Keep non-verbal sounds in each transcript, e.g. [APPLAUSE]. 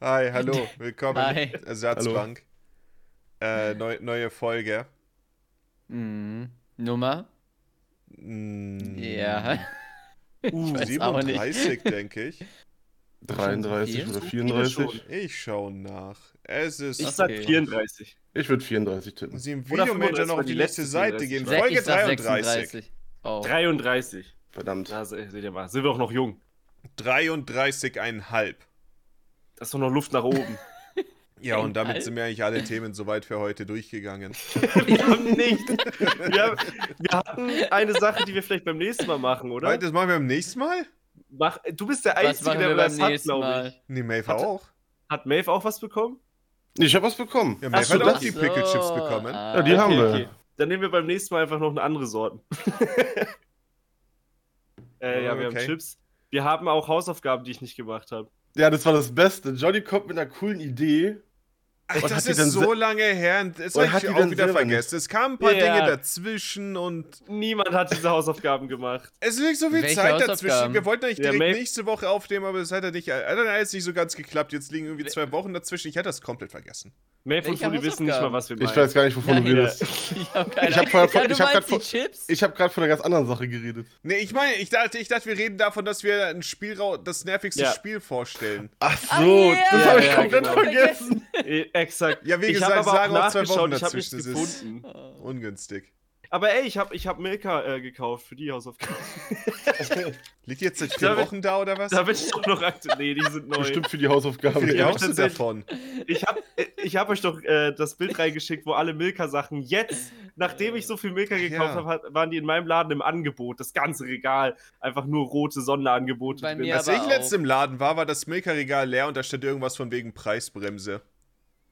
Hi, hallo, willkommen. Hi. Ersatzbank. Äh, neu, neue Folge. Mhm. Nummer? Mm, Ja. [LAUGHS] uh, weiß auch nicht. 37, denke ich. 33 Hier? oder Viele 34? Ich schaue nach. Es ist. Ich Okay. sag 34. Ich würde 34 tippen. Sie im Oder Videomanager 35, noch auf die die letzte letzte Seite gehen. 34. Sech- Folge ich sag 33. 36. Oh. 33. Verdammt. Da se- seht ihr mal. Sind wir auch noch jung. 33,5. Da ist doch noch Luft nach oben. Ja, und damit Einhalb. sind mir eigentlich alle Themen soweit für heute durchgegangen. [LAUGHS] wir haben nicht. Wir, haben, wir hatten eine Sache, die wir vielleicht beim nächsten Mal machen, oder? Leute, das machen wir beim nächsten Mal? Mach, du bist der Was Einzige, machen der wir das beim hat, nächsten glaube ich. Mal? Nee, Maeve Hat- auch. Hat Maeve auch was bekommen? Ich habe was bekommen. Ja, Ja, Maeve so, hat auch das- die Pickle Chips bekommen. ah, die haben wir. okay. Dann nehmen wir beim nächsten Mal einfach noch eine andere Sorte. [LAUGHS] äh, ja, wir Okay. haben Chips. Wir haben auch Hausaufgaben, die ich nicht gemacht habe. Ja, das war das Beste. Johnny kommt mit einer coolen Idee. Ach, Und das hat die ist dann so se- lange her und das Und habe hat ich die auch dann wieder selber vergessen. Es kamen ein paar Ja. Dinge dazwischen und Niemand hat diese Hausaufgaben gemacht. es liegt so viel Welche Zeit dazwischen. Hausaufgaben? Wir wollten eigentlich Ja, direkt Maeve- nächste Woche aufnehmen, aber es hat ja nicht, äh, hat dann alles nicht so ganz geklappt. Jetzt liegen irgendwie We- zwei Wochen dazwischen. Ich hatte das komplett vergessen. Maeve und Welche Fuli wissen nicht Hausaufgaben? mal, was wir meinen. Ich weiß gar nicht, wovon Nein, du [LAUGHS] redest. Ich habe keine Ich hab vorher- ja, du ich hab meinst grad vor- die Chips? Ich habe gerade von einer ganz anderen Sache geredet. Nee, ich meine, ich dachte, ich dachte, wir reden davon, dass wir ein Spiel, rau- das nervigste Ja. Spiel vorstellen. Ach Ah, so, ja, das habe ich ja, komplett genau. vergessen. Äh, Exakt. Ja, wie ich gesagt, habe aber auch sagen auch zwei Wochen nachgeschaut, ich habe nichts dazwischen. Das ist- gefunden. Oh. Ungünstig. Aber ey, ich habe ich hab Milka äh, gekauft für die Hausaufgaben. Liegt jetzt [LAUGHS] seit vier Da bin- Wochen da oder was? [LAUGHS] Da bin ich doch noch aktuell. Nee, die sind neu. Bestimmt für die Wie Hausaufgaben. viel Ja, brauchst du tatsächlich. davon? Ich habe ich hab euch doch äh, das Bild reingeschickt, wo alle Milka-Sachen jetzt, nachdem ich so viel Milka Ach ja. gekauft hab, habe, waren die in meinem Laden im Angebot. Das ganze Regal. Einfach nur rote Sonderangebote. Bei drin. mir Als aber ich auch. letztens im Laden war, war das Milka-Regal leer und da stand irgendwas von wegen Preisbremse.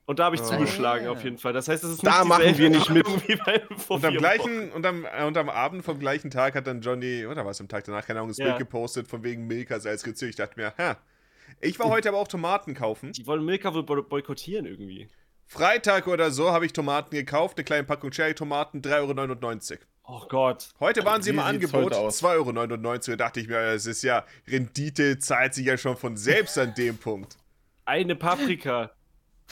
Und da habe ich Oh. zugeschlagen Ah. auf jeden Fall. Das heißt, es ist Da nicht machen dieselbe wir nicht mit. Ordnung wie [LAUGHS] bei vor Und am, vier Wochen. gleichen, und, am, äh, und am Abend vom gleichen Tag hat dann Johnny, oder was am Tag danach, keine Ahnung, das Ja. Bild gepostet von wegen Milka Salz gezüchtet. Ich dachte mir, ha. Ich war heute aber auch Tomaten kaufen. Die wollen Milka wohl boy- boykottieren irgendwie. Freitag oder so habe ich Tomaten gekauft, eine kleine Packung Cherry-Tomaten, 3,99 Euro. Oh Gott. Heute waren sie im Wie sieht's Angebot, heute aus? 2,99 Euro. Da dachte ich mir, das ist ja, Rendite zahlt sich ja schon von selbst an dem Punkt. Eine Paprika.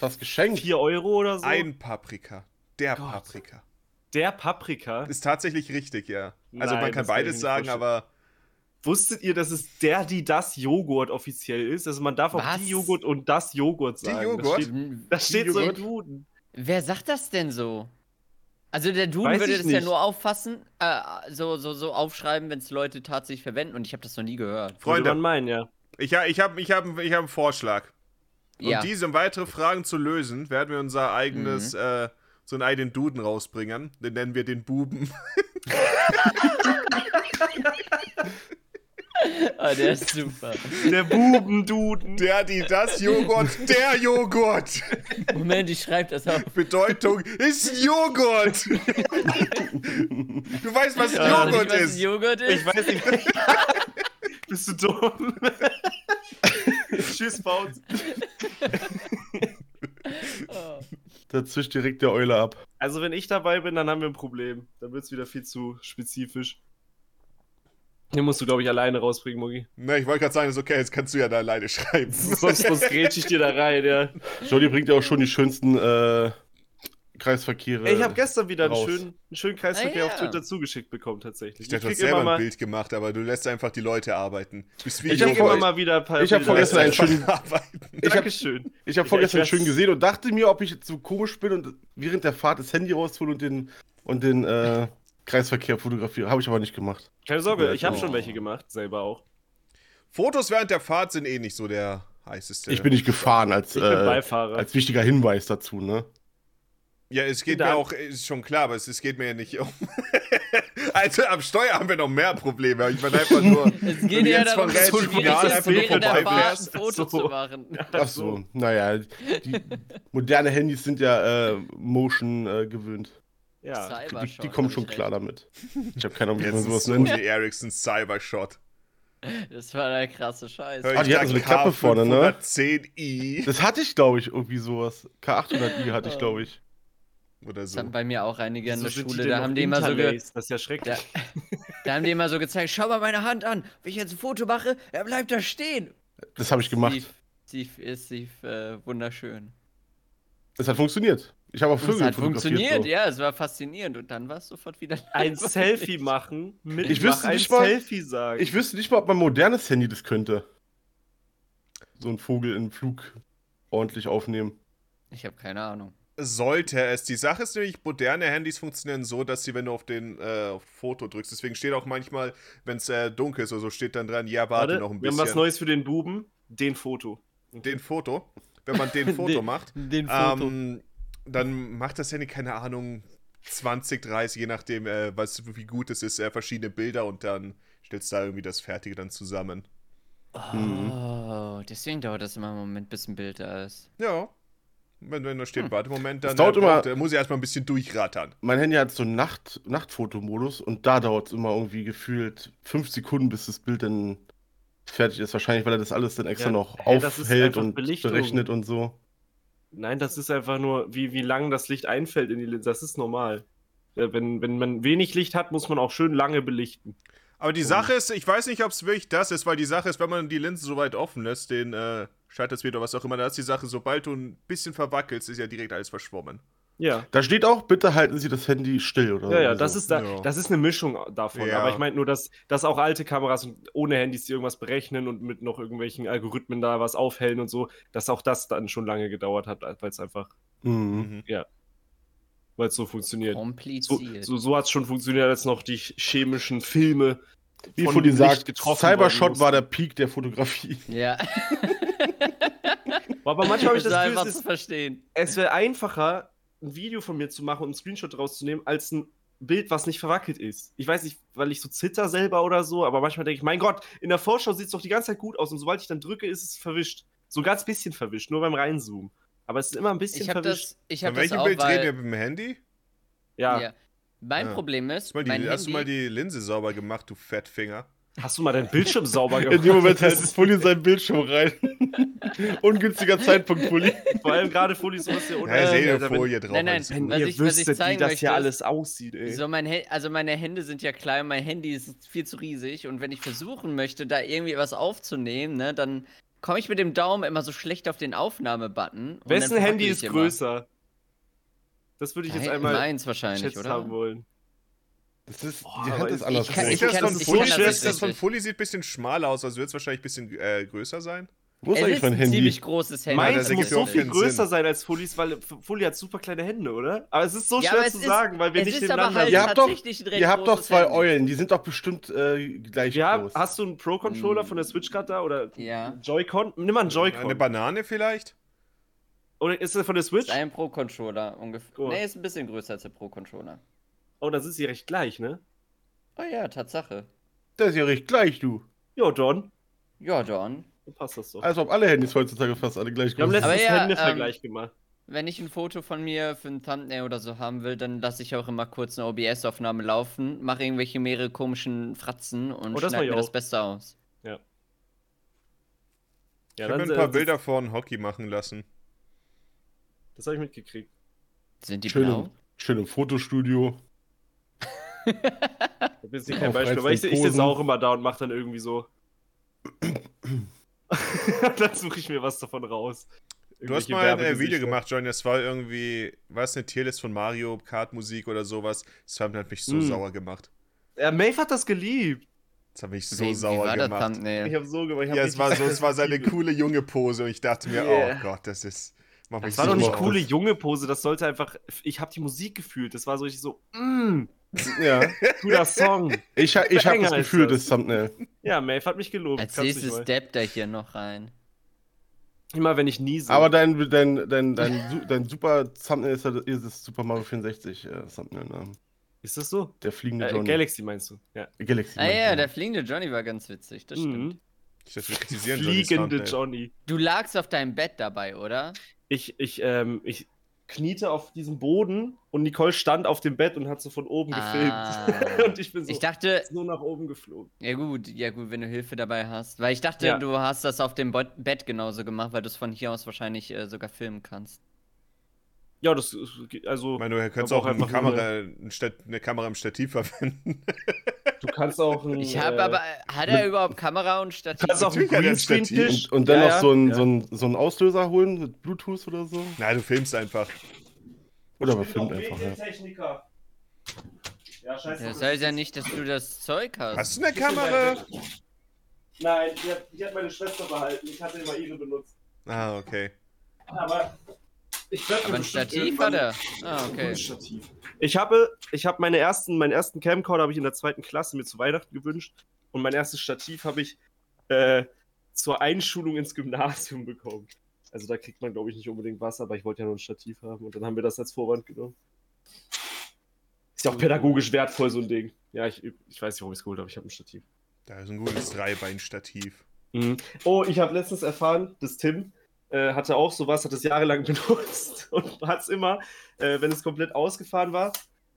Was geschenkt? 4 Euro oder [LAUGHS] so. Ein Paprika. Der Gott. Paprika. Der Paprika. Ist tatsächlich richtig, ja. Also Nein, man kann das kann ich beides mir sagen, nicht vorstellen. aber Wusstet ihr, dass es der, die, das Joghurt offiziell ist? Also man darf auch Was? die Joghurt und das Joghurt Die sagen. Joghurt? Das steht, das Die steht so im Joghurt? Duden. Wer sagt das denn so? Also der Duden Weiß würde ich das ja nicht. nur auffassen, äh, so, so, so aufschreiben, wenn es Leute tatsächlich verwenden und ich habe das noch nie gehört. Würde man Freunde, meinen, ja. ich, ha- ich habe ich hab, ich hab einen Vorschlag. Um ja. diese und weitere Fragen zu lösen, werden wir unser eigenes, Mhm. äh, so einen eigenen Duden rausbringen. Den nennen wir den Buben. [LAUGHS] [LAUGHS] Ah, der ist super. Der Bubenduden. Der, die, das Joghurt, der Joghurt. Moment, ich schreibe das auf. Bedeutung ist ein Joghurt. Du weißt, was ein Ja, Weißt du Joghurt nicht, was ein ist. Joghurt ist. Ich weiß nicht. [LAUGHS] Bist du dumm? [LAUGHS] Tschüss, Baut. Oh. Da zischt direkt der Eule ab. Also wenn ich dabei bin, dann haben wir ein Problem. Dann wird es wieder viel zu spezifisch. Den musst du, glaube ich, alleine [LAUGHS] rausbringen, Mogi. Na, ich wollte gerade sagen, ist okay, jetzt kannst du ja da alleine schreiben. Sonst, sonst grätsch ich dir da rein, Äh, ja. Johnny bringt ja auch schon die schönsten äh, Kreisverkehre. Ey, ich habe gestern wieder einen raus. schönen, einen schönen Kreisverkehr Ah, ja. auf Twitter zugeschickt bekommen, tatsächlich. Ich dachte, du krieg hast selber ein Bild gemacht, aber du lässt einfach die Leute arbeiten. Du bist wie Ich hab krieg Joghurt. immer mal wieder ein paar Ich hab Bilder. vorgestern Lass einen einfach [LAUGHS] schönen- arbeiten. ich hab- Dankeschön. Ich habe Ja, vorgestern ich weiß. schön gesehen und dachte mir, ob ich jetzt so komisch bin und während der Fahrt das Handy raushole und den, und den äh, Kreisverkehr fotografiere. Habe ich aber nicht gemacht. Keine Sorge, ich habe Oh. schon welche gemacht, selber auch. Fotos während der Fahrt sind eh nicht so der heißeste. Ich bin nicht gefahren als, Ich bin äh, Beifahrer. als wichtiger Hinweis dazu, ne? Ja, es geht Dank. mir auch, ist schon klar, aber es, es geht mir ja nicht um. [LAUGHS] also am Steuer haben wir noch mehr Probleme. Ich meine einfach [LAUGHS] nur. Es Wenn geht du ja jetzt darum, von dass relativ du nah während einfach nur der Fahrt vorbeifährst. ein Foto Ach so. zu machen. Ach so, naja. Die moderne Handys sind ja äh, Motion äh, gewöhnt. Ja. Cyber Die, die Shot, kommen hab schon ich klar recht. damit. Ich habe keine Ahnung, wie Jetzt man ist sowas sowas nennt. Sony Ericssons Cybershot. Das war der krasse Scheiß. Hör Ah, ich die da hatten so eine Klappe vorne, ne? 510i Das hatte ich, glaube ich, irgendwie sowas. K800i hatte ich, glaube ich. oder Das so. haben bei mir auch einige in Wieso der sind die Schule, denn da noch haben, die immer so ge interlaced? Das ist ja schrecklich. Ja. da haben die immer so gezeigt, schau mal meine Hand an, wenn ich jetzt ein Foto mache, er bleibt da stehen. Das habe ich Wie- gemacht. sie ist sie äh, wunderschön. Es hat funktioniert. Ich habe auch Es Vögel hat fotografiert, funktioniert, so. ja, es war faszinierend. Und dann war es sofort wieder [LAUGHS] Ein langweilig. Selfie machen mit Ich mach wüsste ein nicht mal- Selfie sagen. Ich wüsste nicht mal, ob mein modernes Handy das könnte. So ein Vogel im Flug ordentlich aufnehmen. Ich habe keine Ahnung. Sollte es. Die Sache ist nämlich, moderne Handys funktionieren so, dass sie, wenn du auf den äh, auf Foto drückst, deswegen steht auch manchmal, wenn es äh, dunkel ist oder so, steht dann dran, ja, warte, noch ein Wir haben was bisschen. Neues für den Buben. Den Foto. Den Foto. Wenn man den Foto [LAUGHS] Den- macht, Den ähm, dann macht das Handy, keine Ahnung, 20, 30, je nachdem, äh, was, wie gut es ist, äh, verschiedene Bilder und dann stellst du da irgendwie das Fertige dann zusammen. Oh, deswegen dauert das immer einen Moment, bis ein Bild da ist. Ja. Wenn, wenn da steht, Hm. warte Moment, dann Es dauert äh, immer- braucht- äh, muss ich erstmal ein bisschen durchrattern. Mein Handy hat so einen Nacht Nachtfotomodus und da dauert es immer irgendwie gefühlt fünf Sekunden, bis das Bild dann fertig ist. Wahrscheinlich, weil er das alles dann extra Ja, noch hä, das ist aufhält einfach und Belichtung. berechnet und so. Nein, das ist einfach nur, wie, wie lang das Licht einfällt in die Linse. Das ist normal. Äh, Wenn, wenn man wenig Licht hat, muss man auch schön lange belichten. Aber die Sache ist, ich weiß nicht, ob es wirklich das ist, weil die Sache ist, wenn man die Linsen so weit offen lässt, den äh, scheitert es wieder, was auch immer, da ist die Sache, sobald du ein bisschen verwackelst, ist ja direkt alles verschwommen. Ja. Da steht auch, bitte halten Sie das Handy still oder Ja, ja, irgendwie das so. ist, da, Ja. das ist eine Mischung davon. Ja. Aber ich meine nur, dass, dass auch alte Kameras und ohne Handys, die irgendwas berechnen und mit noch irgendwelchen Algorithmen da was aufhellen und so, dass auch das dann schon lange gedauert hat, weil es einfach, Mhm. weil es so funktioniert. So, Kompliziert. so, so hat es schon funktioniert, als noch die chemischen Filme. Wie von vorhin Licht gesagt, getroffen Cybershot worden war der mussten. Peak der Fotografie. Ja. Aber manchmal [LAUGHS] habe ich Ist das einfach Gefühl, es, zu ist, verstehen. es wäre einfacher, ein Video von mir zu machen und einen Screenshot rauszunehmen, als ein Bild, was nicht verwackelt ist. Ich weiß nicht, weil ich so zitter selber oder so, aber manchmal denke ich, mein Gott, in der Vorschau sieht es doch die ganze Zeit gut aus und sobald ich dann drücke, ist es verwischt. So ganz bisschen verwischt, nur beim Reinzoomen. Aber es ist immer ein bisschen Ich habe verwischt. das, ich Von habe das welchem auch, Bild weil, reden wir mit dem Handy? ja. ja. Mein Ja. Problem Hast ist, du mal die, mein hast du Handy, mal die Linse sauber gemacht, du Fettfinger? Hast du mal deinen [LAUGHS] Bildschirm sauber In dem gemacht? [LAUGHS] Moment hält Pulli in seinen Bildschirm rein. [LAUGHS] Ungünstiger Zeitpunkt, Pulli. Vor allem gerade Folie sowas hier unten. Na, ich sehe Alter, eine wenn- Folie drauf. nein, nein, alles Wenn gut. Was ihr ich- was ich wüsstet, wie zeigen das möchte, hier ist- alles aussieht, ey. so mein Hä- also meine Hände sind ja klein, mein Handy ist viel zu riesig und wenn ich versuchen möchte, da irgendwie was aufzunehmen, ne, dann komme ich mit dem Daumen immer so schlecht auf den Aufnahme-Button. und dann Wessen verwackel Handy ich ist immer. größer? Das würde ich jetzt Nein, einmal meins wahrscheinlich, geschätzt oder? haben wollen. Das ist, Boah, die aber Hand ist ich anders. kann- Ist ich groß. kann- das von ich Fully- kann das ist das richtig. von Fully sieht ein bisschen schmaler aus, also wird es wahrscheinlich ein bisschen äh, größer sein. Wo ist es eigentlich ist mein ein Handy? ziemlich großes das Handy. Meins ergibt muss ja so auch viel keinen größer Sinn. sein als Folies, weil Folie hat super kleine Hände, oder? Aber es ist so Ja, schwer aber es zu ist- sagen, weil wir es nicht ist aber nebeneinander halt Ihr habt doch- tatsächlich ein recht Ihr habt doch großes zwei Handy. Eulen, die sind doch bestimmt äh, halt gleich Wir haben, groß. hast du einen Pro-Controller Hm. von der Switch gerade da oder Ja. Joy-Con? Nimm mal einen Eine Joy-Con. Banane vielleicht? Oder ist er von der Switch? Ist ein Pro-Controller ungefähr. Cool. Nee, ist ein bisschen größer als der Pro-Controller. Oh, dann sind sie recht gleich, ne? Oh ja, Tatsache. das ist ja recht gleich, du. Jo, Don, Ja, Don. dann passt das Also, doch. Als ob alle Handys heutzutage fast alle gleich wir haben groß sind. Aber letztens ja, ähm, Händevergleich gemacht. Wenn ich ein Foto von mir für ein Thumbnail oder so haben will, dann lasse ich auch immer kurz eine OBS-Aufnahme laufen, mache irgendwelche mehrere komischen Fratzen und Oh, das mach schneide ich mir auch. das Beste aus. Ja, ich habe mir äh, ein paar das- Bilder von Hockey machen lassen. Das habe ich mitgekriegt. Sind die Schön blau? im, schön im Fotostudio. Ich habe jetzt nicht Ja, kein auf Beispiel, weil ich, ich Reizungsposen. sitze auch immer da und mache dann [LAUGHS] irgendwie so. [LAUGHS] dann suche ich mir was davon raus. Du hast Irgendwelche mal ein äh, Video Werbegesichter. gemacht, Johnny, das war irgendwie, war es eine Tierlist von Mario Kart Musik oder sowas? Das hat mich so Hm. Mm. sauer gemacht. Ja, Maeve hat das geliebt. Das hat mich so Wie- wie sauer war das gemacht. Ich Thumbnail? habe so gemacht. Ich hab Ja, es richtig- war so, es war [LAUGHS] seine coole junge Pose und ich dachte mir, Yeah. oh Gott, das ist. Macht Das war doch so nicht sauer. coole junge Pose, das sollte einfach. Ich habe die Musik gefühlt. Das war so richtig so, mm, Ja. [LAUGHS] cooler Song. Ich, ha- ich habe Banger das ist Gefühl, das das. Thumbnail. Ja, Maeve hat mich gelobt. Als kannst nicht nächstes mal. steppt er hier noch rein. Immer wenn ich niese. Aber dein, dein, dein, dein, Su- dein super Thumbnail ist, ja- ist das Super Mario 64 äh, Thumbnail. Ne? ist das so? Der fliegende Äh, Johnny. Galaxy meinst du? Ja. Galaxy. Ah meinst ja, du. der fliegende Johnny war ganz witzig, das stimmt. genau. Mhm. Ich dachte, wir kritisieren Johnnys Fliegende Thumbnail. Johnny. Du lagst auf deinem Bett dabei, oder? Ich, ich, ähm, ich kniete auf diesem Boden und Nicole stand auf dem Bett und hat so von oben gefilmt. Ah. [LAUGHS] und ich bin so, Ich dachte, so nach oben geflogen. ja gut, ja gut, wenn du Hilfe dabei hast. Weil ich dachte, Ja. du hast das auf dem Bot- Bett genauso gemacht, weil du es von hier aus wahrscheinlich äh, sogar filmen kannst. Ja, das ist, also. Ich meine, du könntest Aber auch auch eine einfach nur Kamera, ein Stat- eine Kamera im Stativ verwenden. [LAUGHS] Du kannst auch ein, Ich habe äh, aber. Hat er überhaupt Kamera und Stativ? kannst auch einen Natürlich hat er ein Stativ. Greenscreen-Tisch. Und, und dann Ja, noch ja. So, einen, Ja. so, einen, so einen Auslöser holen mit Bluetooth oder so. Nein, du filmst einfach. Oder man filmt einfach, ja. Techniker. Ja, scheiße. Das heißt ja nicht, dass du das Zeug hast. Hast du eine Kamera? Nein, die hat, die hat meine Schwester behalten. Ich hatte immer ihre benutzt. Ah, okay. Aber ich glaub, Aber ein Stativ hat er. Ah, okay. Ich habe, ich habe meine ersten, meinen ersten Camcorder habe ich in der zweiten Klasse mir zu Weihnachten gewünscht und mein erstes Stativ habe ich äh, zur Einschulung ins Gymnasium bekommen. Also da kriegt man glaube ich nicht unbedingt was, aber ich wollte ja nur ein Stativ haben und dann haben wir das als Vorwand genommen. Ist Mhm. ja auch pädagogisch wertvoll so ein Ding. Ja, ich, ich weiß nicht, warum ich es geholt habe. Ich habe ein Stativ. Da ist ein gutes Dreibeinstativ. Oh, ich habe letztens erfahren, dass Tim äh, hatte auch sowas, hat es jahrelang [LAUGHS] benutzt und hat es immer, äh, wenn es komplett ausgefahren war,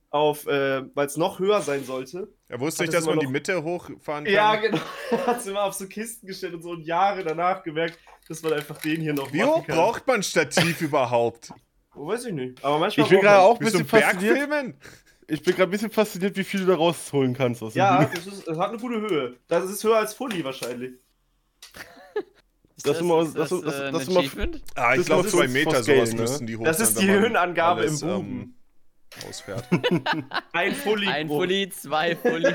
auf, äh, weil es noch höher sein sollte. Er wusste Hat nicht, das dass man immer die noch- Mitte hochfahren kann. Ja, genau. [LAUGHS] Hat es immer auf so Kisten gestellt und so und Jahre danach gemerkt, dass man einfach den hier noch Wie hoch braucht man ein Stativ [LAUGHS] überhaupt? Oh, weiß ich nicht. Aber manchmal Ich bin braucht gerade man- auch ein Willst du bisschen einen Berg fasziniert. filmen? Ich bin gerade ein bisschen fasziniert, wie viel du da rausholen kannst aus dem Ja, Ding. das, ist, das hat eine gute Höhe. Das ist höher als Fully wahrscheinlich. Ist das immer- ist das- das- äh, ein das immer- Achievement? Ah, ich Das glaube, ist zwei das Meter Fast sowas Game, ne? müssen die hoch Das sein, ist wenn die man Höhenangabe im alles, Buben. Ähm, [LAUGHS] ausfährt. Ein Fully. Ein pro- Fully, zwei [LAUGHS] Fully.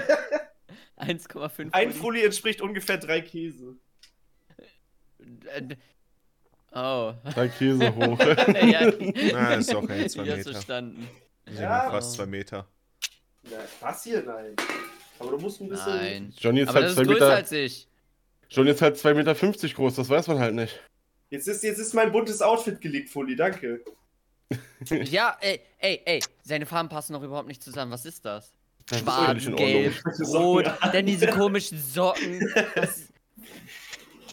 1,5 Ein Fully. Fully entspricht ungefähr drei Käse. Äh, [LAUGHS] Oh. Drei [LAUGHS] Käse hoch. ja, Na, ist doch ein, zwei ich hab's Meter. verstanden. Das sind Ja. Fast zwei Meter. Na, was hier? Nein. Aber du musst ein bisschen. Nein. Johnny ist Aber halt das zwei ist größer Meter. als ich. Johnny ist halt 2,50 Meter fünfzig groß, das weiß man halt nicht. Jetzt ist, jetzt ist mein buntes Outfit geleakt, Fully, danke. Ja, ey, ey, ey. Seine Farben passen noch überhaupt nicht zusammen. Was ist das? Das ist Schwarz, völlig in Ordnung. [LAUGHS] gelb, rot, dann diese komischen Socken. Das,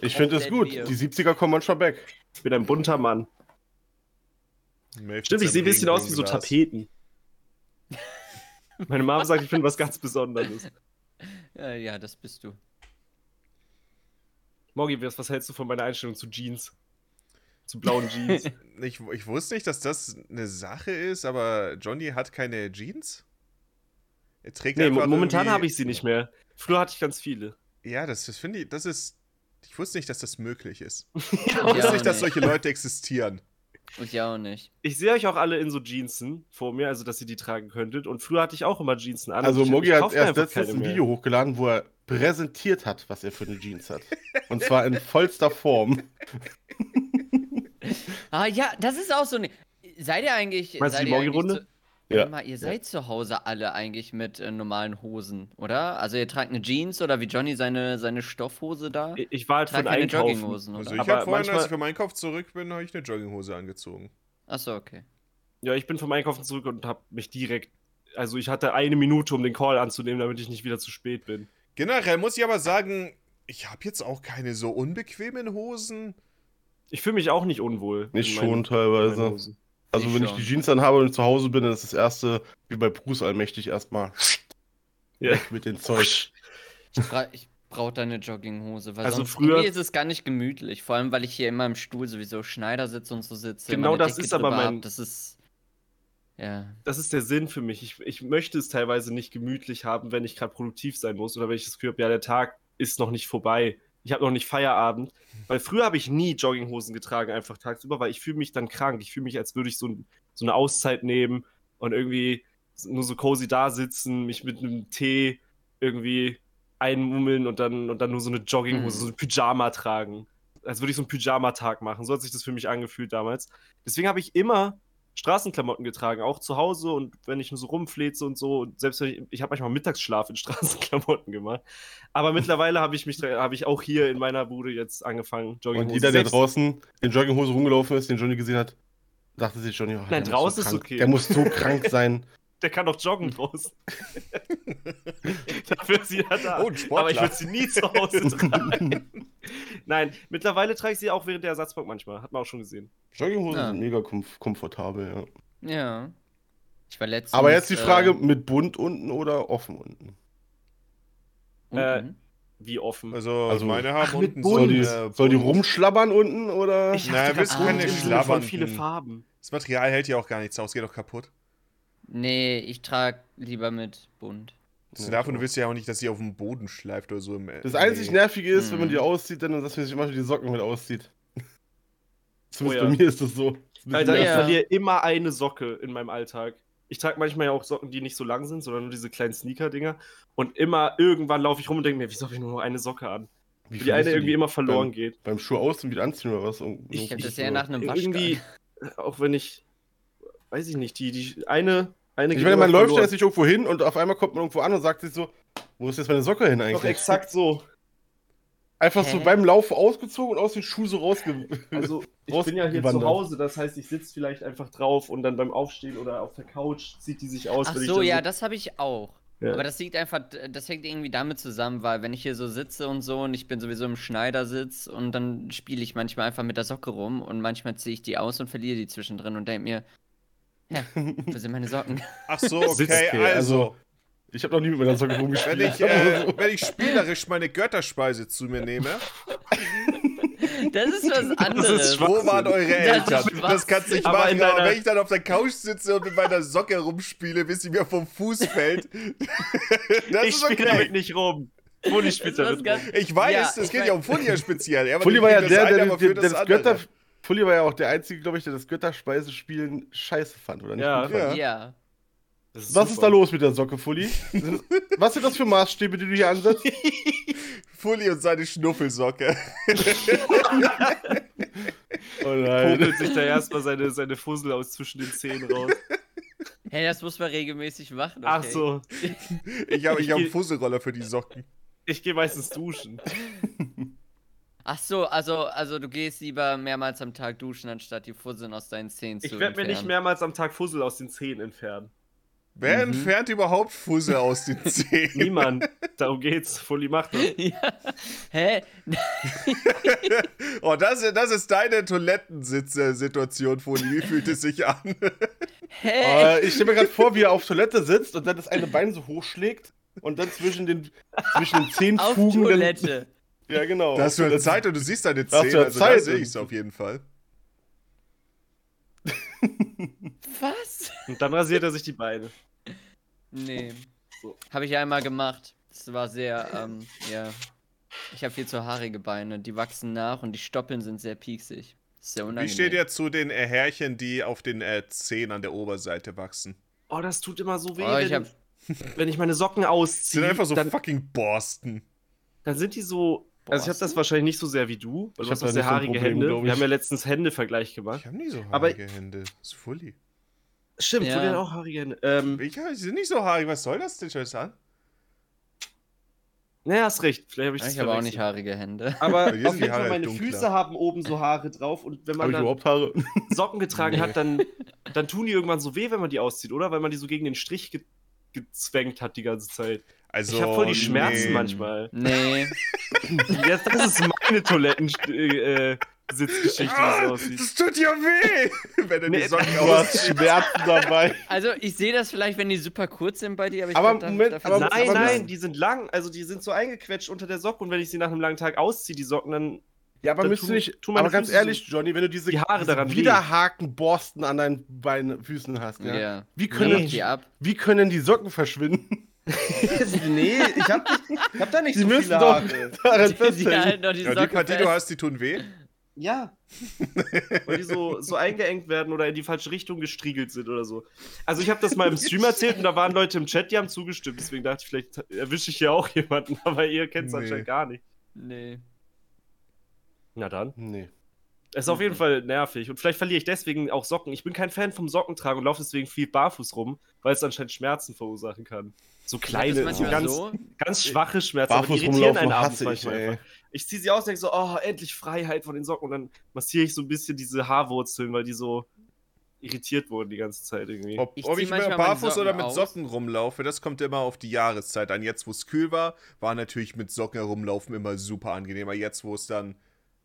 Ich finde es Dead gut. Beer. Die 70er kommen manchmal back. Ich bin ein bunter Mann. Stimmt, ich sehe ein bisschen aus wie so Tapeten. Meine Mama sagt, ich bin was ganz Besonderes. äh, ja, das bist du. Morgi, was was hältst du von meiner Einstellung zu Jeans? Zu blauen [LAUGHS] Jeans? Ich, ich wusste nicht, dass das eine Sache ist, aber Johnny hat keine Jeans. Er trägt nee, einfach mo- momentan irgendwie- habe ich sie nicht mehr. Früher hatte ich ganz viele. Ja, das, das finde ich, das ist. Ich wusste nicht, dass das möglich ist. Ja, Ich wusste auch nicht, dass nicht. solche Leute existieren. Und ja auch nicht. Ich sehe euch auch alle in so Jeansen vor mir, also dass ihr die tragen könntet. Und früher hatte ich auch immer Jeansen an. Also Ich- Mogi ich hat kauf mir erst einfach letztens keine ein mehr. Video hochgeladen, wo er präsentiert hat, was er für eine Jeans hat. Und zwar in vollster [LAUGHS] Form. Ah ja, das ist auch so eine. Seid ihr eigentlich. Meinst du seid die ihr eigentlich Morgenrunde? Zu, Ja. Warte Mal, ihr seid zu Hause alle eigentlich mit äh, normalen Hosen, oder? Also ihr tragt eine Jeans oder wie Johnny seine, seine Stoffhose da? Ich- Ich war halt Tragt von keine Einkaufen. Jogginghosen, Also oder? ich [LAUGHS] Aber habe vorhin, als manchmal- ich vom Einkauf zurück bin, habe ich eine Jogginghose angezogen. Achso, okay. Ja, ich bin vom Einkaufen zurück und habe mich direkt. Also ich hatte eine Minute, um den Call anzunehmen, damit ich nicht wieder zu spät bin. Generell muss ich aber sagen, ich habe jetzt auch keine so unbequemen Hosen. Ich fühle mich auch nicht unwohl. Nicht in schon meinen- in meinen teilweise. Hosen. Also Ich wenn ich schon. die Jeans anhabe und zu Hause bin, dann ist das erste, wie bei Bruce allmächtig, erstmal Ja. mit dem Zeug. Ich, bra ich brauche deine Jogginghose, weil Also sonst früher- irgendwie ist es gar nicht gemütlich. Vor allem, weil ich hier immer im Stuhl sowieso Schneider sitze und so sitze. Genau meine das Decke ist aber drüber mein- hab. Das ist. Ja. Das ist der Sinn für mich. Ich, ich möchte es teilweise nicht gemütlich haben, wenn ich gerade produktiv sein muss oder wenn ich das Gefühl habe, ja, der Tag ist noch nicht vorbei. Ich habe noch nicht Feierabend. Weil früher habe ich nie Jogginghosen getragen, einfach tagsüber, weil ich fühle mich dann krank. Ich fühle mich, als würde ich so, ein, so eine Auszeit nehmen und irgendwie nur so cozy da sitzen, mich mit einem Tee irgendwie einmummeln und dann, und dann nur so eine Jogginghose, Mhm. so ein Pyjama tragen. Als würde ich so einen Pyjama-Tag machen. So hat sich das für mich angefühlt damals. Deswegen habe ich immer Straßenklamotten getragen, auch zu Hause und wenn ich nur so rumfleze und so. Und selbst wenn ich, ich habe manchmal Mittagsschlaf in [LAUGHS] Straßenklamotten gemacht. Aber mittlerweile habe ich mich, habe ich auch hier in meiner Bude jetzt angefangen, Jogginghosen. Und jeder, der Selbst- draußen in Jogginghose rumgelaufen ist, den Johnny gesehen hat, dachte sich Johnny, oh, der muss draußen so ist krank, okay. Der muss so krank [LAUGHS] sein. Der kann doch joggen draußen. [LAUGHS] Dafür ist jeder da. Oh, ein Sportler. Aber ich würde [LAUGHS] sie nie zu Hause tragen. Nein, mittlerweile trage ich sie auch während der Ersatzbank manchmal. Hat man auch schon gesehen. Jogginghosen Ja. sind mega komf komfortabel, ja. Ja. Ich war letztens. Aber jetzt die Frage, Äh, mit bunt unten oder offen unten? Äh, unten? Wie offen. Also, Also- meine haben Ach, mit unten Bunt. Soll die, so soll die rumschlabbern unten oder? Ich- Naja, wir das können nicht von schlabbern. viele Farben. Das Material hält ja auch gar nichts aus, geht doch kaputt. nee, ich trage lieber mit bunt. Zu davon, du willst ja auch nicht, dass sie auf dem Boden schleift oder so. Im äh, Das einzig Nervige ist, wenn man Mhm. die auszieht, dann, dass man sich immer die Socken mit auszieht. Zumindest Oh ja. bei mir ist das so. Das ist ein Alter, bisschen ich Ja. verliere immer eine Socke in meinem Alltag. Ich trage manchmal ja auch Socken, die nicht so lang sind, sondern nur diese kleinen Sneaker-Dinger. Und immer irgendwann laufe ich rum und denke mir, wieso habe ich nur noch eine Socke an? nervig. Wie Wie die findest eine du irgendwie immer verloren geht. Beim Schuh ausziehen, wieder anziehen oder was? Und- Ich hätte das oder- ja nach einem Waschgang. Irgendwie, äh, auch wenn ich, weiß ich nicht, die, die eine, eine Ich geht meine, man immer läuft ja verloren. jetzt nicht irgendwo hin und auf einmal kommt man irgendwo an und sagt sich so, wo ist jetzt meine Socke hin Doch eigentlich? exakt so. [LAUGHS] Einfach so Hä? beim Laufen ausgezogen und aus den Schuhen so rausge... Also, ich Raus- bin ja hier gewandert. zu Hause, das heißt, ich sitze vielleicht einfach drauf und dann beim Aufstehen oder auf der Couch zieht die sich aus. Ach wenn ich so, dann ja, das habe ich auch. Ja. Aber das liegt einfach, das hängt irgendwie damit zusammen, weil wenn ich hier so sitze und so und ich bin sowieso im Schneidersitz und dann spiele ich manchmal einfach mit der Socke rum und manchmal ziehe ich die aus und verliere die zwischendrin und denke mir, ja, wo sind meine [LAUGHS] Socken? Ach so, okay, Sitzkehl, also. Ich habe noch nie mit meiner Socke rumgespielt. Wenn ich, [LAUGHS] äh, wenn ich spielerisch meine Götterspeise zu mir nehme, Das ist was anderes. schwach. wo Schwachsinn. waren eure Eltern? Schwachsinn. Das kannst du nicht Aber machen, in aber deiner- wenn ich dann auf der Couch sitze und mit meiner Socke rumspiele, bis sie mir vom Fuß fällt, [LAUGHS] das ich ist spiele okay. damit nicht rum. Moni Das spielt ist was damit rum. ganz- Ich weiß, Ja, es ich geht mein- ja um Funja speziell. Ja, aber Fully die war ja kriegen der, das eine, der, aber der, für der das andere. Götter... Fully war ja auch der Einzige, glaube ich, der das Götterspeisespielen scheiße fand, oder nicht? Ja. gut Ja. fand. Ja. Was ist da los mit der Socke, Fully? Sind- Was sind das für Maßstäbe, die du hier ansetzt? Fully und seine Schnuffelsocke. Oh Popelt sich da erstmal seine, seine Fussel aus zwischen den [LAUGHS] Zähnen raus. Hey, das muss man regelmäßig machen. Okay. Ach so, Ich habe ich hab einen Ich- Fusselroller für die Socken. ich gehe meistens duschen. Ach so, also, also du gehst lieber mehrmals am Tag duschen, anstatt die Fusseln aus deinen Zähnen zu Ich werde mir nicht entfernen. mehrmals am Tag Fussel aus den Zähnen entfernen. Wer Mhm. entfernt überhaupt Fussel aus den Zähnen? [LAUGHS] Niemand. Darum geht's. Fully macht das. Ja. Hä? Oh, das, das ist deine Toilettensitz-Situation, Fully. Wie fühlt es sich an? Hä? Äh, ich stelle mir gerade vor, wie er auf Toilette sitzt und dann das eine Bein so hochschlägt und dann zwischen den, zwischen den zehn Auf Fugen. dann- Toilette. Ja, genau. Da hast du Auf eine Toilette. Zeit und du siehst deine Da hast du Zähne. ja Also da Zeit. sehe ich es auf jeden Fall. Was? Und dann rasiert er sich die Beine. Nee. So. Habe ich einmal gemacht. Das war sehr, ähm, ja. Ich habe viel zu haarige Beine. Die wachsen nach und die Stoppeln sind sehr pieksig. Das ist sehr unangenehm. Wie steht ihr zu den äh, Härchen, die auf den äh, Zähnen an der Oberseite wachsen? Oh, das tut immer so weh, Oh, ich wenn, hab- wenn ich meine Socken Das sind ausziehe. einfach so dann, fucking Borsten. dann sind die so. Also ich habe das wahrscheinlich nicht so sehr wie du. weil Ich Du hast hab auch da sehr nicht so ein haarige Problem, glaub Hände. ich. Wir haben ja letztens Händevergleich gemacht. Ich habe nie so Aber- haarige Hände. Das ist Fully. Stimmt, Ja. Fully hat auch haarige Hände. Ähm, Ich, ja, die sind nicht so haarig. Was soll das denn schon an? naja, hast recht. Vielleicht habe ich das Ich habe auch verwechselt. nicht haarige Hände. Aber Bei dir sind auf die jeden Fall, Haare meine dunkler. Füße haben oben so Haare drauf und wenn Habe man ich dann überhaupt Haare? Socken getragen Nee. hat, dann, dann tun die irgendwann so weh, wenn man die auszieht, oder? Weil man die so gegen den Strich ge gezwängt hat die ganze Zeit. Also, ich habe voll die Schmerzen nee. manchmal. Nee. Jetzt, das ist meine Toiletten-Sitzgeschichte, wie es Ah, aussieht. das tut ja weh, [LAUGHS] wenn er die Nee, Socken Du aus. hast Schmerzen dabei. Also ich sehe das vielleicht, wenn die super kurz sind bei dir, aber ich Aber glaub, da- Moment, dafür aber- sind sie Nein, zu nein, lang. die sind lang. Also die sind so eingequetscht unter der Socke und wenn ich sie nach einem langen Tag ausziehe, die Socken, dann. Ja, aber Dann müsst tu- du nicht. tu meine aber ganz Füße ehrlich, Johnny, wenn du diese, Die Haare diese daran weh. widerhaken Borsten an deinen Beinen, Füßen hast, ja? Ja. Wie Dann können- mach die ab. Wie können die Socken [LAUGHS] verschwinden? nee, ich hab, ich hab da nicht Sie müssen doch Die, [LAUGHS] daran die festhalten. halten doch die Ja, die Socke Partie, du fest. hast, die tun weh. Ja. Weil die so, so eingeengt werden oder in die falsche Richtung gestriegelt sind oder so. Also ich habe das mal im Stream erzählt und da waren Leute im Chat, die haben zugestimmt. Deswegen dachte ich, vielleicht erwische ich hier auch jemanden, [LAUGHS] aber ihr kennt es Nee. anscheinend gar nicht. Nee. Na dann. Nee. Es ist auf jeden Fall nervig. Und vielleicht verliere ich deswegen auch Socken. Ich bin kein Fan vom Sockentragen und laufe deswegen viel barfuß rum, weil es anscheinend Schmerzen verursachen kann. So Das ist kleine, so manchmal ganz, so. ganz schwache Schmerzen. aber die Barfuß irritieren einen rumlaufen abends hasse ich, manchmal ey. einfach. ich ziehe sie aus und denke so, oh, endlich Freiheit von den Socken. Und dann massiere ich so ein bisschen diese Haarwurzeln, weil die so irritiert wurden die ganze Zeit irgendwie. Ob Ich ich, ob zieh ich mit manchmal meine barfuß Socken oder mit aus. Socken rumlaufe, das kommt immer auf die Jahreszeit an. Jetzt, wo es kühl war, war natürlich mit Socken herumlaufen immer super angenehm. Aber jetzt, wo es dann,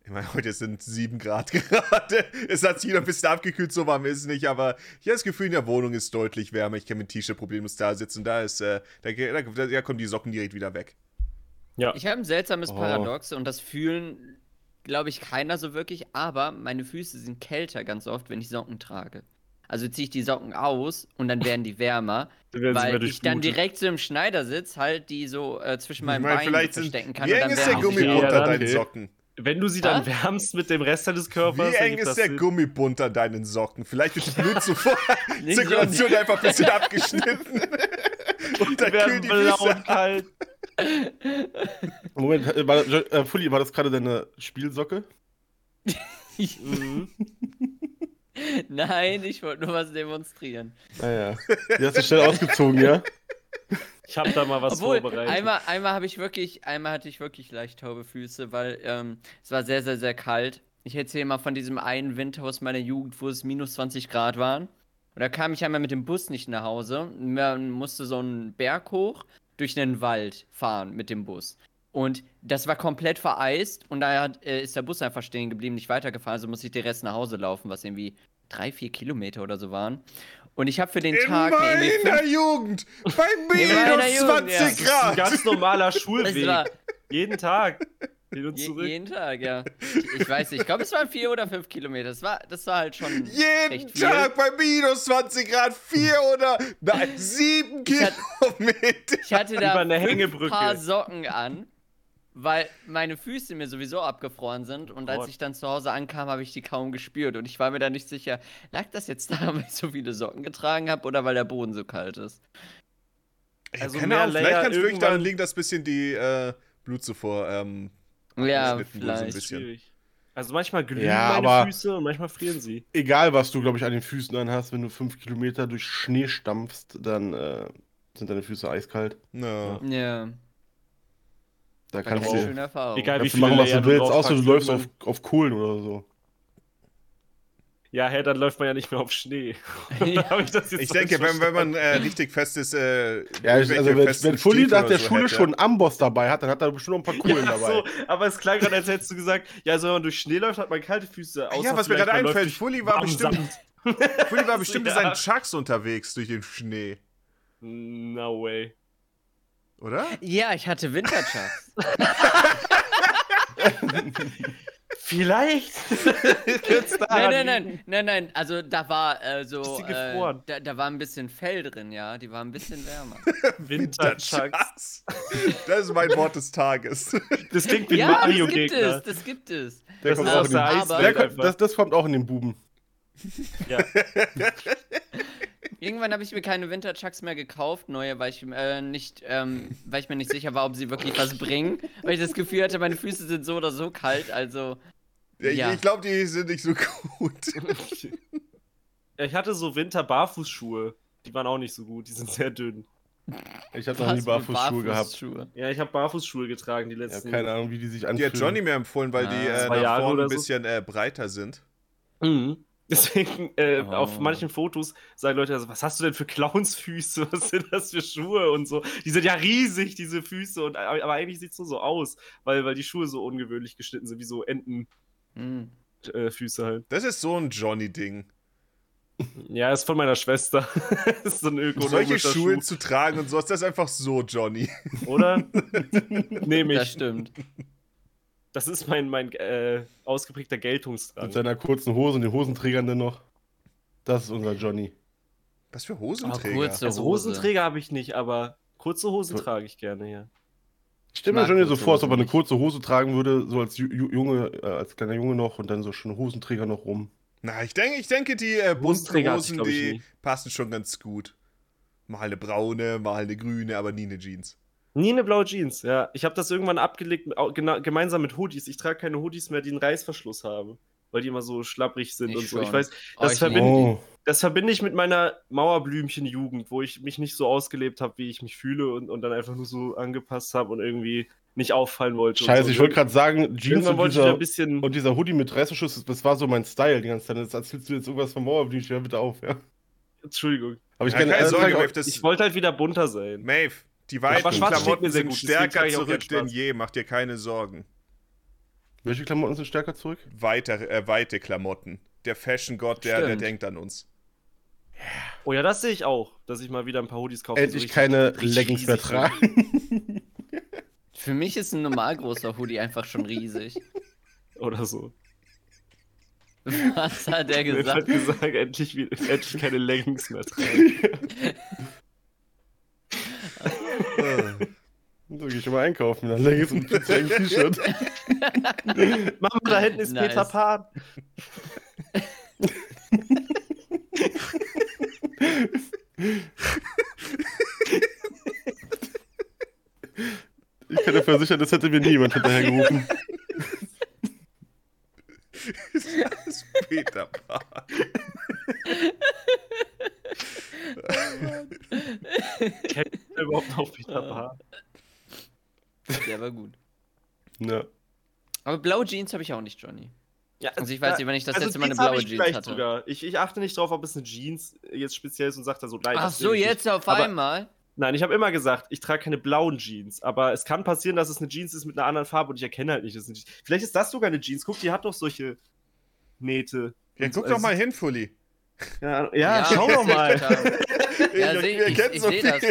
ich meine, heute sind 7 Grad [LAUGHS] gerade. Es hat sich wieder ein bisschen abgekühlt, so warm ist es nicht. Aber ich habe das Gefühl, in der Wohnung ist deutlich wärmer. Ich kann mit T-Shirt problemlos da sitzen. Da ist, äh, da, da, da, da kommen die Socken direkt wieder weg. Ich habe ein seltsames Oh. Paradox und das fühlen, glaube ich, keiner so wirklich, aber meine Füße sind kälter ganz oft, wenn ich Socken trage. Also ziehe ich die Socken aus und dann werden die [LAUGHS] wärmer, Dann werden sie mehr weil ich durchblutet. dann direkt so im Schneidersitz halt die so äh, zwischen meinen meine, Beinen vielleicht so sind, verstecken kann. wie und eng dann ist der wärmen sie Gummi- Gummibund wieder. an Ja, deinen okay. Socken? Wenn du sie dann Was? wärmst mit dem Rest deines Wie Körpers, eng ist der Sinn. Gummibund an deinen Socken? Vielleicht wird die [LAUGHS] Nicht so- Blutzirkulation einfach ein bisschen abgeschnitten. Und Die dann werden kühlt die blau Füße. und kalt. Moment, äh, war, äh, Fully, war das gerade deine Spielsocke? Mhm. [LAUGHS] Nein, ich wollte nur was demonstrieren. Ah, Naja. Die hast du schnell ausgezogen, ja? Ich habe da mal was Obwohl, vorbereitet. einmal, einmal habe ich wirklich, einmal hatte ich wirklich leicht taube Füße, weil ähm, es war sehr, sehr, sehr kalt. Ich erzähle mal von diesem einen Winter aus meiner Jugend, wo es minus 20 Grad waren. Und da kam ich einmal mit dem Bus nicht nach Hause. Man musste so einen Berg hoch durch einen Wald fahren mit dem Bus. Und das war komplett vereist und da hat, äh, ist der Bus einfach stehen geblieben, nicht weitergefahren. Also musste ich den Rest nach Hause laufen, was irgendwie drei, vier Kilometer oder so waren. Und ich habe für den In Tag mir irgendwie meiner Jugend! Bei meiner minus Jugend, 20 ja. das ist ein Grad! [LAUGHS] ganz normaler Es Schulweg. war, Jeden Tag. Hin und Je, zurück. jeden Tag, ja. Ich, ich weiß nicht, ich glaube, es waren vier oder fünf Kilometer. Das war, das war halt schon. [LAUGHS] Jeden recht viel. Tag bei minus 20 Grad, vier oder [LAUGHS] nein, sieben Ich hatte- Kilometer. Ich hatte da Über eine fünf Hängebrücke. paar Socken an, weil meine Füße mir sowieso abgefroren sind. Und als Gott. ich dann zu Hause ankam, habe ich die kaum gespürt. Und ich war mir da nicht sicher, lag das jetzt daran, [LAUGHS] weil ich so viele Socken getragen habe oder weil der Boden so kalt ist? Ich Also hab keine mehr Ahnung, vielleicht Layer kann es wirklich irgendwann- daran liegen, dass ein bisschen die äh, Blutzufuhr ähm, abgeschnitten Ja, wurde, so ein vielleicht. bisschen. Schwierig. Also manchmal glühen Ja, meine aber- Füße und manchmal frieren sie. Egal, was du, glaube ich, an den Füßen anhast, wenn du fünf Kilometer durch Schnee stampfst, dann äh, sind deine Füße eiskalt. No. Ja, Da war kannst keine du, schöne Erfahrung. Egal wie kannst du viele machen, was Layer du willst, außer du draufpackst, läufst auf, irgendwann- auf Kohlen oder so. Also, Ja, hä, dann läuft man ja nicht mehr auf Schnee. [LAUGHS] Ja. Hab ich das jetzt Ich falsch denke, wenn, wenn verstanden? man äh, richtig festes. Äh, Ja, ich, also irgendwelche wenn, festen wenn Fully Stiefel nach oder der so Schule hätte. schon einen Amboss dabei hat, dann hat er bestimmt noch ein paar Kohlen Ach dabei. so, aber es klang gerade, als hättest du gesagt, ja, also wenn man durch Schnee läuft, hat man kalte Füße. ja, außer was mir vielleicht gerade man läuft einfällt, durch Fully war warmen bestimmt, [LAUGHS] Sand. Fully [LAUGHS] war bestimmt Ja. in seinen Chucks unterwegs durch den Schnee, No way. oder? [LAUGHS] ja, ich hatte Winterchucks. [LAUGHS] Vielleicht. Nein, nein, nein, nein, nein. Also da war äh, so. Ist sie äh, gefroren? da, da war ein bisschen Fell drin, ja. Die war ein bisschen [LAUGHS] wärmer. Winterchucks. [LAUGHS] Das ist mein Wort des [LAUGHS] Tages. Das klingt wie ein ne? ja, das gibt es, Mario-Gegner. das gibt es. Der Das kommt ist auch aus in den, der den- der Eiswelt kommt, einfach. das, das kommt auch in den Buben. Ja. Irgendwann habe ich mir keine Winterchucks mehr gekauft, neue, weil ich, äh, nicht, ähm, weil ich mir nicht sicher war, ob sie wirklich was bringen. Weil ich das Gefühl hatte, meine Füße sind so oder so kalt, also. Ich, Ja. ich glaube, die sind nicht so gut. [LAUGHS] Ja, Ich hatte so Winter-Barfußschuhe. Die waren auch nicht so gut, die sind sehr dünn. Ich habe noch nie was für Barfußschuhe gehabt. Barfußschuhe. Ja, ich habe Barfußschuhe getragen die Ja, letzten. keine Ahnung, wie die sich Die anfühlen. hat Johnny mir empfohlen, weil die Ah, äh, zwei nach Jahre vorne oder ein so. bisschen äh, breiter sind. [LAUGHS] Mhm. Deswegen, äh, Oh. auf manchen Fotos sagen Leute, also, was hast du denn für Clownsfüße? [LAUGHS] Was sind das für Schuhe und so? Die sind ja riesig, diese Füße. Und, aber eigentlich sieht es nur so aus, weil, weil die Schuhe so ungewöhnlich geschnitten sind, wie so Entenfüße Hm. äh, Füße halt. Das ist so ein Johnny-Ding. Ja, ist von meiner Schwester. [LAUGHS] ist so ein ökonomischer Solche Schuhe Schuh, zu tragen und sowas, das ist einfach so Johnny. oder? Nehme Das ich. stimmt. Das ist mein, mein äh, ausgeprägter Geltungsdrang. Mit seiner kurzen Hose und den Hosenträgern dann noch. Das ist unser Johnny. Was für Oh, Hosenträger. kurze Also Hose. Hosenträger habe ich nicht, aber kurze Hosen So- trage ich gerne, ja. Ich stelle mir mag Johnny so kurze vor, als ob er Hosen eine kurze Hose tragen würde, so als Ju- Ju- Junge, äh, als kleiner Junge noch und dann so schon Hosenträger noch rum. Na, ich denke, ich denke, die äh, bunten Hosenträger hatte ich, Hosen, glaub ich, die nie. passen schon ganz gut. Mal eine braune, mal eine grüne, aber nie eine Jeans. Nie eine blaue Jeans, ja. Ich habe das irgendwann abgelegt, mit- au- gena- gemeinsam mit Hoodies. Ich trage keine Hoodies mehr, die einen Reißverschluss haben, weil die immer so schlapprig sind Ich und so. Ich schon. weiß, Oh, das ich verbinde- liebe Oh, das verbinde ich mit meiner Mauerblümchen-Jugend, wo ich mich nicht so ausgelebt habe, wie ich mich fühle und, und dann einfach nur so angepasst habe und irgendwie nicht auffallen wollte. und scheiße, so. ich wollte gerade sagen, Jeans Irgendwann und wollte ich da dieser, ein bisschen. und dieser Hoodie mit Reißverschluss, das- das war so mein Style die ganze Zeit. Jetzt erzählst du jetzt irgendwas vom Mauerblümchen, hör bitte auf, ja. Entschuldigung. Aber ich Ja, kann keine also, Sorge, sag- Maeve, das Ich wollte halt wieder bunter sein. Maeve, die weiten aber schwarz steht Klamotten mir sehr sind gut, deswegen stärker trage ich auch zurück gern denn schwarz. je. Mach dir keine Sorgen. welche Klamotten sind stärker zurück? Weiter, äh, weite Klamotten. Der Fashion-Gott, der, der Stimmt. denkt an uns. [LAUGHS] Oh ja, das sehe ich auch, dass ich mal wieder ein paar Hoodies kaufe. die so Endlich richtig- keine richtig Leggings mehr riesig sind. [LAUGHS] tragen. Für mich ist ein normal großer Hoodie einfach schon riesig. Oder so. [LAUGHS] Was hat er Er hat gesagt? gesagt, endlich, wie- endlich keine Leggings mehr tragen. So gehe ich immer einkaufen mit einer Leggings und einem T-Shirt. [LAUGHS] [LAUGHS] Mama, da hinten ist Nice. Peter Pan. Ich kann dir versichern, das hätte mir niemand hinterhergerufen. Das ist Peter Pan. Kennt ihr überhaupt noch Peter Pan? Der war gut. Ja. Aber blaue Jeans habe ich auch nicht, Johnny. Ja, Also ich weiß nicht, wann ich das also letzte Mal eine Jeans hab blaue ich Jeans vielleicht hatte. Sogar. Ich, ich achte nicht drauf, ob es eine Jeans jetzt speziell ist und sage da so, nein. Ach das so, will ich jetzt nicht. auf Aber- einmal? Nein, ich habe immer gesagt, ich trage keine blauen Jeans. Aber es kann passieren, dass es eine Jeans ist mit einer anderen Farbe und ich erkenne halt nicht, dass es eine Jeans ist. Vielleicht ist das sogar eine Jeans. Guck, die hat doch solche Nähte. Ja, Und guck so- doch mal hin, Fully. Ja, ja, schau [LAUGHS] doch mal. Ja, seh- ich- ich seh das.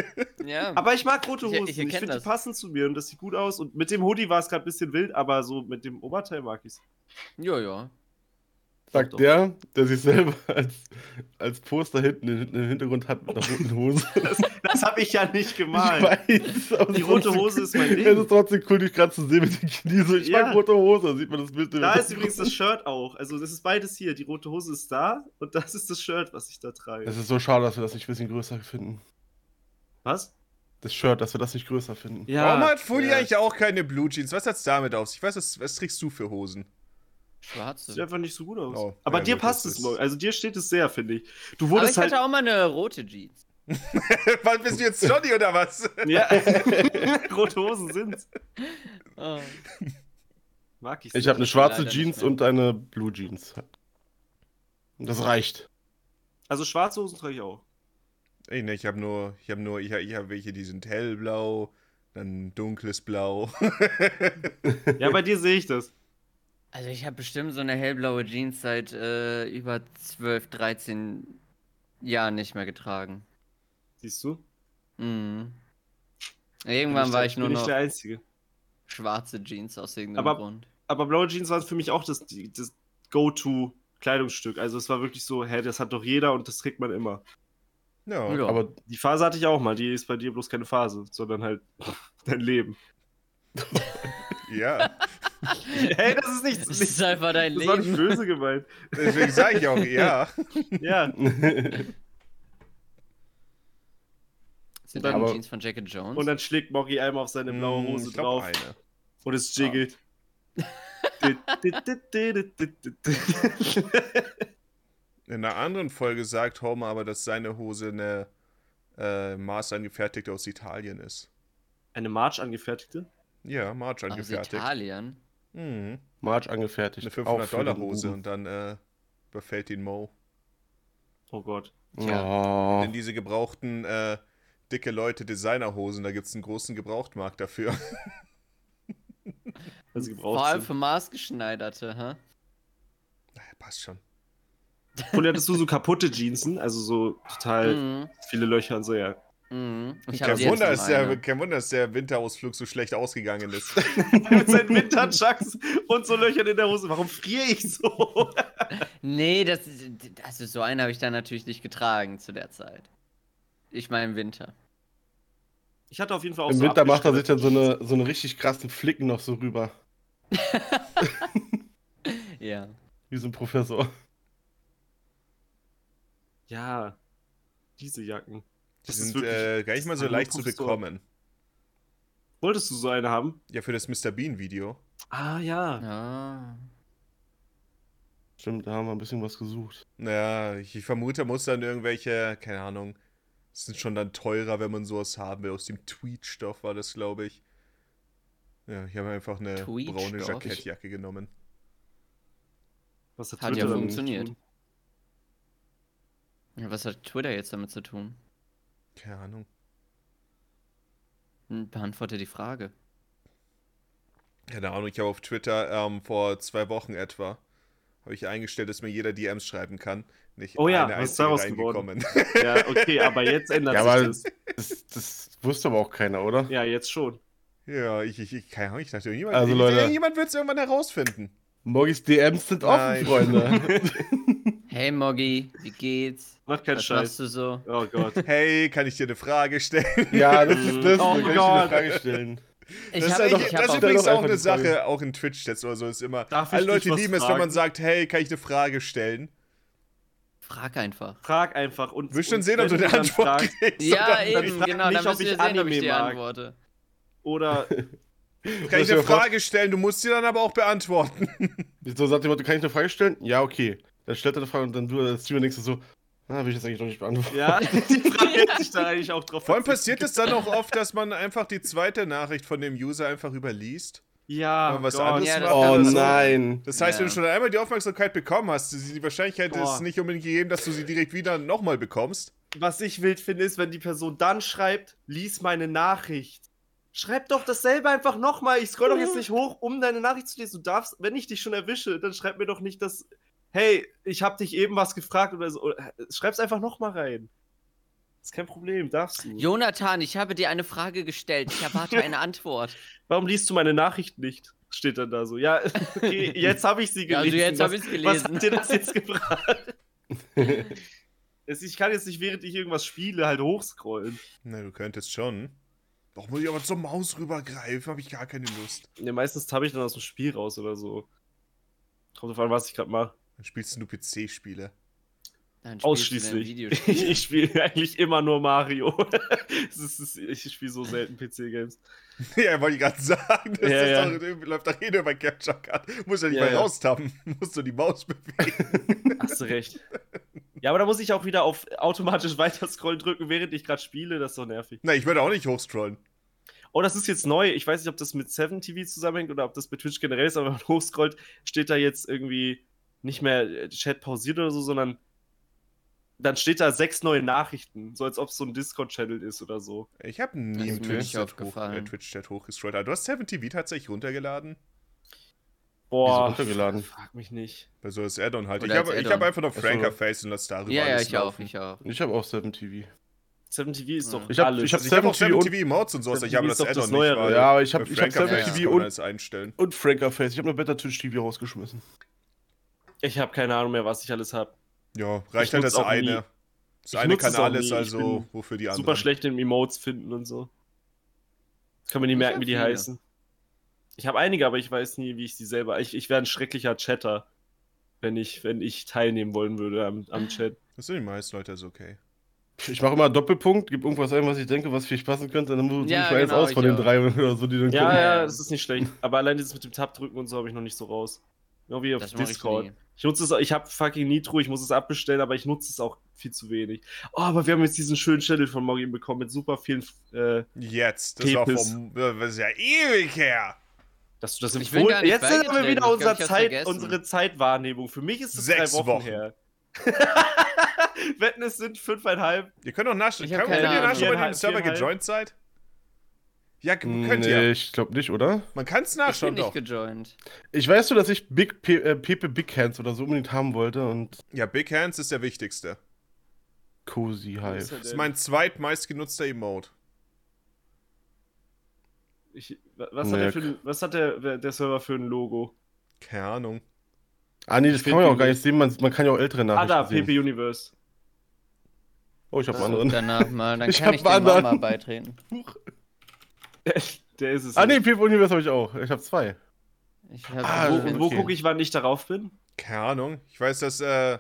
Ja. Aber ich mag rote Hm. Ich- ich Hosen. Ich, erkenn finde, die das. passen zu mir und das sieht gut aus. Und mit dem Hoodie war es gerade ein bisschen wild, aber so mit dem Oberteil mag ich es. Jo, jo. Sagt der, der sich selber [LAUGHS] als, als Poster hinten im, im Hintergrund hat mit einer roten Hose. [LAUGHS] Das habe ich ja nicht gemalt. weiß. aber Die es ist rote trotzdem- Hose ist mein Ding. Es ist trotzdem cool, dich gerade zu sehen mit den Knie. So, ich Ja. mag rote Hose, sieht man das Bild. Da ist übrigens das Shirt auch. Also das ist beides hier. Die rote Hose ist da und das ist das Shirt, was ich da trage. Es ist so schade, dass wir das nicht ein bisschen größer finden. Was? Das Shirt, dass wir das nicht größer finden. Warum hat Fully eigentlich auch keine Blue Jeans? Was hat's damit auf sich? Was, ist, was trägst du für Hosen? [LAUGHS] Sieht Schwarze. einfach nicht so gut aus. Oh, aber ja, dir gut, passt das es, ist- Mo. Also dir steht es sehr, finde ich. Du Aber wurdest ich halt. hatte auch mal eine rote Jeans. Was bist du jetzt Johnny oder was? [LAUGHS] halt ja. [LAUGHS] [LAUGHS] rote Hosen sind's. Ah. Oh. Mag ich Ich habe eine ne schwarze Leider nicht Jeans mehr. und eine Blue Jeans. Und Das reicht. Also schwarze Hosen trage ich [LAUGHS] auch. Ich, ne, ich habe nur, ich habe nur, ich, ich habe welche, die sind hellblau, dann dunkles Blau. [LAUGHS] Ja, bei dir sehe ich das. Also ich habe bestimmt so eine hellblaue Jeans seit äh, über 12, 13 Jahren nicht mehr getragen. Siehst du? Mhm. Irgendwann Bin war der- ich nur bin noch ich der Einzige. schwarze Jeans aus irgendeinem Aber- Grund. Aber blaue Jeans waren für mich auch das, die- das Go-To-Kleidungsstück. Also es war wirklich so, hä, das hat doch jeder und das trägt man immer. Ja. Ja. Aber [LAUGHS] Die Phase hatte ich auch mal. Die ist bei dir bloß keine Phase, sondern halt [LAUGHS] dein Leben. ja. Hey, das ist nichts. Das Nicht, ist einfach dein [LAUGHS] das war nicht Leben. böse gemeint. Deswegen sage ich auch, ja. [LAUGHS] Ja. Sind dann- deine aber- Jeans von Jacket Jones? Und dann schlägt Moggy einmal auf seine Mm, blaue Hm, Hose ich glaub, drauf eine. und es jiggelt. [LAUGHS] In einer anderen Folge sagt Homer aber, dass seine Hose eine äh, Maß angefertigt aus Italien ist. Eine March angefertigte? Ja, March aus angefertigt. Italien. Mhm. March angefertigt. Eine auch für den 500-Dollar-Hose Buben. und dann äh, überfällt ihn Mo. Oh Gott. Oh. Denn diese gebrauchten, äh, dicke Leute Designerhosen, da gibt es einen großen Gebrauchtmarkt dafür. [LAUGHS] Also Vor allem gebraucht. für sind. maßgeschneiderte, hä? Na, Passt schon. Und hattest du so kaputte Jeansen, also so [LAUGHS] total Mhm. viele Löcher und so, ja. Mhm. Ich hab Kein jetzt Wunder, noch ist der, eine. kein Wunder, dass der Winterausflug so schlecht ausgegangen ist. [LAUGHS] Mit seinen Winterchucks und so Löchern in der Hose. Warum friere ich so? Nee, das ist, also so einen habe ich da natürlich nicht getragen zu der Zeit. Ich meine im Winter. [LAUGHS] Ich hatte auf jeden Fall auch Im so Winter macht er sich abgeschnittene dann so eine, so eine richtig krassen Flicken noch so rüber. Ja. Wie so ein Professor. Jeans. Ja. Diese Jacken. Die Das ist sind wirklich- äh, gar nicht mal das so ist leicht zu Professor. bekommen. Wolltest du so eine haben? Ja, für das Mr. Bean-Video. Ah, ja. Ah. Stimmt, da haben wir ein bisschen was gesucht. Naja, ich ich vermute, muss dann irgendwelche, keine Ahnung, es sind schon dann teurer, wenn man sowas haben will. Aus dem Tweetstoff war das, glaube ich. Ja, ich habe einfach eine braune Tweetstoff? Jackettjacke genommen. Was Hat ja Twitter damit funktioniert. zu tun? Ja, Was hat Twitter jetzt damit zu tun? Keine Ahnung. Hm, Beantworte die Frage. Keine Ahnung, ich habe auf Twitter ähm, vor zwei Wochen etwa, habe ich eingestellt, dass mir jeder DMs schreiben kann. Nicht Oh ja, eine was ist einzige daraus reingekommen. [LAUGHS] Ja, okay, aber jetzt ändert Ja, aber- sich das. Das, das wusste aber auch keiner, oder? Ja, jetzt schon. ja, ich, ich, ich, keine Ahnung, ich dachte, irgendjemand, Also, Leute. irgendjemand wird es irgendwann herausfinden. Morgis DMs sind Nein. offen, Freunde. Hey Moggy, wie geht's? Mach keinen Was machst Scheiß. du so? Oh Gott. [LAUGHS] Hey, kann ich dir eine Frage stellen? ja, das ist das. da Oh kann ich dir Gott. eine Frage stellen. Ich das hab, ist, ja- ich hab das ist auch, übrigens Doch, auch einfach eine die Frage. Sache, auch in Twitch-Chats oder so ist immer. Darf ich alle dich Leute was lieben es, wenn man fragen? sagt, hey, kann ich eine Frage stellen? frag einfach. Frag einfach und. Wirst schon und sehen, ob du wenn eine dann Antwort fragst kriegst. Ja, oder nicht. eben, frag genau, nicht, dann ob müssen wir ich sehen, ob ich Anime dir mag. antworte. Oder Kann ich Stell dir eine vor- Frage stellen? Du musst sie dann aber auch beantworten. So sagt jemand, kann ich eine Frage stellen? Ja, okay. Dann stellt er eine Frage und dann du als Streamer denkst du so, na, will ich das eigentlich doch nicht [LAUGHS] beantworten. ja, die Frage hätte ich da eigentlich auch drauf Vor allem verzichtet. passiert es dann [LAUGHS] auch oft, dass man einfach die zweite Nachricht von dem User einfach überliest. Ja, Wenn man was Gott. anderes Ja, das macht Oh oder so. nein. [LAUGHS] Das heißt, wenn du Ja. schon einmal die Aufmerksamkeit bekommen hast, die die Wahrscheinlichkeit ist Boah. nicht unbedingt gegeben, dass du sie direkt wieder nochmal bekommst. Was ich wild finde, ist, wenn die Person dann schreibt, lies meine Nachricht. Schreib doch dasselbe einfach nochmal. Ich scroll doch jetzt nicht hoch, um deine Nachricht zu lesen. Du darfst, wenn ich dich schon erwische, dann schreib mir doch nicht das, hey, ich hab dich eben was gefragt oder so. Oder, äh, Schreib's einfach nochmal rein. Ist kein Problem, darfst du. Jonathan, ich habe dir eine Frage gestellt. Ich erwarte eine Antwort. Warum liest du meine Nachricht nicht? Steht dann da so. Ja, [LAUGHS] okay, jetzt habe ich sie Ja, gelesen. also jetzt habe was, ich es was gelesen. hat dir das jetzt gebracht? Es- Ich kann jetzt nicht, während ich irgendwas spiele, halt hochscrollen. Na, du könntest schon. Doch muss ich aber zur Maus rübergreifen, habe ich gar keine Lust. Ja, meistens tappe ich dann aus dem Spiel raus oder so. Kommt drauf an, was ich gerade mache. Dann spielst du nur PC-Spiele. Dann spielst du ein Ausschließlich. Videospiel. [LAUGHS] Ich, ich spiele eigentlich immer nur Mario. [LAUGHS] Es ist, es ist, ich spiele so selten PC-Games. ja, wollte ich gerade sagen. Das Ja, ist ja. Doch, irgendwie läuft doch jeder bei Capture Card. Muss ja nicht Ja, mal ja. raustappen. [LAUGHS] Musst du die Maus bewegen. Hast du recht. Ja, aber da muss ich auch wieder auf automatisch weiterscrollen drücken, während ich gerade spiele. Das ist doch nervig. Na, ich würde auch nicht hochscrollen. Oh, das ist jetzt neu. Ich weiß nicht, ob das mit 7TV zusammenhängt oder ob das bei Twitch generell ist, aber [LAUGHS] wenn man hochscrollt, steht da jetzt irgendwie nicht mehr äh, Chat pausiert oder so, sondern dann steht da sechs neue Nachrichten. So als ob es so ein Discord-Channel ist oder so. Ich habe nie Das im ist mir nicht Twitch-Chat hoch, äh, aufgefallen. Twitch hochgescrollt. Aber du hast 7TV tatsächlich runtergeladen? Wieso Boah, runtergeladen? frag mich nicht. Bei so das Add-on halt. Oder ich als habe ich Add-on. hab einfach noch Achso. Frankerface und lass darüber Ja, ja, alles ich auch, laufen. ich auch. Ich habe auch 7TV. 7TV ist Ja. doch Ich hab- alles. ich hab Also ich habe auch 7TV 7TV Mods und sowas. Ich habe 7TV das ist doch das Add-on nicht. Neuere. weil Ja, aber ich habe bei ich hab Frankerface 7TV kann man und, alles einstellen. und Frankerface. Ich habe nur Better Twitch TV rausgeschmissen. Ich habe keine Ahnung mehr, was ich alles habe. Ja, Ich reicht halt nutz das auch nie. eine. Das Ich eine nutz kann es auch nie. alles, Ich also bin wofür die andere. Super schlecht im Emotes finden und so. Kann mir nicht Ich merken, hab wie die viele. heißen. Ich habe einige, aber ich weiß nie, wie ich sie selber. Ich, ich wäre ein schrecklicher Chatter, wenn ich, wenn ich teilnehmen wollen würde am, am Chat. Das sind die meisten Leute, ist okay. Ich mache immer Doppelpunkt, gebe irgendwas ein, was ich denke, was vielleicht passen könnte. Dann muss Ja, ich mal eins genau, aus von ich den auch. drei oder so, die dann Ja, gucken. ja, das ist nicht schlecht. Aber allein dieses mit dem Tab drücken und so habe ich noch nicht so raus. Genau wie auf Das mache ich Discord. nie. Ich nutze es, ich habe fucking Nitro, ich muss es abbestellen, aber ich nutze es auch viel zu wenig. Oh, aber wir haben jetzt diesen schönen Channel von Morgan bekommen mit super vielen. Äh, Jetzt, das war Pepis. vom, äh, das ist ja ewig her. dass du das Ich bin gar empfohlen nicht Jetzt sind wir beigetreten, wieder ich unser glaub, ich hab's Zeit, vergessen. unsere Zeitwahrnehmung. Für mich ist es Sechs drei Wochen, Wochen. her. [LAUGHS] Wetten, es sind fünfeinhalb. Ihr könnt doch nachschauen. Ich hab Kann- keine Könnt ihr Ahnung. nachschauen, bei dem Viereinhalb, Server viereinhalb. gejoint seid? Ja, k- Nee, könnt ihr. Ich glaube nicht, oder? Man kann es Ich bin nachschauen nicht doch. gejoint. Ich weiß nur, dass ich Big Pe äh, Pepe Big Hands oder so unbedingt haben wollte und Ja, Big Hands ist der wichtigste. Cozy Ist er Hive. Das ist denn? mein zweitmeistgenutzter Emote. Ich, wa- was, hat der Nee, für ein, was hat der, der Server für ein Logo? Keine Ahnung. Ah, nee, das Ich kann man ja find auch gar nicht sehen. Man, man kann ja auch ältere Ah, Nachrichten da, sehen. PP Universe. [LAUGHS] Oh, ich habe Ah. einen Such anderen. danach mal, dann Ich kann hab ich dem auch anderen. mal beitreten. Der ist es. Ah, nee, nicht. Pepe Universe habe ich auch. Ich habe zwei. Ich hab, Ah, ich bin- Wo, wo okay. gucke ich, wann ich darauf bin? Keine Ahnung. Ich weiß, dass äh,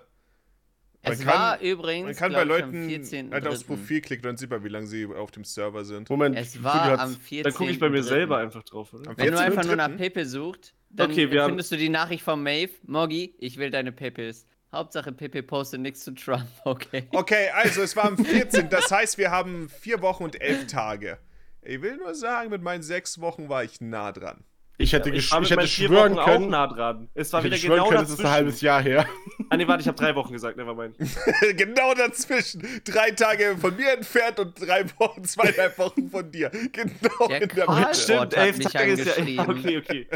es man war kann- übrigens. man kann glaub bei ich, am Leuten halt aufs 14.03.. Profil klicken, dann sieht man, wie lange sie auf dem Server sind. Moment. Es Cozy war hat's- am 14. Dann gucke ich bei mir selber einfach drauf, oder? Am Wenn du einfach nur nach 14.03.. Pepe suchst, dann Okay, wir haben- findest du die Nachricht von Maeve. Moggy, ich will deine Pepes. Hauptsache Pepe postet nichts zu Trump, [LAUGHS] okay? Okay, also es war am 14. Das heißt, wir haben vier Wochen und elf Tage. Ich will nur sagen, mit meinen sechs Wochen war ich nah dran. Ich hätte, Ich gesch war ich mit hätte meinen vier schwören Wochen auch können. nah dran. Es war Ich wieder hätte schwören genau können, es ist ein halbes dazwischen. Jahr her. Ah, nee, warte, ich habe drei Wochen [LAUGHS] gesagt, nevermind. [LAUGHS] genau dazwischen. Drei Tage von mir entfernt und drei Wochen, zweieinhalb Wochen von dir. Genau Der in der Karl- Mitte. Stimmt, Stimmt, Oh, hat elf mich Tage ist ja. [LAUGHS] angeschrieben. Okay, okay.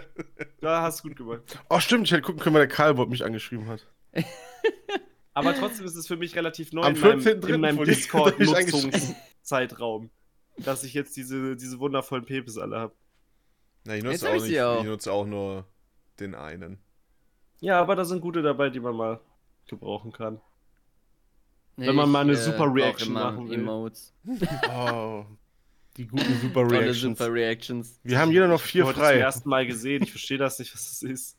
Da hast du gut gemacht. Oh, stimmt, ich hätte gucken können, weil der Karlbot mich angeschrieben hat. Aber trotzdem ist es für mich relativ neu Am in meinem, 14.3. in [LAUGHS] meinem wurde ich- wurde ich [LAUGHS] Discord-Nutzungszeitraum, dass ich jetzt diese, diese wundervollen Pepes alle habe. Na, ich Jetzt nutze hab auch ich sie nicht. auch. Ich nutze auch nur den einen. Ja, aber da sind gute dabei, die man mal gebrauchen kann. Wenn man mal eine super brauche Reaction äh, immer machen will. Emotes. Oh, die guten Super Tolle Reactions. super Reactions. Wir haben jeder noch Ich vier habe zum frei. ersten Mal gesehen. Ich verstehe das nicht, was das ist.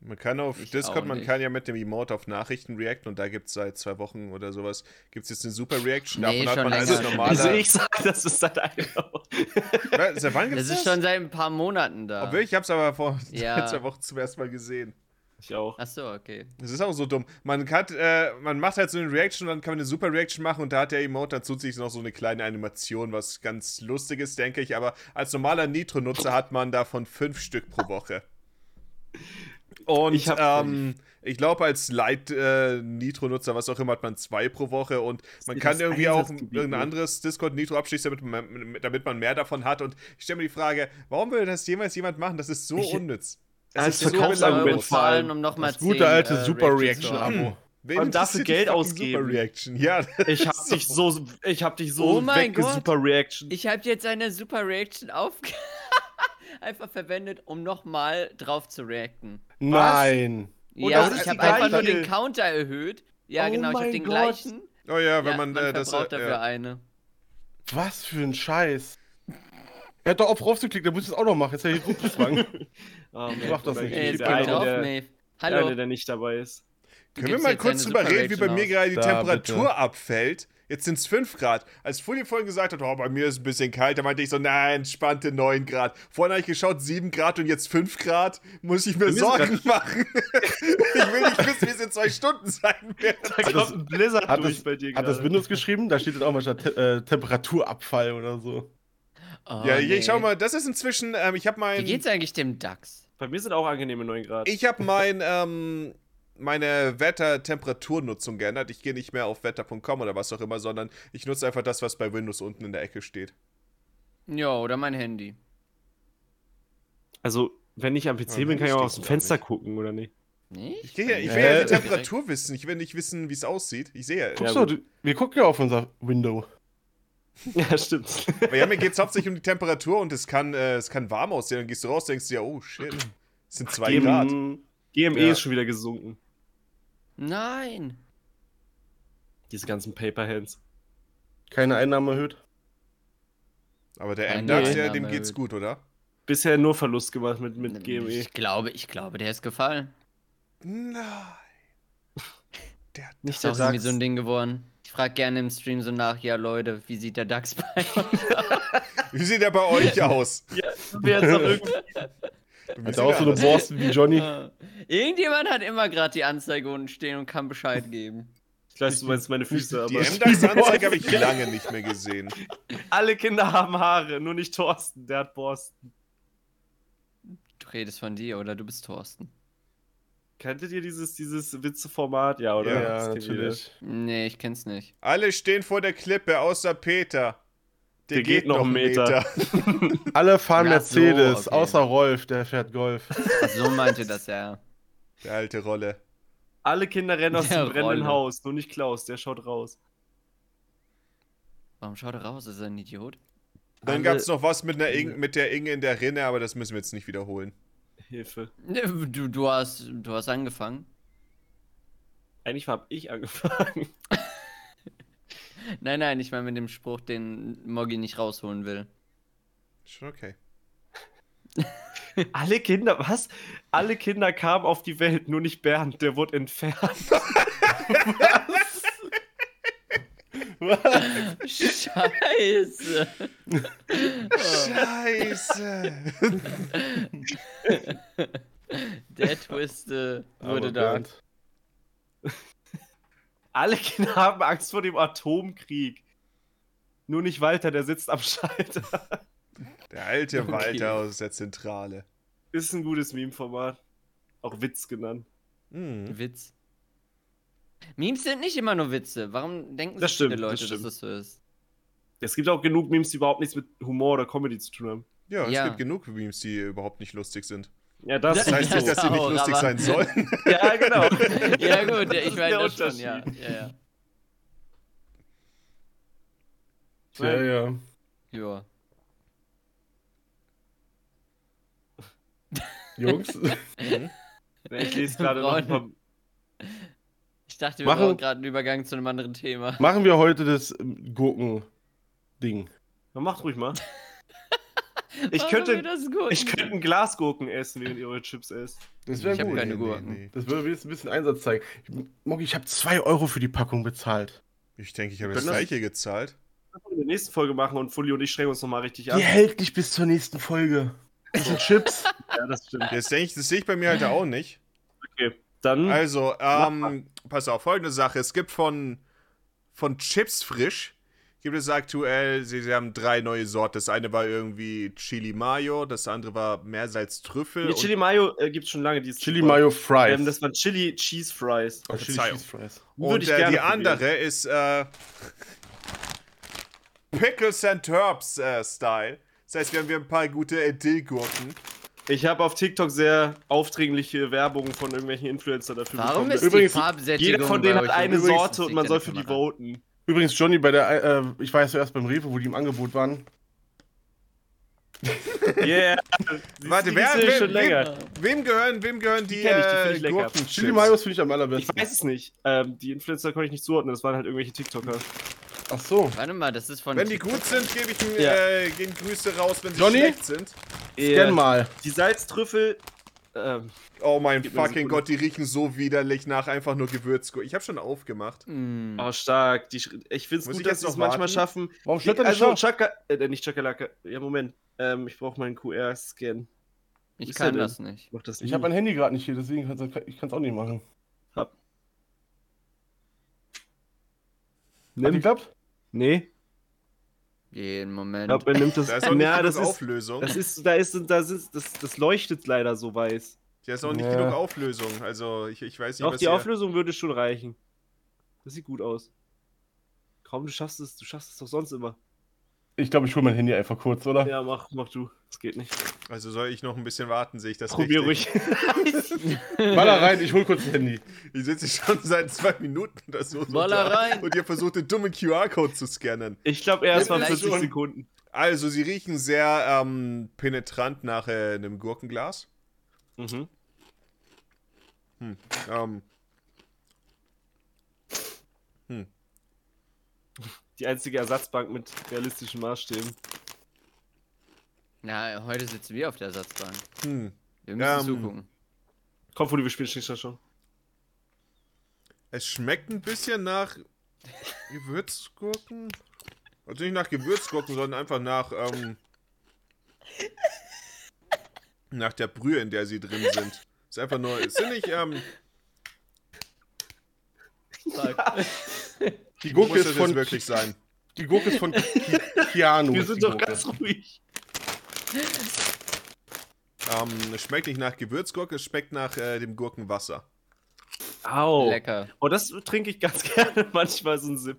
Man kann auf Ich Discord, auch man nicht. kann ja mit dem Emote auf Nachrichten reacten und da gibt es seit zwei Wochen oder sowas, gibt es jetzt eine super Reaction, davon Nee, hat schon man als länger. normaler. Also ich sag, das ist halt einfach. Wa- Seit wann gibt's Das das? ist schon seit ein paar Monaten da. Obwohl, ich hab's aber vor Ja. [LAUGHS] zwei Wochen zum ersten Mal gesehen. Ich auch. Achso, okay. Das ist auch so dumm. Man, kann, äh, man macht halt so eine Reaction und dann kann man eine super Reaction machen und da hat der Emote dazu sich noch so eine kleine Animation, was ganz lustig ist, denke ich. Aber als normaler Nitro-Nutzer hat man davon fünf Stück pro Woche. Und ich, [LAUGHS] Ich hab ähm, ich glaube, als Light-Nitro-Nutzer, was auch immer, hat man zwei pro Woche und man dir kann das irgendwie auch Einsatzgebiet ne? irgendein nicht? anderes Discord-Nitro abschließen, damit man, damit man mehr davon hat. Und ich stelle mir die Frage, warum würde das jemals jemand machen? Das ist so Ich- unnütz. Das Als ist so Verkaufsargument belanglos. vor allem, um nochmal Das gute äh, alte Super Reaction-Abo. Wen Man darf interessiert für Geld die fucking ausgeben. Super Reaction. Ja, Ich hab dich so, ich hab dich so Oh mein wegge- Gott. super Reaction. Ich habe jetzt eine Super Reaction auf [LAUGHS] einfach verwendet, um nochmal drauf zu reacten. Nein. Und ja, das ist ich die habe einfach nur gleiche. den Counter erhöht. Ja, Oh genau, ich habe mein den Gott. gleichen. oh ja, wenn ja, man, äh, das. verbraucht Äh, dafür ja. eine. Was für ein Scheiß. Er hat doch auf raufgeklickt, der muss es auch noch machen. Jetzt hat er hier [LAUGHS] Gruppenzwang. Oh, Ich Mann, mach das da nicht. geht Ey, jetzt gebe der geht keine eine, drauf, der, Maeve. der Hallo. eine, der nicht dabei ist. du Können wir gibst mal jetzt kurz eine drüber Super reden, wie bei Reaction mir aus. gerade die Da, Temperatur bitte. abfällt? Jetzt sind es 5 Grad. Als Fully vorhin gesagt hat, oh, bei mir ist ein bisschen kalt, da meinte ich so, na, entspannte 9 Grad. Vorhin habe ich geschaut, 7 Grad und jetzt 5 Grad. Muss ich mir sind Sorgen machen. [LAUGHS] ich will nicht wissen, wie es in 2 Stunden sein wird. Da kommt ein Blizzard hat durch das- bei dir Hat das gerade. Windows geschrieben? Da steht dann auch mal statt Te äh, Temperaturabfall oder so. Oh, ja, nee. ich schau mal, das ist inzwischen, ähm, ich habe mein. Wie geht's eigentlich dem Dachs? Bei mir sind auch angenehme 9 Grad. Ich habe mein, ähm, meine Wetter-Temperaturnutzung geändert. Ich gehe nicht mehr auf wetter.com oder was auch immer, sondern ich nutze einfach das, was bei Windows unten in der Ecke steht. Ja, oder mein Handy. also, wenn ich am Ja, PC bin, kann ich Windows auch steht aus dem da Fenster nicht. gucken, oder nicht? Nicht? Ich, geh ja, ich will Äh. ja die Temperatur wissen. Ich will nicht wissen, wie es aussieht. Ich sehe ja. Ja, Guckst du, du, wir gucken ja auf unser Window. [LAUGHS] Ja, [LAUGHS] stimmt. Aber ja, mir geht es hauptsächlich um die Temperatur und es kann, äh, es kann warm aussehen. Dann gehst du raus, denkst dir, oh shit, es sind zwei Grad. GM, GME Ja. E ist schon wieder gesunken. Nein. Diese ganzen Paperhands. Keine Einnahme erhöht. Aber der Nein, M-Dax, nein, ja, nein, dem nein. geht's gut, oder? Bisher nur Verlust gemacht mit, E. mit GME. Ich glaube, ich glaube, der ist gefallen. Nein. Der hat Nicht Ist auch irgendwie so ein Ding geworden. Ich frage gerne im Stream so nach, ja Leute, wie sieht der Dachs bei? Wie sieht er bei euch aus? [LAUGHS] Wer jetzt noch irgendwie- Wie Hat sieht er auch er so eine aus? Borsten wie [LAUGHS] Johnny. Äh, Irgendjemand hat immer gerade die Anzeige unten stehen und kann Bescheid geben. Ich weiß, du meinst meine Füße, die E? aber M-Dax-Anzeige habe ich lange nicht mehr gesehen. [LAUGHS] alle Kinder haben Haare, nur nicht Thorsten, der hat Borsten. Du redest von dir oder du bist Thorsten. Kanntet ihr dieses, dieses Witzeformat? Ja, oder? Ja, Das kennt jeder. Nee, ich kenn's nicht. Alle stehen vor der Klippe, außer Peter. Der geht noch einen Meter. Alle fahren Ach so, Mercedes, okay. außer Rolf, der fährt Golf. Ach, so meinte das ja. Der alte Rolle. Alle Kinder rennen aus Der dem brennenden Rolle. Haus, nur nicht Klaus, der schaut raus. Warum schaut er raus? Ist er ein Idiot? Dann Alle- gab es noch was mit, einer Ing mit der Inge in der Rinne, aber das müssen wir jetzt nicht wiederholen. Hilfe. Nee, Du, du, hast, du hast angefangen. Eigentlich habe ich angefangen. Nein, nein, ich meine mit dem Spruch, den Moggi nicht rausholen will. [LAUGHS] Schon okay. Alle Kinder, was? Alle Kinder kamen auf die Welt, nur nicht Bernd, der wurde entfernt. Scheiße. Scheiße. Der Twist äh, wurde Aber da. Bernd, Alle Kinder haben Angst vor dem Atomkrieg. Nur nicht Walter, der sitzt am Schalter. Der alte Okay. Walter aus der Zentrale. Ist ein gutes Meme-Format. Auch Witz genannt. Hm. Witz. Memes sind nicht immer nur Witze. Warum denken Das so viele stimmt, das Leute, stimmt. dass das so [LAUGHS] ist? Es gibt auch genug Memes, die überhaupt nichts mit Humor oder Comedy zu tun haben. Ja, es Ja. gibt genug Memes, die überhaupt nicht lustig sind. Ja, das, Das heißt Ja, Oh, nicht, dass sie nicht auch, lustig aber- sein sollen. Ja, [LAUGHS] genau. Ja, gut, Das ja, ich ist meine der das schon, Unterschied. ja. ja, ja. Tja, ja. ja. Jungs, Ich lese gerade noch ein paar. Braun. Ich dachte, wir Machen- machen gerade einen Übergang zu einem anderen Thema. [LAUGHS] Machen wir heute das ähm, Gurken-Ding. Ja, macht [LAUGHS] ruhig mal. Ich Machen wir könnte, das gut. ich könnte ein Glas Gurken essen, während ihr eure Chips esst. Das Ich hab keine Gurken. Das würde jetzt ein bisschen Einsatz zeigen. Ich- Moggi, ich habe 2 Euro für die Packung bezahlt. Ich denke, ich habe Wir das können das- gleiche gezahlt. Das wollen wir in der nächsten Folge machen und Fully und ich strengen uns nochmal richtig an. Die hält nicht bis zur nächsten Folge. Das [LAUGHS] sind Chips. Ja, das stimmt. Das, denke ich, das sehe ich bei mir halt auch nicht. Okay, dann. Also, mal. ähm, pass auf, folgende Sache. Es gibt von, von Chips frisch, gibt es aktuell, sie, sie haben drei neue Sorten. Das eine war irgendwie Chili Mayo, das andere war Meersalz-Trüffel. Nee, und- Chili Mayo äh, gibt es schon lange. Die ist Chili super. Mayo Fries. Ähm, das waren Chili Cheese Fries. oh, Chili Verzeihung. Cheese Fries. Und Würde ich äh, gerne die probieren. andere ist äh, Pickles and Herbs äh, Style. Das heißt, wir haben hier ein paar gute Dill-Gurken. Ich habe auf TikTok sehr aufdringliche Werbung von irgendwelchen Influencer dafür Warum bekommen. ist Übrigens, die Farbsättigung jeder von denen bei hat euch eine übrigens- Sorte und man soll für die Kamera. voten. Übrigens, Johnny, bei der, äh, ich war ja zuerst beim Rewe, wo die im Angebot waren. Yeah. Warte, die wer, sehe ich wer, schon länger. wem, wem gehören, wem gehören die, Die kenn ich, die äh, find ich lecker. Gurken? Chili Mayos finde ich am Ich allerbesten. weiß es nicht. Ähm, die Influencer konnte ich nicht zuordnen, das waren halt irgendwelche TikToker. Ach so. Warte mal, das ist von. Wenn die gut sind, gebe ich mir, Ja. äh, gehen Grüße raus, wenn sie Johnny? schlecht sind. Scan mal. Die Salztrüffel. Ähm, Oh mein Gib mir eine fucking Sekunde. Gott, die riechen so widerlich nach einfach nur Gewürzgurken. Ich habe schon aufgemacht. Mm. oh, stark. Die, sch- ich finde es Muss gut, ich dass jetzt sie es noch manchmal warten? schaffen. Warum Die, schlägt er nicht also, nach? Chaka. Äh, nicht Chakalaka. Ja, Moment. Ähm, ich brauche meinen QR-Scan. ich ist er kann denn? das nicht. Mach das Ich nie. habe mein Handy gerade nicht hier, deswegen kann's, ich kann es auch nicht machen. Hat die Nimm. geklappt? Nee, Jeden ich Moment. glaube, er nimmt das. Da ist auch nicht ja, genug das ist, Auflösung. das ist, da ist, da ist, das, das leuchtet leider so weiß. Da ist auch nicht Ja. genug Auflösung. Also, ich, ich weiß nicht, Auch was die ihr- Auflösung würde schon reichen. Das sieht gut aus. Kaum, du schaffst es, du schaffst es doch sonst immer. Ich glaube, ich hole mein Handy einfach kurz, oder? Ja, mach, mach du. Das geht nicht. Also, soll ich noch ein bisschen warten, sehe ich das Probier richtig? ruhig. [LAUGHS] Baller rein, ich hole kurz das Handy. Ich sitze schon seit zwei Minuten oder so. so Baller da rein. Und ihr versucht, den dummen QR-Code zu scannen. Ich glaube, erst mal Vielleicht 40 schon. Sekunden. Also, sie riechen sehr ähm, penetrant nach äh, einem Gurkenglas. Mhm. Ähm, Die einzige Ersatzbank mit realistischen Maßstäben. Na, heute sitzen wir auf der Ersatzbank. hm. Wir müssen Ähm, zugucken. Komm, Fuli, wir spielen Schnickschnack schon. Es schmeckt ein bisschen nach Gewürzgurken. Also nicht nach Gewürzgurken, sondern einfach nach, ähm, nach der Brühe, in der sie drin sind. Ist einfach nur, es sind nicht, ähm, Die muss Gurke das ist jetzt von. wirklich sein. Die Gurke ist von Ki- Keanu. Wir ist die sind doch Gurke. ganz ruhig. Ähm, es schmeckt nicht nach Gewürzgurke, es schmeckt nach äh, dem Gurkenwasser. Au. Lecker. Oh, das trinke ich ganz [LAUGHS] gerne manchmal, so ein Sip.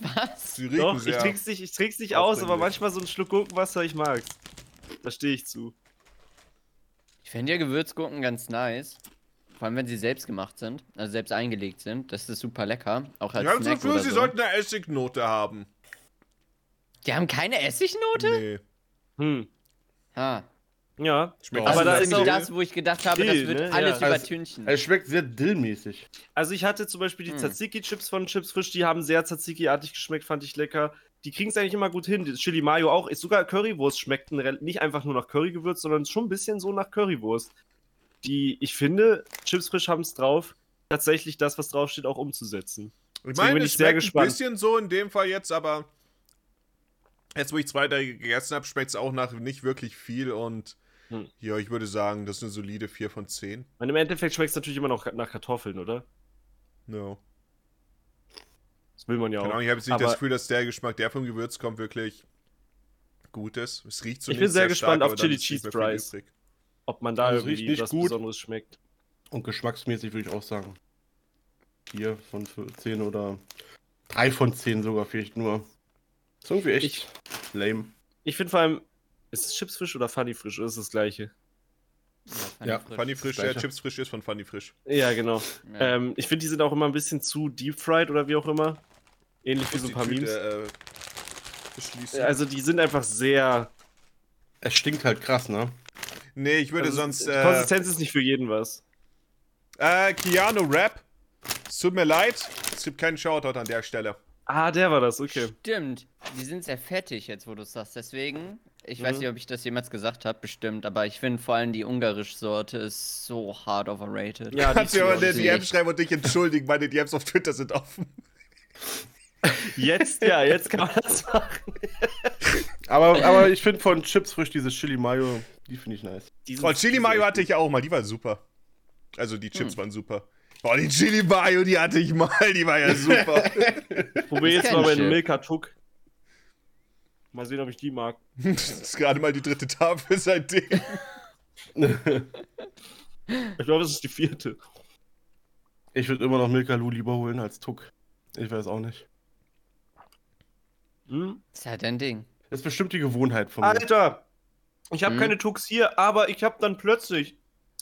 Was? Sie riechen Doch, ich sehr. trink's nicht, ich trink's nicht aus, aber Aufdringlich. manchmal so ein Schluck Gurkenwasser, ich mag's. Da stehe ich zu. Ich fände ja Gewürzgurken ganz nice. Vor allem, wenn sie selbst gemacht sind, also selbst eingelegt sind. Das ist super lecker. Auch als ich habe das Snack Gefühl, oder sie so. sollten eine Essignote haben. Die haben keine Essignote? Nee. Hm. Ha. Ja. Schmeckt Aber das das Aber da ist ist nämlich auch- das, wo ich gedacht habe, das Dill, wird ne? alles Ja. übertünchen. Es schmeckt sehr dillmäßig. Also ich hatte zum Beispiel die Hm. Tzatziki-Chips von Chips Frisch, die haben sehr Tzatziki-artig geschmeckt, fand ich lecker. Die kriegen's eigentlich immer gut hin. Die Chili Mayo auch. Ist sogar Currywurst schmeckt ein rel- nicht einfach nur nach Currywürz, sondern schon ein bisschen so nach Currywurst. Die, ich finde, Chips Frisch haben's drauf, tatsächlich das, was draufsteht, auch umzusetzen. Ich Deswegen meine, bin es ich sehr schmeckt gespannt. ein bisschen so in dem Fall jetzt, aber jetzt, wo ich zwei Tage gegessen habe, schmeckt es auch nach nicht wirklich viel und Hm. ja, ich würde sagen, das ist eine solide 4 von 10. Und im Endeffekt schmeckt's natürlich immer noch nach Kartoffeln, oder? No. Das will man ja Keine auch. Ahnung, ich habe jetzt nicht Aber- das Gefühl, dass der Geschmack, der vom Gewürz kommt, wirklich gut ist. Es riecht so Ich bin sehr gespannt auf Chili Cheese Fries. Price. Ob man da Also es riecht irgendwie nicht was gut. Besonderes schmeckt. Und geschmacksmäßig würde ich auch sagen. 4 von 10 oder 3 von 10 sogar vielleicht nur. Ist irgendwie echt Ich- lame. Ich finde vor allem, ist es Chips frisch oder Funny frisch? Oder ist es das gleiche? Ja, Pfanne Funny Frisch, der Gleiche. Chips Frisch ist von Funny Frisch. Ja, genau. Ja. [LAUGHS] Ähm, ich finde, die sind auch immer ein bisschen zu deep fried oder wie auch immer. Ähnlich wie so ein Die paar Tüte, Memes. äh, beschließen. Also die sind einfach sehr. Es stinkt halt krass, ne? nee, ich würde also, sonst. die Äh, Konsistenz ist nicht für jeden was. Äh, Keanu Rap. Es tut mir leid. Es gibt keinen Shoutout an der Stelle. Ah, der war das, okay. Stimmt. Die sind sehr fettig jetzt, wo du es sagst. Deswegen, ich weiß Mhm. nicht, ob ich das jemals gesagt habe, bestimmt, aber ich finde vor allem die ungarische Sorte ist so hard overrated. Ja, die Kannst du mir mal eine sie- DM schreiben und dich entschuldigen, meine DMs auf Twitter sind offen. Jetzt, ja, jetzt kann man das machen. Aber, aber ich finde von Chips frisch diese Chili Mayo, die finde ich nice. Oh, Chili Mayo hatte ich ja auch mal, die war super. Also die Chips Hm. waren super. Boah, die Chili Mayo, die hatte ich mal, die [LAUGHS] war ja super. ich. Probier Das jetzt kenn mal ich meinen ja. Milka Tuck. Mal sehen, ob ich die mag. das ist gerade mal die dritte Tafel seitdem. Ich glaube, es ist die vierte. Ich würde immer noch Milka Lu lieber holen als Tuck. Ich weiß auch nicht. Hm? Ist halt ein Ding. Das ist bestimmt die Gewohnheit von mir. Alter, ich Mhm. habe Hm? keine Tucks hier, aber ich habe dann plötzlich,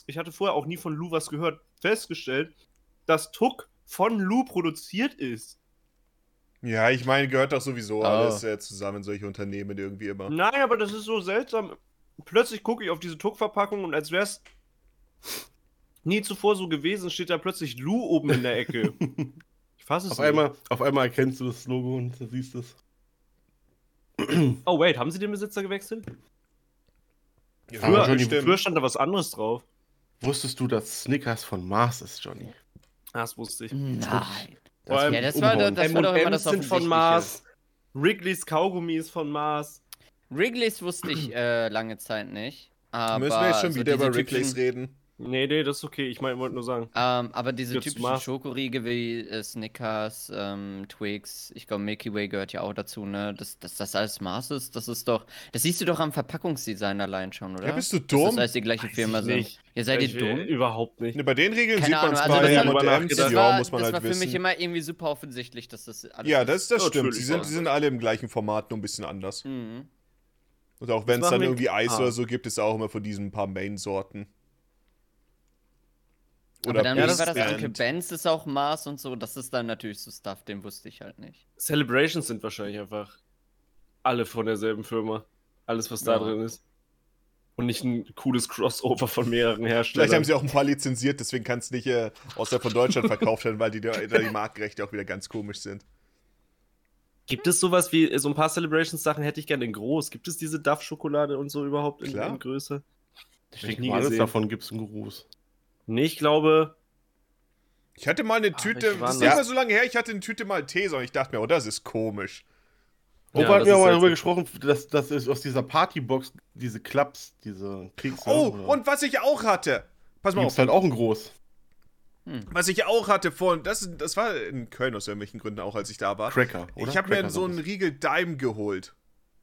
ich hatte vorher auch nie von Lou was gehört, festgestellt, dass Tuck von Lou produziert ist. Ja, ich meine, gehört doch sowieso Oh. alles äh, zusammen, solche Unternehmen irgendwie immer. Nein, aber das ist so seltsam. Plötzlich gucke ich auf diese Tuck-Verpackung und als wäre es nie zuvor so gewesen, steht da plötzlich Lou oben in der [LAUGHS] Ecke. ich fasse es Auf nicht. einmal, auf einmal erkennst du das Logo und siehst es. Oh, wait, haben sie den Besitzer gewechselt? Ja, Früher- schon Johnny, stimmt. Früher stand da was anderes drauf. Wusstest du, dass Snickers von Mars ist, Johnny? Ah, das wusste ich. Nein. Das allem Ja, das war, umhauen. doch- das war doch immer das M&Ms sind von Offensichtliche. Mars. Wrigley's Kaugummi ist von Mars. Wrigley's wusste ich äh, lange Zeit nicht. Aber Müssen wir jetzt schon so wieder diese über Wrigley's typischen- reden? Nee, nee, das ist okay. Ich mein, wollte nur sagen. Ähm, aber diese Jetzt typischen Mars. Schokoriegel wie äh, Snickers, ähm, Twix, ich glaube Milky Way gehört ja auch dazu, ne? Dass dass das alles Mars ist, das ist doch. Das siehst du doch am Verpackungsdesign allein schon, oder? Ja, bist du Dass dumm? Das heißt, die gleiche Weiß Firma ich sind. nicht. Ihr seid ich, ihr dumm? Überhaupt nicht. Ne, bei den Regeln Keine sieht man es Ahnung, also bei das M&M's, hat- Das Das ja, war, muss man das halt war für wissen. mich immer irgendwie super offensichtlich, dass das alles ja, das, das Ja, stimmt. natürlich, Die sind, ja. die sind alle im gleichen Format, nur ein bisschen anders. Mhm. Und auch wenn es machen dann wir- irgendwie Eis Ah. oder so gibt, ist auch immer von diesen paar Main-Sorten. Aber dann Ja, war das das Best Uncle End. Ben's ist auch Mars und so, das ist dann natürlich so Stuff, den wusste ich halt nicht. Celebrations sind wahrscheinlich einfach alle von derselben Firma. Alles, was da Ja. drin ist. Und nicht ein cooles Crossover von mehreren Herstellern. Vielleicht haben sie auch ein paar lizenziert, deswegen kann es nicht äh, außer von Deutschland verkauft werden, weil die, da da die Markenrechte auch wieder ganz komisch sind. Gibt es sowas wie, so ein paar Celebrations-Sachen hätte ich gerne in groß. Gibt es diese Duff-Schokolade und so überhaupt in, Klar. in Größe? Ich Hab ich denke nie mal, alles gesehen. davon gibt es einen Gruß. Nee, ich glaube, Ich hatte mal eine Ach, Tüte, welche waren das ist das? nicht mal so lange her, ich hatte eine Tüte Malteser und ich dachte mir, oh, das ist komisch. Oh, wir Ja, hatten das ja ist mal darüber seltsam. gesprochen, dass, dass es aus dieser Partybox diese Klaps, diese Kekse. Oh, oder- und was ich auch hatte, pass mal gibt's auf, halt auch einen Groß. Hm. was ich auch hatte von, das, das war in Köln aus irgendwelchen Gründen auch, als ich da war. Cracker, oder? ich habe Cracker mir so sind einen das. Riegel Dime geholt.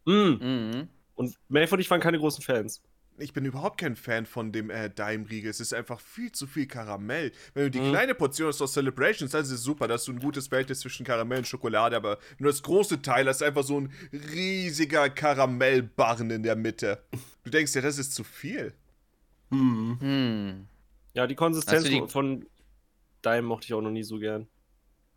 mh. Mhm. hm, Und Melf und ich waren keine großen Fans. Ich bin überhaupt kein Fan von dem äh, Daimriegel. Es ist einfach viel zu viel Karamell. Wenn du die Mhm. kleine Portion hast aus Celebrations, dann ist es super, dass du ein gutes Verhältnis zwischen Karamell und Schokolade, aber nur das große Teil hast einfach so ein riesiger Karamellbarren in der Mitte. Du denkst ja, das ist zu viel. Hm. Hm. Ja, die Konsistenz Hast du Also die- von Dime mochte ich auch noch nie so gern.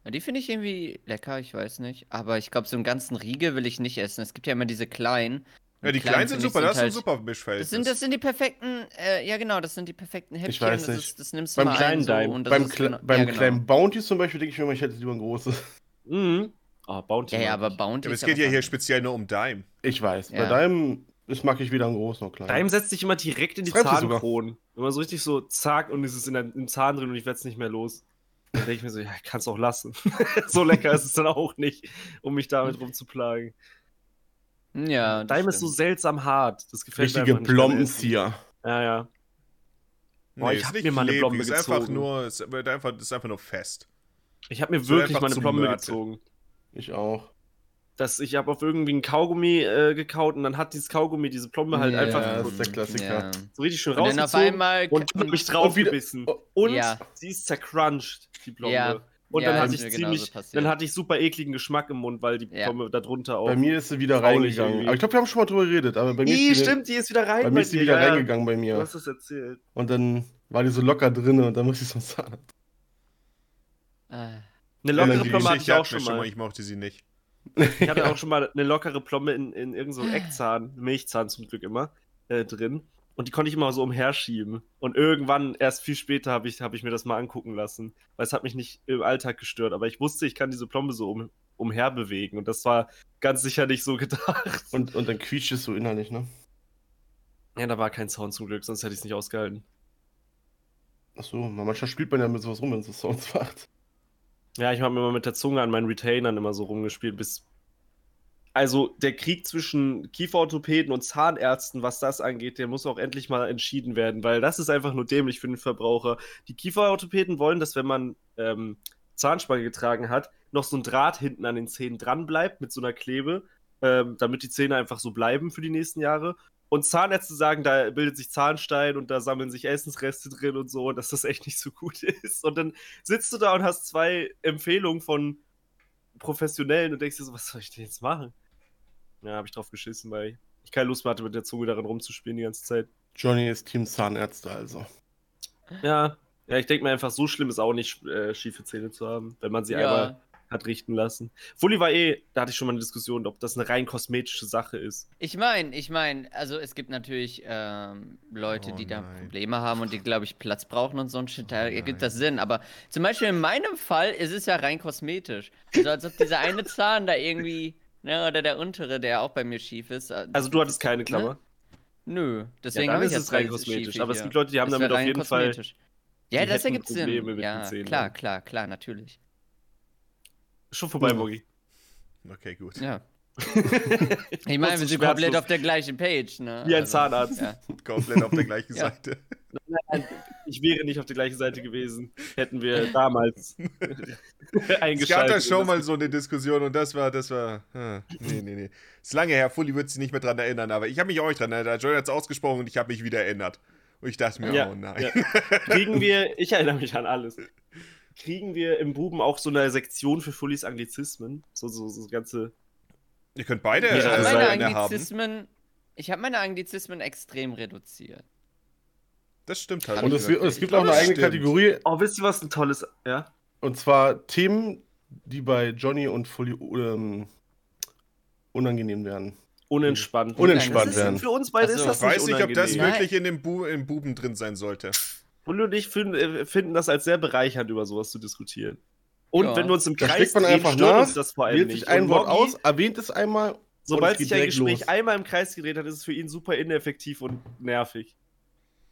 Ja, Die finde ich irgendwie lecker, ich weiß nicht. Aber ich glaube, so einen ganzen Riegel will ich nicht essen. Es gibt ja immer diese kleinen. Ja, Und die kleinen sind finde ich, super, das ist ein halt- super Mischverhältnis. Das sind, das sind die perfekten, äh, ja genau, das sind die perfekten Häppchen. weiß Das, nicht. ist, das nimmst du Beim mal kleinen ein, so, Dime, und das Beim, ist Kle genau- beim ja, genau. kleinen Bounty zum Beispiel denke ich mir immer, ich hätte lieber ein großes. Mhm. Ah, Bounty. Ja, ja, mag aber ich. Bounty aber es ist geht was ja hier anderes. speziell nur um Dime. Ich weiß. Ja. Bei deinem das mag ich weder ein groß noch klein. Dime setzt sich immer direkt in die Schreibst du sogar. Zahnkronen. Immer so richtig so zack und es ist in der, im Zahn drin und ich werde es nicht mehr los. Dann denke ich mir so, ja, ich kann es auch lassen. [LAUGHS] so lecker ist es dann auch nicht, um mich damit rumzuplagen. Ja, das Dime ist so stimmt. seltsam hart. Das gefällt mir Richtige einfach nicht beim Blombenzieher. Essen. Ja, ja. Boah, ich ist hab nicht mir mal eine klebrig, Blombe ist einfach gezogen. nur, ist wird einfach, ist einfach nur fest. Ich habe mir So wirklich einfach meine zum Plombe Mörtel. gezogen. Ich auch. Das, ich habe auf irgendwie einen Kaugummi äh, gekaut und dann hat dieses Kaugummi diese Plombe halt Ja, einfach das so- ist der Klassiker. Ja. so richtig schön Und dann auf rausgezogen. einmal. [LAUGHS] Und dann hab ich Und wieder- draufgebissen. oh, Und ja. sie ist zercrunched, die Plombe. Ja. Und Ja, dann ist hatte ich mir genauso ziemlich, passiert. dann hatte ich super ekligen Geschmack im Mund, weil die Ja. Plombe da drunter Oh. auch. Bei mir ist sie wieder Traurig reingegangen. irgendwie. Aber ich glaube, wir haben schon mal drüber geredet. Aber bei mir Ih, ist sie, stimmt, die ist wieder rein. bei mir ist sie dir, wieder ja, ja. reingegangen bei Du mir. hast es erzählt. Und dann war die so locker drin und dann muss ich so sagen. Ah. Eine Äh, Ja, lockere die Plombe hatte ich auch hatten wir schon mal. Ich mochte sie nicht. Ich [LAUGHS] hatte auch schon mal eine lockere Plombe in, in irgendeinem so Eckzahn, Milchzahn zum Glück immer, äh, drin. Und die konnte ich immer so umherschieben. Und irgendwann, erst viel später, habe ich, hab ich mir das mal angucken lassen. Weil es hat mich nicht im Alltag gestört. Aber ich wusste, ich kann diese Plombe so um, umherbewegen. Und das war ganz sicher nicht so [LAUGHS] gedacht. Und, und dann quietscht es so innerlich, ne? Ja, da war kein Sound zum Glück, sonst hätte ich es nicht ausgehalten. Achso, manchmal spielt man ja mit sowas rum, wenn es so Sounds macht. Ja, ich habe mir immer mit der Zunge an meinen Retainern immer so rumgespielt, bis. Also der Krieg zwischen Kieferorthopäden und Zahnärzten, was das angeht, der muss auch endlich mal entschieden werden, weil das ist einfach nur dämlich für den Verbraucher. Die Kieferorthopäden wollen, dass wenn man ähm, Zahnspange getragen hat, noch so ein Draht hinten an den Zähnen dran bleibt mit so einer Klebe, ähm, damit die Zähne einfach so bleiben für die nächsten Jahre. Und Zahnärzte sagen, da bildet sich Zahnstein und da sammeln sich Essensreste drin und so, und dass das echt nicht so gut [LAUGHS] ist. Und dann sitzt du da und hast zwei Empfehlungen von Professionellen und denkst dir so, was soll ich denn jetzt machen? Ja, habe ich drauf geschissen, weil ich keine Lust mehr hatte, mit der Zunge daran rumzuspielen die ganze Zeit. Johnny ist Team Zahnärzte also. Ja, ja ich denke mir einfach, so schlimm ist auch nicht, äh, schiefe Zähne zu haben, wenn man sie Ja. einmal hat richten lassen. Fully war eh, da hatte ich schon mal eine Diskussion, ob das eine rein kosmetische Sache ist. Ich meine, ich meine, also es gibt natürlich ähm, Leute, Oh die da nein. Probleme haben und die, glaube ich, Platz brauchen und so ein Shit. Da Oh nein. ergibt das Sinn. Aber zum Beispiel in meinem Fall ist es ja rein kosmetisch. Also als ob dieser [LAUGHS] eine Zahn da irgendwie, ne, oder der untere, der auch bei mir schief ist. äh, Also du hattest keine Klammer. Nö, Ja, deswegen dann habe ich ist jetzt es rein drei kosmetisch. schiefe Aber es hier. gibt Leute, die haben Das wär damit auf rein jeden Fall kosmetisch. Ja, die das hätten ergibt Sinn. Probleme mit den ja, Zähnen, ne? klar, ja. klar, klar, natürlich. Schon vorbei, Ja. Mogi. Okay, gut. [LAUGHS] Ja. ich meine, wir sind schmerzlos. komplett auf der gleichen Page, ne? Wie ein Zahnarzt. Ja. Komplett [LAUGHS] auf der gleichen Ja. Seite. Ich wäre nicht auf der gleichen Seite gewesen, hätten wir [LAUGHS] damals eingeschaltet. Es gab da Und schon das- mal so eine Diskussion und das war, das war, ah, nee, nee, nee. Ist lange her, Fully wird sich nicht mehr dran erinnern, aber ich habe mich auch nicht dran erinnert. Joy hat es ausgesprochen und ich habe mich wieder erinnert. Und ich dachte mir, Ja, oh nein. ja. Kriegen wir, ich erinnere mich an alles. Kriegen wir im Buben auch so eine Sektion für Fullies Anglizismen? So, so, so das ganze. Ihr könnt beide Ich Ich Ja, habe das äh, soll meine eine haben. Anglizismen. Ich habe meine Anglizismen extrem reduziert. Das stimmt halt. Und es, wird- es gibt auch eine Das eigene stimmt. Kategorie, Oh, wisst ihr, was ein tolles. Ja? und zwar Themen, die bei Johnny und Fully ähm, unangenehm werden. Unentspannt. Mhm. Unentspannt das ist, werden. Für uns beide Ach so. ist das Ich weiß nicht, nicht, ob das unangenehm. wirklich in dem Bu im Buben drin sein sollte. Fully und ich finden, äh, finden das als sehr bereichernd, über sowas zu diskutieren. Und Ja. wenn wir uns im Da Kreis schlägt man einfach stört nach, uns das vor allem Wählt nicht. sich ein Und Wort Moggi- aus, erwähnt es einmal. Sobald Und es sich geht ein direkt Gespräch los. einmal im Kreis gedreht hat, ist es für ihn super ineffektiv und nervig.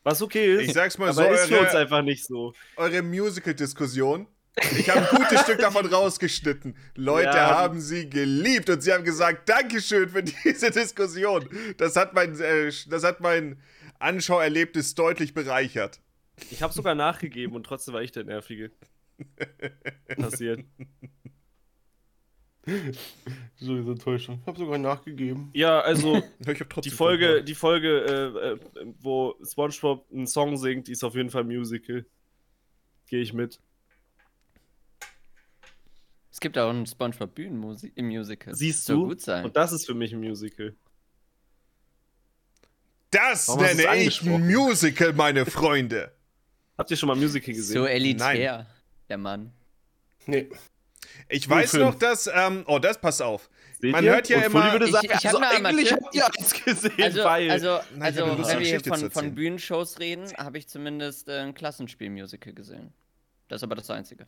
Was okay Ich ist, sag's mal aber so, ist für uns eure, einfach nicht so. eure Musical-Diskussion. Ich habe ein gutes Stück davon rausgeschnitten. Leute Ja. haben sie geliebt und sie haben gesagt, Dankeschön für [LAUGHS] diese Diskussion. Das hat mein, äh, das hat mein Anschauerlebnis deutlich bereichert. Ich habe sogar nachgegeben und trotzdem war ich [LAUGHS] der Nervige. Passiert. So diese Enttäuschung. Ich habe sogar nachgegeben. Ja, [LAUGHS] also Ich hab trotzdem die Folge, die Folge äh, äh, wo SpongeBob einen Song singt, die ist auf jeden Fall ein Musical. Gehe ich mit. Es gibt auch einen SpongeBob Bühnenmusik im Musical. Siehst Soll du? gut sein. Und das ist für mich ein Musical. Das Warum hast du es nenne ich angesprochen? Musical, meine Freunde. Habt ihr schon mal ein Musical gesehen? so elitär, der Mann. Nee. Ich Nur weiß Film. noch, dass, ähm, oh, das passt auf. Seht Man ihr? hört ja Und immer- Fully würde Ich- sagen, ich hab also eine eigentlich Amateur- habt ihr eins gesehen, Also, weil also, Nein, ich also hab eine lustige wenn wir hier Geschichte zu von, erzählen. von Bühnenshows reden, habe ich zumindest äh, ein Klassenspielmusical gesehen. Das ist aber das Einzige.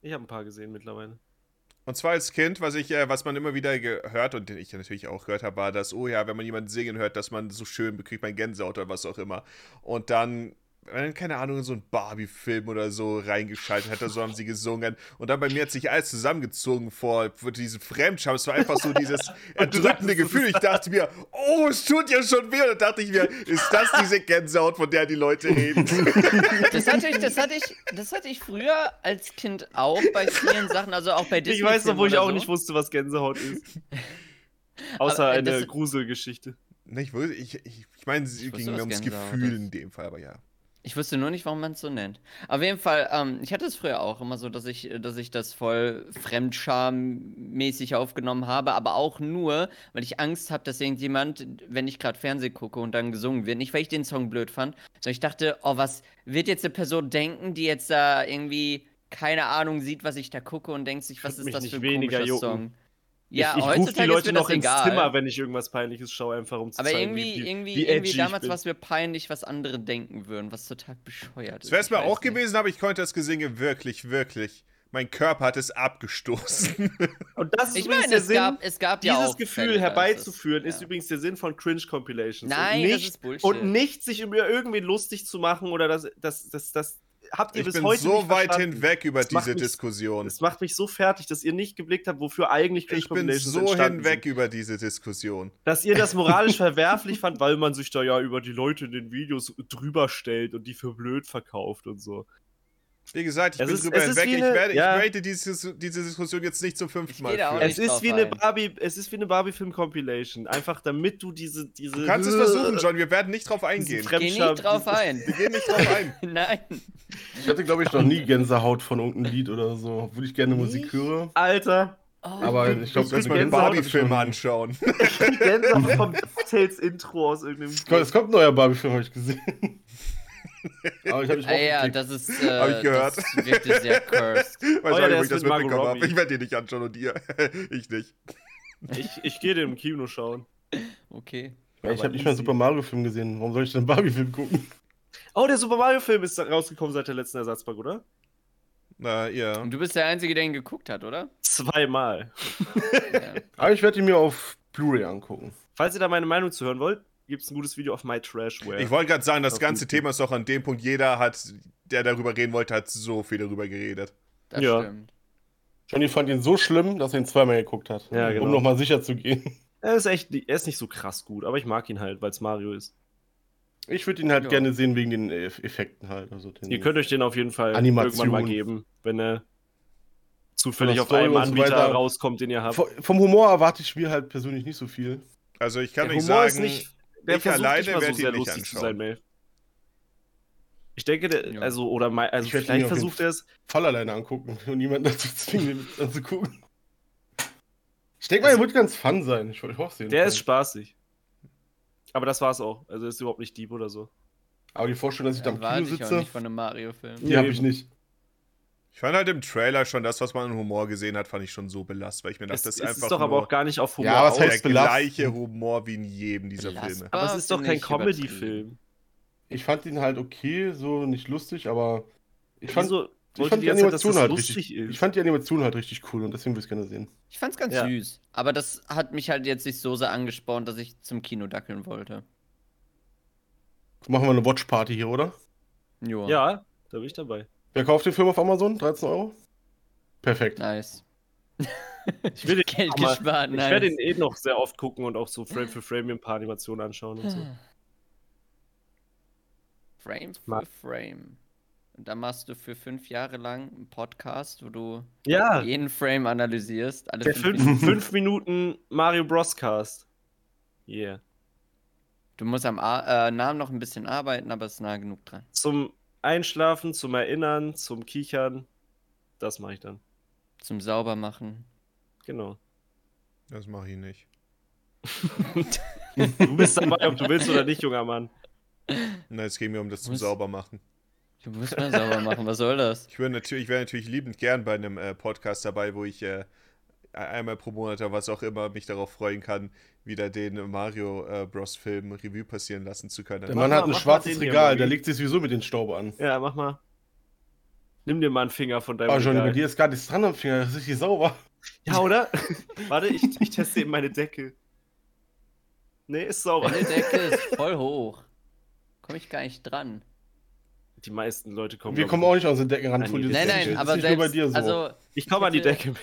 ich habe ein paar gesehen mittlerweile. Und zwar als Kind, was ich, äh, was man immer wieder gehört und den ich natürlich auch gehört habe, war, dass, oh ja, wenn man jemanden singen hört, dass man so schön bekriegt man Gänsehaut oder was auch immer. Und dann, äh, keine Ahnung, in so einen Barbie-Film oder so reingeschaltet hat, so haben sie gesungen. Und dann bei mir hat sich alles zusammengezogen vor vor diesem Fremdscham. Es war einfach so [LAUGHS] dieses erdrückende Gefühl. Ich dachte mir, oh, es tut ja schon weh. Und dann dachte ich mir, ist das diese Gänsehaut, von der die Leute [LAUGHS] reden? Das hatte ich, das hatte ich, das hatte ich früher als Kind auch bei vielen Sachen, also auch bei Disney. Ich weiß noch, wo ich auch nicht wusste, was Gänsehaut ist. Außer [LAUGHS] Aber, äh, eine das- Gruselgeschichte. Ne, ich, wusste- ich, ich, ich meine, es Ich wusste, ging mir was ums Gänsehaut Gefühl ist. in dem Fall, aber ja. Ich wusste nur nicht, warum man es so nennt. Auf jeden Fall, ähm, ich hatte es früher auch immer so, dass ich, dass ich das voll fremdschammäßig aufgenommen habe, aber auch nur, weil ich Angst habe, dass irgendjemand, wenn ich gerade Fernsehen gucke und dann gesungen wird, nicht weil ich den Song blöd fand, sondern ich dachte, oh, was wird jetzt eine Person denken, die jetzt da irgendwie keine Ahnung sieht, was ich da gucke und denkt sich, was Wird ist mich das nicht für ein weniger komischer jucken. Song? Ja, ich ich rufe die heutzutage ist Leute mir noch das ins egal. Zimmer, wenn ich irgendwas Peinliches schaue, einfach um zu aber zeigen, irgendwie, wie, wie, irgendwie, wie edgy irgendwie damals ich war bin. es mir peinlich, was andere denken würden, was total bescheuert Das ist. wäre es Ich mir weiß auch nicht. gewesen, aber ich konnte das Gesinge wirklich, wirklich. Mein Körper hat es [LAUGHS] abgestoßen. Und das ist Ich übrigens meine, der es Sinn, gab, es gab ja dieses auch Fälle, Gefühl als herbeizuführen, es- ist ja. übrigens der Sinn von Cringe-Compilations. Nein, und das nicht, ist Bullshit. Und nicht sich über irgendwen lustig zu machen oder das, das, das, das habt ihr Ich bis bin heute so nicht weit verstanden. hinweg über Das macht diese mich- Diskussion. Das macht mich so fertig, dass ihr nicht geblickt habt, wofür eigentlich Ich bin Cringe-Compilations so entstanden hinweg Sind. über diese Diskussion. Dass ihr [LAUGHS] das moralisch verwerflich fand, weil man sich da ja über die Leute in den Videos drüber stellt und die für blöd verkauft und so. Wie gesagt, ich Es bin ist- drüber es ist hinweg. wie Ich, eine- werde, ja. ich rate diese, diese Diskussion jetzt nicht zum fünften Ich Mal gehe da auch führen. nicht Es ist drauf wie eine ein. Barbie, es ist wie eine Barbie-Film-Compilation. Einfach damit du diese, diese. Du kannst es [LAUGHS] versuchen, John. Wir werden nicht drauf eingehen. Fremd- Geh Fremdschaft- nicht drauf [LAUGHS] ein. [LAUGHS] Wir gehen nicht drauf ein. Nein. Ich hatte, glaube ich, noch nie Gänsehaut von irgendeinem Lied oder so, obwohl ich gerne Musik Nicht? höre. Alter, Oh, Aber ich also glaube, Ich muss das mal den Gänsehaut Barbie-Film anschauen. [LAUGHS] die Gänsehaut vom Tales-Intro aus irgendeinem. Es kommt ein neuer Barbie-Film, habe [LAUGHS] ich gesehen. Aber ich habe mich ah, ja, aufgeklickt. das ist. Äh, Hab ich gehört. Das ist wirklich sehr Weiß cursed. ja, auch nicht, der wo ist ich das mit Margot mitbekommen habe. Robbie. Ich werde ihn nicht anschauen und ihr. [LAUGHS] ich nicht. Ich, ich gehe den im Kino schauen. Okay. Ja, ich habe nicht mal einen Super Mario-Film gesehen. Warum soll ich denn einen Barbie-Film gucken? Oh, der Super Mario-Film ist rausgekommen seit der letzten Ersatzbank, oder? Na, ja. Und du bist der Einzige, der ihn geguckt hat, oder? Zweimal. Ja. Aber ich werde ihn mir auf Blu-ray angucken. Falls ihr da meine Meinung zu hören wollt, gibt es ein gutes Video auf My Trashware. Ich wollte gerade sagen, das Auf ganze YouTube. Thema ist auch an dem Punkt, jeder hat, der darüber reden wollte, hat so viel darüber geredet. Das Ja. stimmt. Johnny fand ihn so schlimm, dass er ihn zweimal geguckt hat. Ja, genau. Um nochmal sicher zu gehen. er ist echt, er ist nicht so krass gut, aber ich mag ihn halt, weil es Mario ist. Ich würde ihn halt Ja. gerne sehen wegen den äh, Effekten halt. Also den Ihr könnt euch den auf jeden Fall Animation. irgendwann mal geben, wenn er Von zufällig der auf einem Story und so Anbieter weiter. rauskommt, den ihr habt. V- Vom Humor erwarte ich mir halt persönlich nicht so viel. Also ich kann Der nicht sagen, Humor ist nicht- Der ich versucht alleine nicht mal werd ihn nicht anschauen. Mel. Ich denke, der, Ja. also, oder Mai, also Ich werd ihn vielleicht auf jeden versucht er es. Fall alleine angucken [LAUGHS] und niemanden dazu zwingen, den mit anzugucken. Ich denke Also mal, er wird ganz fun sein. Ich wollte auch sehen. Der ist spaßig. Aber das war's auch. Also er ist überhaupt nicht deep oder so. Aber die Vorstellung, dass ich da im Kino Erwarte ich auch sitze, nicht von einem Mario-Film. die habe ich nicht. ich fand halt im Trailer schon das, was man an Humor gesehen hat, fand ich schon so belastbar. Ich mir dachte, Es, das es ist einfach ist doch nur aber auch gar nicht auf Humor Ja, was aus. der heißt belastbar? gleiche Humor wie in jedem dieser Filme. Belastbar? aber es ist doch Finde kein ich Comedy-Film. Ich fand ihn halt okay, so nicht lustig, aber ich fand, Wieso ich wollt ihr fand die die ganze Zeit, dass Animation das halt lustig richtig. ist? Ich fand die Animation halt richtig cool und deswegen würde ich es gerne sehen. Ich fand's ganz Ja. süß. Aber das hat mich halt jetzt nicht so sehr angespornt, dass ich zum Kino dackeln wollte. Machen wir eine Watch-Party hier, oder? Joa. Ja, da bin ich dabei. Wer kauft den Film auf Amazon? 13 Euro? Perfekt. Nice. Ich will den Geld aber gespart, Ich nice. werde ihn eh noch sehr oft gucken und auch so Frame für Frame mir ein paar Animationen anschauen und so. Frame Ma- für Frame. Und dann machst du für fünf Jahre lang einen Podcast, wo du [LAUGHS] Ja, jeden Frame analysierst. Alle Ah. der fünf fünf, [LAUGHS] Minuten. fünf Minuten Mario Bros. Cast. Yeah. Du musst am A äh, Namen noch ein bisschen arbeiten, aber es ist nah genug dran. Zum Einschlafen, zum Erinnern, zum Kichern. Das mache ich dann. Zum Saubermachen. Genau. Das mache ich nicht. Du bist dabei, ob du willst oder nicht, junger Mann. Na, es ging mir um das zum Muss- Saubermachen. Du musst mal sauber machen, was soll das? Ich wäre natürlich, ich wär natürlich liebend gern bei einem äh, Podcast dabei, wo ich äh, einmal pro Monat oder was auch immer mich darauf freuen kann, wieder den Mario äh, Bros. Film Revue passieren lassen zu können. Der Mach Mann mal- hat ein mach mal schwarzes den hier, Regal, Marie. der legt sich sowieso mit den Staub an. Ja, mach mal. Nimm dir mal einen Finger von deinem Oh, Johnny, bei Regal. dir ist gar nichts dran am Finger, das ist richtig sauber. Ja, oder? [LAUGHS] Warte, ich, ich teste eben meine Decke. Nee, ist sauber. Meine Decke ist voll hoch. Komme ich gar nicht dran. Die meisten Leute kommen. Wir glaub kommen ich, auch nicht aus den Decken ran. Nein, Entschuldigung, Nein, das ist nein, nicht- das aber ist selbst, nicht nur bei dir so. also Ich komme an die Bitte. Decke.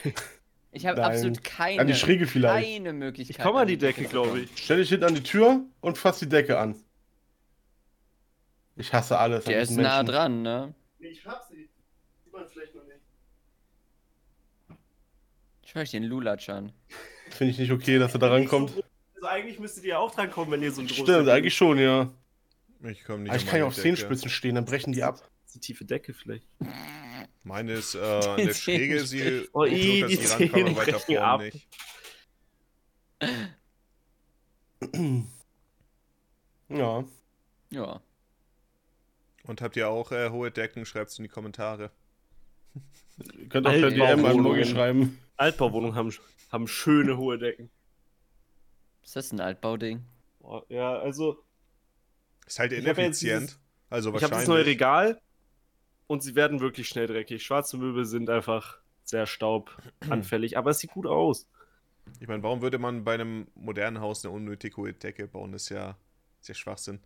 ich habe Nein. absolut keine, an die Schräge vielleicht. keine Möglichkeit. Ich komme an die Decke Decke, zu glaube kommen. ich. Stell dich hinten an die Tür und fass die Decke an. Ich hasse alles. an Der ist diesen nah Menschen. dran, ne? Ich hab sie. Sieht man vielleicht noch nicht. Ich höre euch den Lulatsch an. Finde ich nicht okay, dass er da rankommt. Also eigentlich müsstet ihr ja auch dran kommen, wenn ihr so ein Stimmt, eigentlich schon, ja. Ich komme nicht Aber Ah, Ah, ich an kann ja meine auf Decke. Zehenspitzen stehen, dann brechen die ab. So tiefe Decke vielleicht. Meine ist äh, [LAUGHS] an der Schräge, sie äh, Oh, i, dass die sie rankommen, Zähne weiter brechen vorne ab. nicht. Ja. Ja. Und habt ihr auch äh, hohe Decken? Schreibt es in die Kommentare. Ihr könnt auch per Alter, DM an Wohnungen. Morgen schreiben. Altbauwohnungen haben, haben schöne hohe Decken. Ist das ein Altbauding? Boah, ja, also Ist halt Ich hab ja jetzt ineffizient. dieses- Also ich habe wahrscheinlich. das neue Regal und sie werden wirklich schnell dreckig. Schwarze Möbel sind einfach sehr staubanfällig, aber es sieht gut aus. Ich meine, warum würde man bei einem modernen Haus eine unnötig hohe Decke bauen? Das ist ja, ist ja Schwachsinn.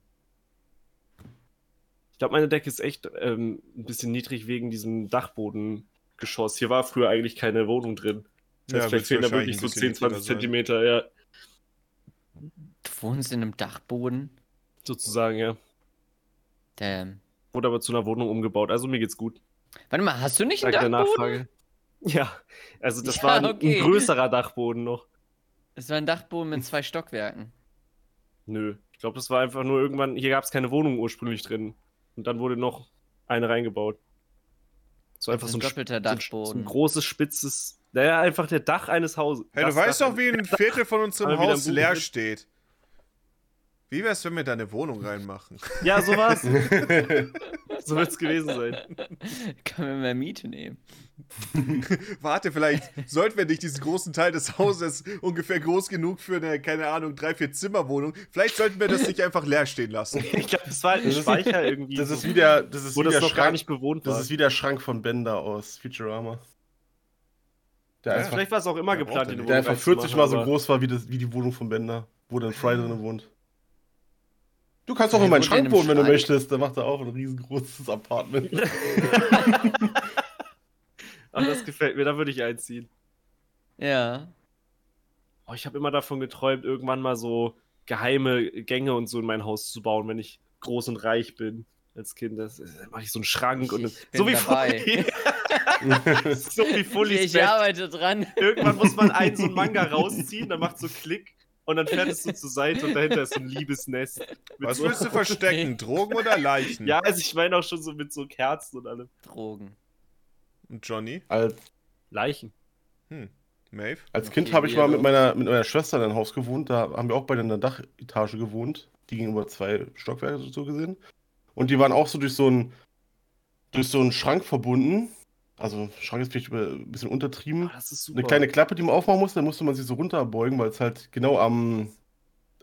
Ich glaube, meine Decke ist echt ähm, ein bisschen niedrig wegen diesem Dachbodengeschoss. Hier war früher eigentlich keine Wohnung drin. Ja, vielleicht wird's fehlen da wahrscheinlich wirklich ein so bisschen 10, niedriger 20 sein. Zentimeter, ja, Du wohnst in einem Dachboden? sozusagen, ja. Damn. Wurde aber zu einer Wohnung umgebaut, also mir geht's gut. Warte mal, hast du nicht einen Dank der Dachboden? Nachfrage. Ja, also das Ja, war ein, okay. ein größerer Dachboden noch. Es war ein Dachboden mit zwei Stockwerken. [LAUGHS] Nö, ich glaube, das war einfach nur irgendwann, hier gab es keine Wohnung ursprünglich drin. Und dann wurde noch eine reingebaut. So einfach Also so ein ein, doppelter so ein- So Dachboden. ein großes, spitzes, naja, einfach der Dach eines Hauses. Hey, du Das weißt Dach doch, wie ein Viertel [LAUGHS] von unserem Aber wieder ein Haus Buch leer mit- steht. Wie wär's, wenn wir da eine Wohnung reinmachen? [LAUGHS] eines- Ja, [LAUGHS] so war's. so wird's gewesen sein. Können wir mehr Miete nehmen? Warte, vielleicht sollten wir nicht diesen großen Teil des Hauses ungefähr groß genug für eine, keine Ahnung, drei, vier Zimmerwohnung. Vielleicht sollten wir das nicht einfach leer stehen lassen. Ich glaube, das war halt ein Das ist- Speicher irgendwie. Das ist so, wie der, das ist wo wie das der noch Schrank, gar nicht bewohnt war. das ist wie der Schrank von Bender aus Futurama. Der Ja, einfach, Vielleicht war es auch immer Ja, braucht geplant, er die nicht. Wohnung der einfach 40 Mal so reinzumachen, groß war wie, das, wie die Wohnung von Bender, wo dann Fry drin wohnt. Du kannst auch Ja, in meinem wohnt in Schrank einem wohnen, wenn du Schrank. möchtest. Dann macht er auch ein riesengroßes Apartment. [LAUGHS] aber- Aber das gefällt mir, da würde ich einziehen. Ja. Oh, ich habe immer davon geträumt, irgendwann mal so geheime Gänge und so in mein Haus zu bauen, wenn ich groß und reich bin als Kind. Das äh, mache ich so einen Um Schrank Ich- und ich bin so wie dabei. [LAUGHS] Fully. so wie [LAUGHS] Fullys ich Bett. arbeite dran. Irgendwann muss man einen so einen [LAUGHS] Manga rausziehen, dann macht so Klick und dann fährt es so zur Seite und dahinter ist so ein Liebesnest. Mit Was so, willst du verstecken? Drogen oder Leichen? Also, [LAUGHS] Ja, also ich meine auch schon so mit so Kerzen und allem. Drogen. Und Johnny? Als, Leichen. Hm. Maeve? als Okay, Kind habe ich mal weirdo. mit meiner, mit meiner Schwester in einem Haus gewohnt. Da haben wir auch beide in einer Dachetage gewohnt. Die ging über zwei Stockwerke so gesehen. Und die waren auch so durch so einen, durch so einen Schrank verbunden. Also Schrank ist vielleicht über- ein bisschen Oh, untertrieben. das ist super. eine kleine Klappe, die man aufmachen musste, dann musste man sich so runterbeugen, weil es halt genau am,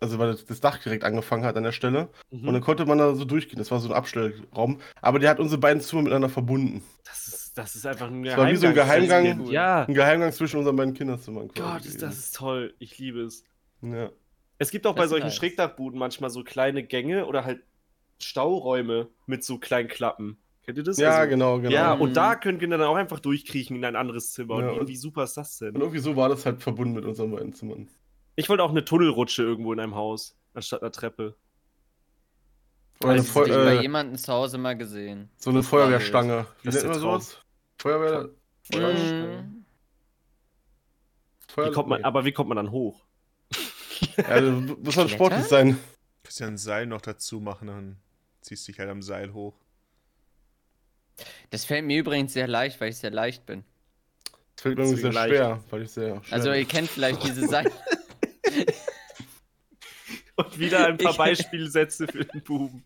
also weil das- das Dach direkt angefangen hat an der Stelle. Und dann mhm. konnte man da so durchgehen. Das war so ein Abstellraum. Aber der hat unsere beiden Zimmer miteinander verbunden. das, ist, das ist einfach ein Das war wie so ein Geheimgang. Oh, Ja. Ein Geheimgang zwischen unseren beiden Kinderzimmern quasi. Gott, ist, das ist toll. Ich liebe es. gewesen. Ja. Es gibt auch Das bei ist solchen nice. Schrägdachbuden manchmal so kleine Gänge oder halt Stauräume mit so kleinen Klappen. Kennt ihr das? ja, Also- genau, genau. Ja, Mhm. und da können Kinder dann auch einfach durchkriechen in ein anderes Zimmer. Ja, und und- wie, wie super ist das Und denn? irgendwie so war das halt verbunden mit unseren beiden Zimmern. Ich wollte auch eine Tunnelrutsche irgendwo in einem Haus, anstatt einer Treppe. Oder eine Also, Feu ich hab bei äh, jemandem zu Hause mal gesehen. so eine Feuerwehrstange. Wie Das ist nennt man der Traum. sowas? Feuerwehr. Feuerwehrstange. Mhm. Feuer Wie kommt man, aber wie kommt man dann hoch? Ja, du musst halt Klettern? sportlich sein. Kannst ja ein Seil noch dazu machen, dann ziehst dich halt am Seil hoch. Das fällt mir übrigens sehr leicht, weil ich sehr leicht bin. Das fällt mir irgendwie sehr Deswegen leicht. schwer, weil ich sehr schwer Also bin. ihr kennt vielleicht [LAUGHS] diese Seite. Und wieder ein [LAUGHS] paar Ich- Beispielsätze für den Buben.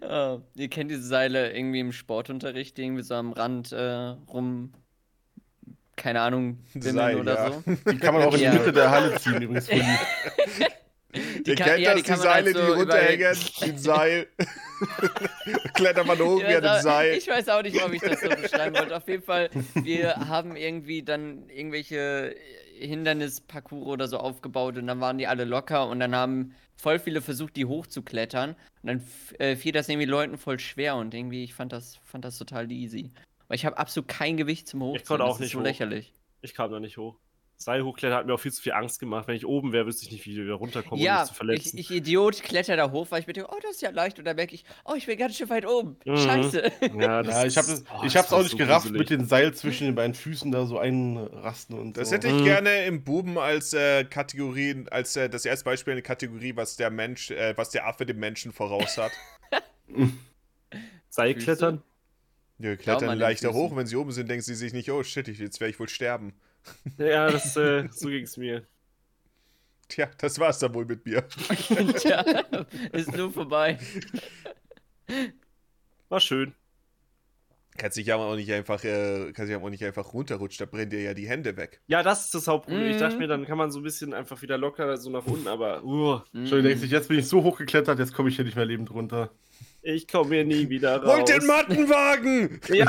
äh, ihr kennt diese Seile irgendwie im Sportunterricht, die irgendwie so am Rand äh, rum, keine Ahnung, wimmeln Seil, oder ja. [LAUGHS] so. Die kann man auch in Ja. die Mitte der Halle ziehen, übrigens. Wo die, Ihr kann- kennt ja, das, die, kann man Seile, halt so die überall- runterhängen, den [LAUGHS] Seil. [LAUGHS] Klettert man hoch wie an Ja, dem so- Seil. [LAUGHS] Ich weiß auch nicht, ob ich [LAUGHS] das so beschreiben wollte. Auf jeden Fall, wir haben irgendwie dann irgendwelche Hindernisparcours oder so aufgebaut und dann waren die alle locker und dann haben voll viele versucht, die hochzuklettern. Und dann f- äh, fiel das irgendwie Leuten voll schwer und irgendwie, ich fand das, fand das total easy. Weil ich habe absolut kein Gewicht zum Hochziehen. konnte auch das nicht ist so hoch. lächerlich. Ich kam da nicht hoch. Seil hochklettern hat mir auch viel zu viel Angst gemacht. Wenn ich oben wäre, wüsste ich nicht, wie ich wieder runterkomme, um ja, mich zu ich, verletzen. ich Idiot kletter da hoch, weil ich mir denke, oh, das ist ja leicht. Und dann merke ich, oh, ich bin ganz schön weit oben. Mhm. Scheiße. [LAUGHS] ja, ja, ich habe es oh, ich hab's war auch nicht so gerafft, gruselig. mit dem Seil zwischen den beiden Füßen da so einrasten und Das so. hätte ich Mhm. gerne im Buben als äh, Kategorie, als äh, das erste Beispiel eine Kategorie, was der Mensch, äh, was der Affe dem Menschen voraus [LAUGHS] hat. Seilklettern? Ja, an klettern den leichter Füßen. hoch, wenn sie oben sind, denken sie sich nicht, oh shit, ich, jetzt werde ich wohl sterben. Ja, das, äh, so ging es mir. Tja, das war's dann wohl mit mir. Tja, ist nur vorbei. War schön. Kannst dich ja auch nicht einfach, äh, kannst dich ja auch nicht einfach runterrutschen, da brennen dir ja die Hände weg. Ja, das ist das Hauptproblem. Ich dachte Mhm. mir, dann kann man so ein bisschen einfach wieder locker so nach unten, aber uh, Schon denkt Mhm. sich, jetzt bin ich so hochgeklettert, jetzt komme ich hier nicht mehr lebend runter. ich komme hier nie wieder raus. Holt den Mattenwagen! Ja,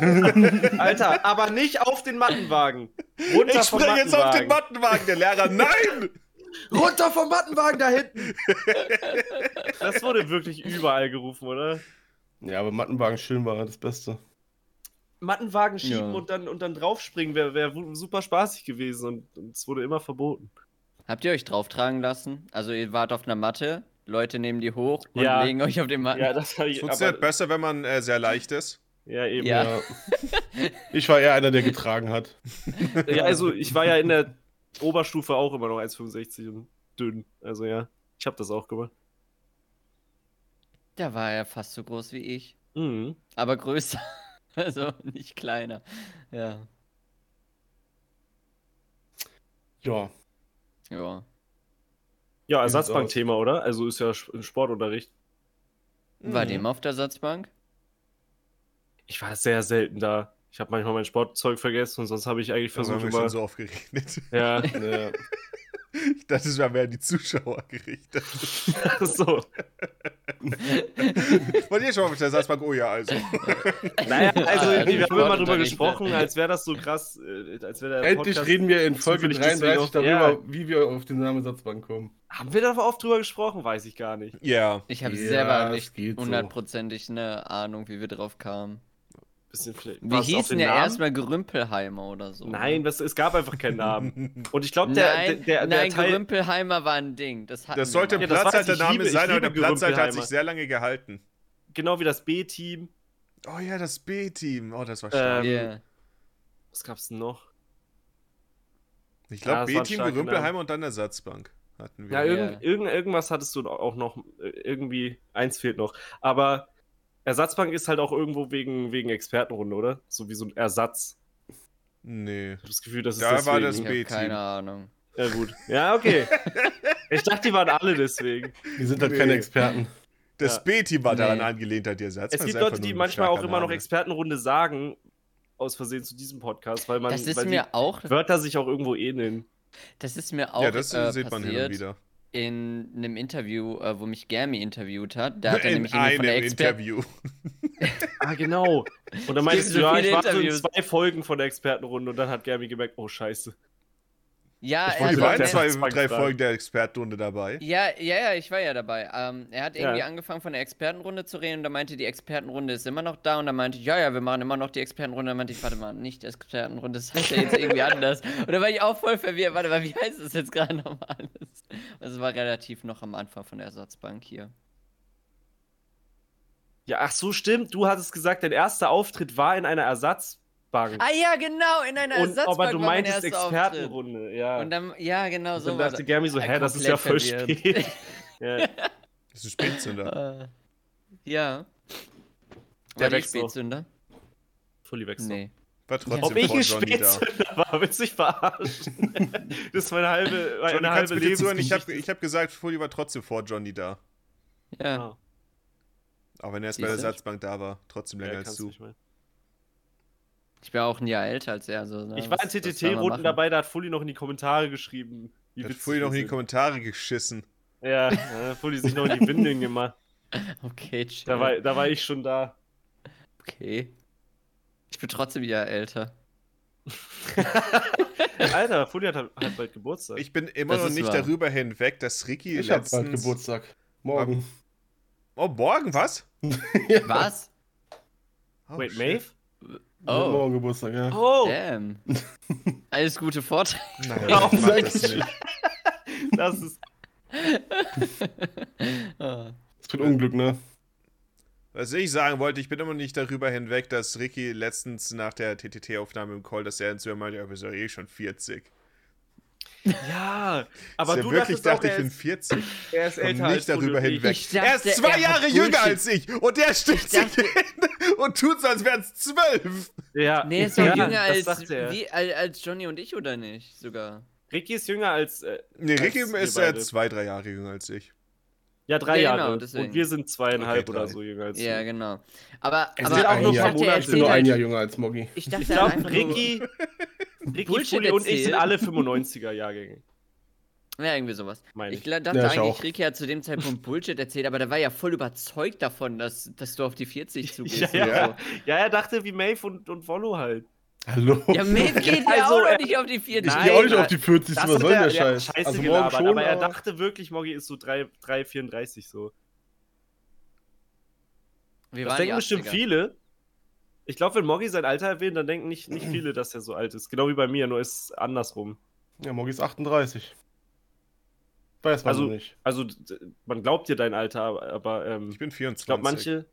Alter, aber nicht auf den Mattenwagen. [LAUGHS] Runter Ich vom springe jetzt auf den Mattenwagen. Mattenwagen, der [LAUGHS] Lehrer. Nein! Runter vom Mattenwagen da hinten! Das wurde wirklich überall gerufen, oder? Ja, aber Mattenwagen schön war das Beste. Mattenwagen Ja. schieben und dann und dann draufspringen wäre wär wu- super spaßig gewesen und- und es wurde immer verboten. Habt ihr euch drauftragen lassen? Also ihr wart auf einer Matte, Leute nehmen die hoch und Ja. legen euch auf den Matten. Ja, das habe Es ich funktioniert aber, besser, wenn man äh, sehr leicht ist. Ja, eben. Ja. Ja. Ich war eher einer, der getragen hat. Ja, also ich war ja in der Oberstufe auch immer noch 1,65 und dünn. Also ja, ich habe das auch gemacht. Da war er fast so groß wie ich. Mhm. Aber größer. [LAUGHS] Also nicht kleiner. Ja. Ja. Ja. Ja, Ersatzbankthema, oder? Also ist ja Sch- im Sportunterricht. War Mhm. dem auf der Ersatzbank? Ich war sehr selten da. Ich habe manchmal mein Sportzeug vergessen und sonst habe ich eigentlich Darüber versucht haben wir schon immer. so oft geredet. [LAUGHS] [LAUGHS] Ja, Äh, ja. Ich dachte, es war mehr an die Zuschauer gerichtet. so. Wollt ihr schon mal mit der Salzbank? Oh ja, also. Naja, also Ja, wir haben immer Sportunterricht, drüber ne? gesprochen, als wäre das so krass, äh, als wäre der Endlich Podcast... reden wir in Folge zufällig deswegen 33 auch- darüber, Ja. wie wir auf den Namen Satzbank kommen. Haben wir da oft drüber gesprochen? Weiß ich gar nicht. Ja. Ich habe Ja, selber es nicht geht so. hundertprozentig eine Ahnung, wie wir drauf kamen. Bisschen vielleicht. Wir Warst du auf hießen ja den Namen? erstmal Gerümpelheimer oder so. Nein, was, es gab einfach keinen Namen. Und ich glaube, der, nein, der, der, der nein Teil. Gerümpelheimer war ein Ding. Das, hatten Das wir sollte mal. ein Ja, das weiß ich, ich Platzhaltername liebe- ich sein, aber der liebe Platzhalter hat sich Gerümpelheimer. sehr lange gehalten. Genau wie das B-Team. Oh ja, das B-Team. Oh, das war Äh, stark. Ja. Was gab's denn noch? ich ja, glaube, das waren B-Team, starke Gerümpelheimer und dann Ersatzbank hatten wir. Ja, irgend, Ja. Irgend, irgendwas hattest du auch noch. äh, Irgendwie eins fehlt noch. Aber Ersatzbank ist halt auch irgendwo wegen, wegen Expertenrunde, oder? So wie so ein Ersatz. Nee. Ich habe das Gefühl, das ist Da war das Ich deswegen. habe B-Team. keine Ahnung. Ja, gut. [LAUGHS] Ja, okay. ich dachte, die waren alle deswegen. Wir sind halt Nee. keine Experten. Das Ja. B-Team war daran Nee. angelehnt an die Ersatzbank. Es ist gibt einfach Leute, nur die ein manchmal starker auch immer noch Name. Expertenrunde sagen, aus Versehen zu diesem Podcast, weil man Das ist weil mir auch, die Wörter sich auch irgendwo ähneln. das ist mir auch Ja, das äh, sieht man hin und passiert wieder. in einem Interview, äh, wo mich Germi interviewt hat. Da hat [LAUGHS] er in nämlich irgendwie von der einem Experten. Interview. Ah, genau. Und dann meintest so du, ja, viele ich war so in Interviews. zwei Folgen von der Expertenrunde und dann hat Germi gemerkt, oh scheiße. Ja, Ich er wollte Wir hat Also, waren der- zwei, Zwangsfrage. drei Folgen der Expertenrunde dabei. Ja, ja, ja, ich war ja dabei. Ähm, er hat Ja. irgendwie angefangen von der Expertenrunde zu reden und da meinte, die Expertenrunde ist immer noch da und dann meinte ich, ja, ja, wir machen immer noch die Expertenrunde. Dann meinte ich, warte mal, nicht Expertenrunde, das heißt ja jetzt irgendwie anders. Und da war ich auch voll verwirrt, warte mal, wie heißt das jetzt gerade nochmal alles? Also war relativ noch am Anfang von der Ersatzbank hier. Ja, ach so, stimmt. Du hattest gesagt, dein erster Auftritt war in einer Ersatzbank. Ah ja, genau, in einer und, Ersatzbank aber war du mein meintest erster Auftritt. Expertenrunde, ja. Und dann, ja, genau, Und so dann war dachte Germi so, Äh, hä, das ist ja voll komplett spät. [LAUGHS] ja. Das ist ne? ein Spätzünder. das. Äh, ja. Der war die Wechsel. Spätzünder? Fully weg. so. Nee. War trotzdem Ob ich vor ein Johnny da. Spätzünder war, willst du mich verarschen? [LAUGHS] das ist meine halbe, Johnny, meine kannst halbe du bitte zuhören? Ich habe Lebensgeschichte. ich hab gesagt, Fully war trotzdem vor Johnny da. Ja. Ah, Auch wenn er erst bei der Siehst du? Ersatzbank da war. Trotzdem länger ja, als kannst du. nicht mehr. Ich bin auch ein Jahr älter als er. Also, ne, Ich war in was- was soll man machen? TTT-Runden dabei, da hat Fully noch in die Kommentare geschrieben. Wie Hat witzig Fully noch wir in die sind. Kommentare geschissen. Ja, ja, Fully sich noch in die Windeln gemacht. Okay, chill. Da war, da war ich schon da. okay. Ich bin trotzdem ein Jahr [LAUGHS] älter. Alter, Fully hat halt halt bald Geburtstag. Ich bin immer Das noch ist nicht wahr. darüber hinweg, dass Ricky Ich hab bald letztens... Geburtstag. Morgen. oh, morgen, was? Was? Oh, Wait, shit. Maeve? Ich hab Oh, Morgen Geburtstag, ja. Oh, damn. Alles gute [LAUGHS] Vorteile. Nein, Warum ich mag sag das ich- nicht. das ist. Ah. Es wird Unglück, ne? Was ich sagen wollte, ich bin immer noch nicht darüber hinweg, dass Ricky letztens nach der TTT-Aufnahme im Call, dass er zu mir meinte, er ist ja eh schon 40. Ja, aber dass du er wirklich dachtest auch, dachte, er ich bin ist, 40. er ist und älter als nicht darüber Fully und ich. hinweg. Ich dachte, er ist zwei er hat Jahre Bullshit. jünger als ich und der stimmt sich dachte- hin und tut so, als wären es zwölf. Ja, Nee, ist doch ja, jünger das als, sagte er. wie, als, als Johnny und ich, oder nicht? Sogar. Ricky ist jünger als. Äh, Nee, Als Ricky wir ist äh, beide. zwei, drei Jahre jünger als ich. Ja, drei Ja, genau, Jahre. deswegen. Und wir sind zweieinhalb Okay, drei. oder so jünger als Ja, du. genau. Aber, Es aber sind auch ich nur dachte, paar er Monate, ich bin nur erzählt ein Jahr halt- jünger als Moggy. Ich dachte, Ich er hat glaube, einfach nur- Ricky, Ricky Bullshit Fully und ich sind erzählt. alle 95er-Jahrgänge, Ja, irgendwie sowas. meine Ich ich. gla- dachte Ja, ich eigentlich, auch. Ricky hat zu dem Zeitpunkt Bullshit erzählt, aber der war ja voll überzeugt davon, dass, dass du auf die 40 zugehst. [LAUGHS] Ja, oder ja. Ja, er dachte wie Maeve und, und Wollo halt. [LAUGHS] Hallo. So. ja [LAUGHS] Maeve geht ja Also, auch noch er- nicht auf die 40. ich Nein, gehe auch nicht Alter. auf die 40. Was soll hat der er- er hat Scheiß? Scheiße Also morgen gelabert, schon. aber er dachte wirklich, Moggy ist so 3, 3 34 so. Wir Das waren die denken bestimmt 80er. viele. Ich glaube, wenn Moggy sein Alter erwähnt, dann denken [CLEARS THROAT] nicht, nicht viele, dass er so alt ist. Genau wie bei mir, nur ist es andersrum. ja, Moggy ist 38. Weiß man Also- also, nicht. Also, d- d- man glaubt dir dein Alter, aber, aber ähm, Ich bin ich 24. glaube, manche,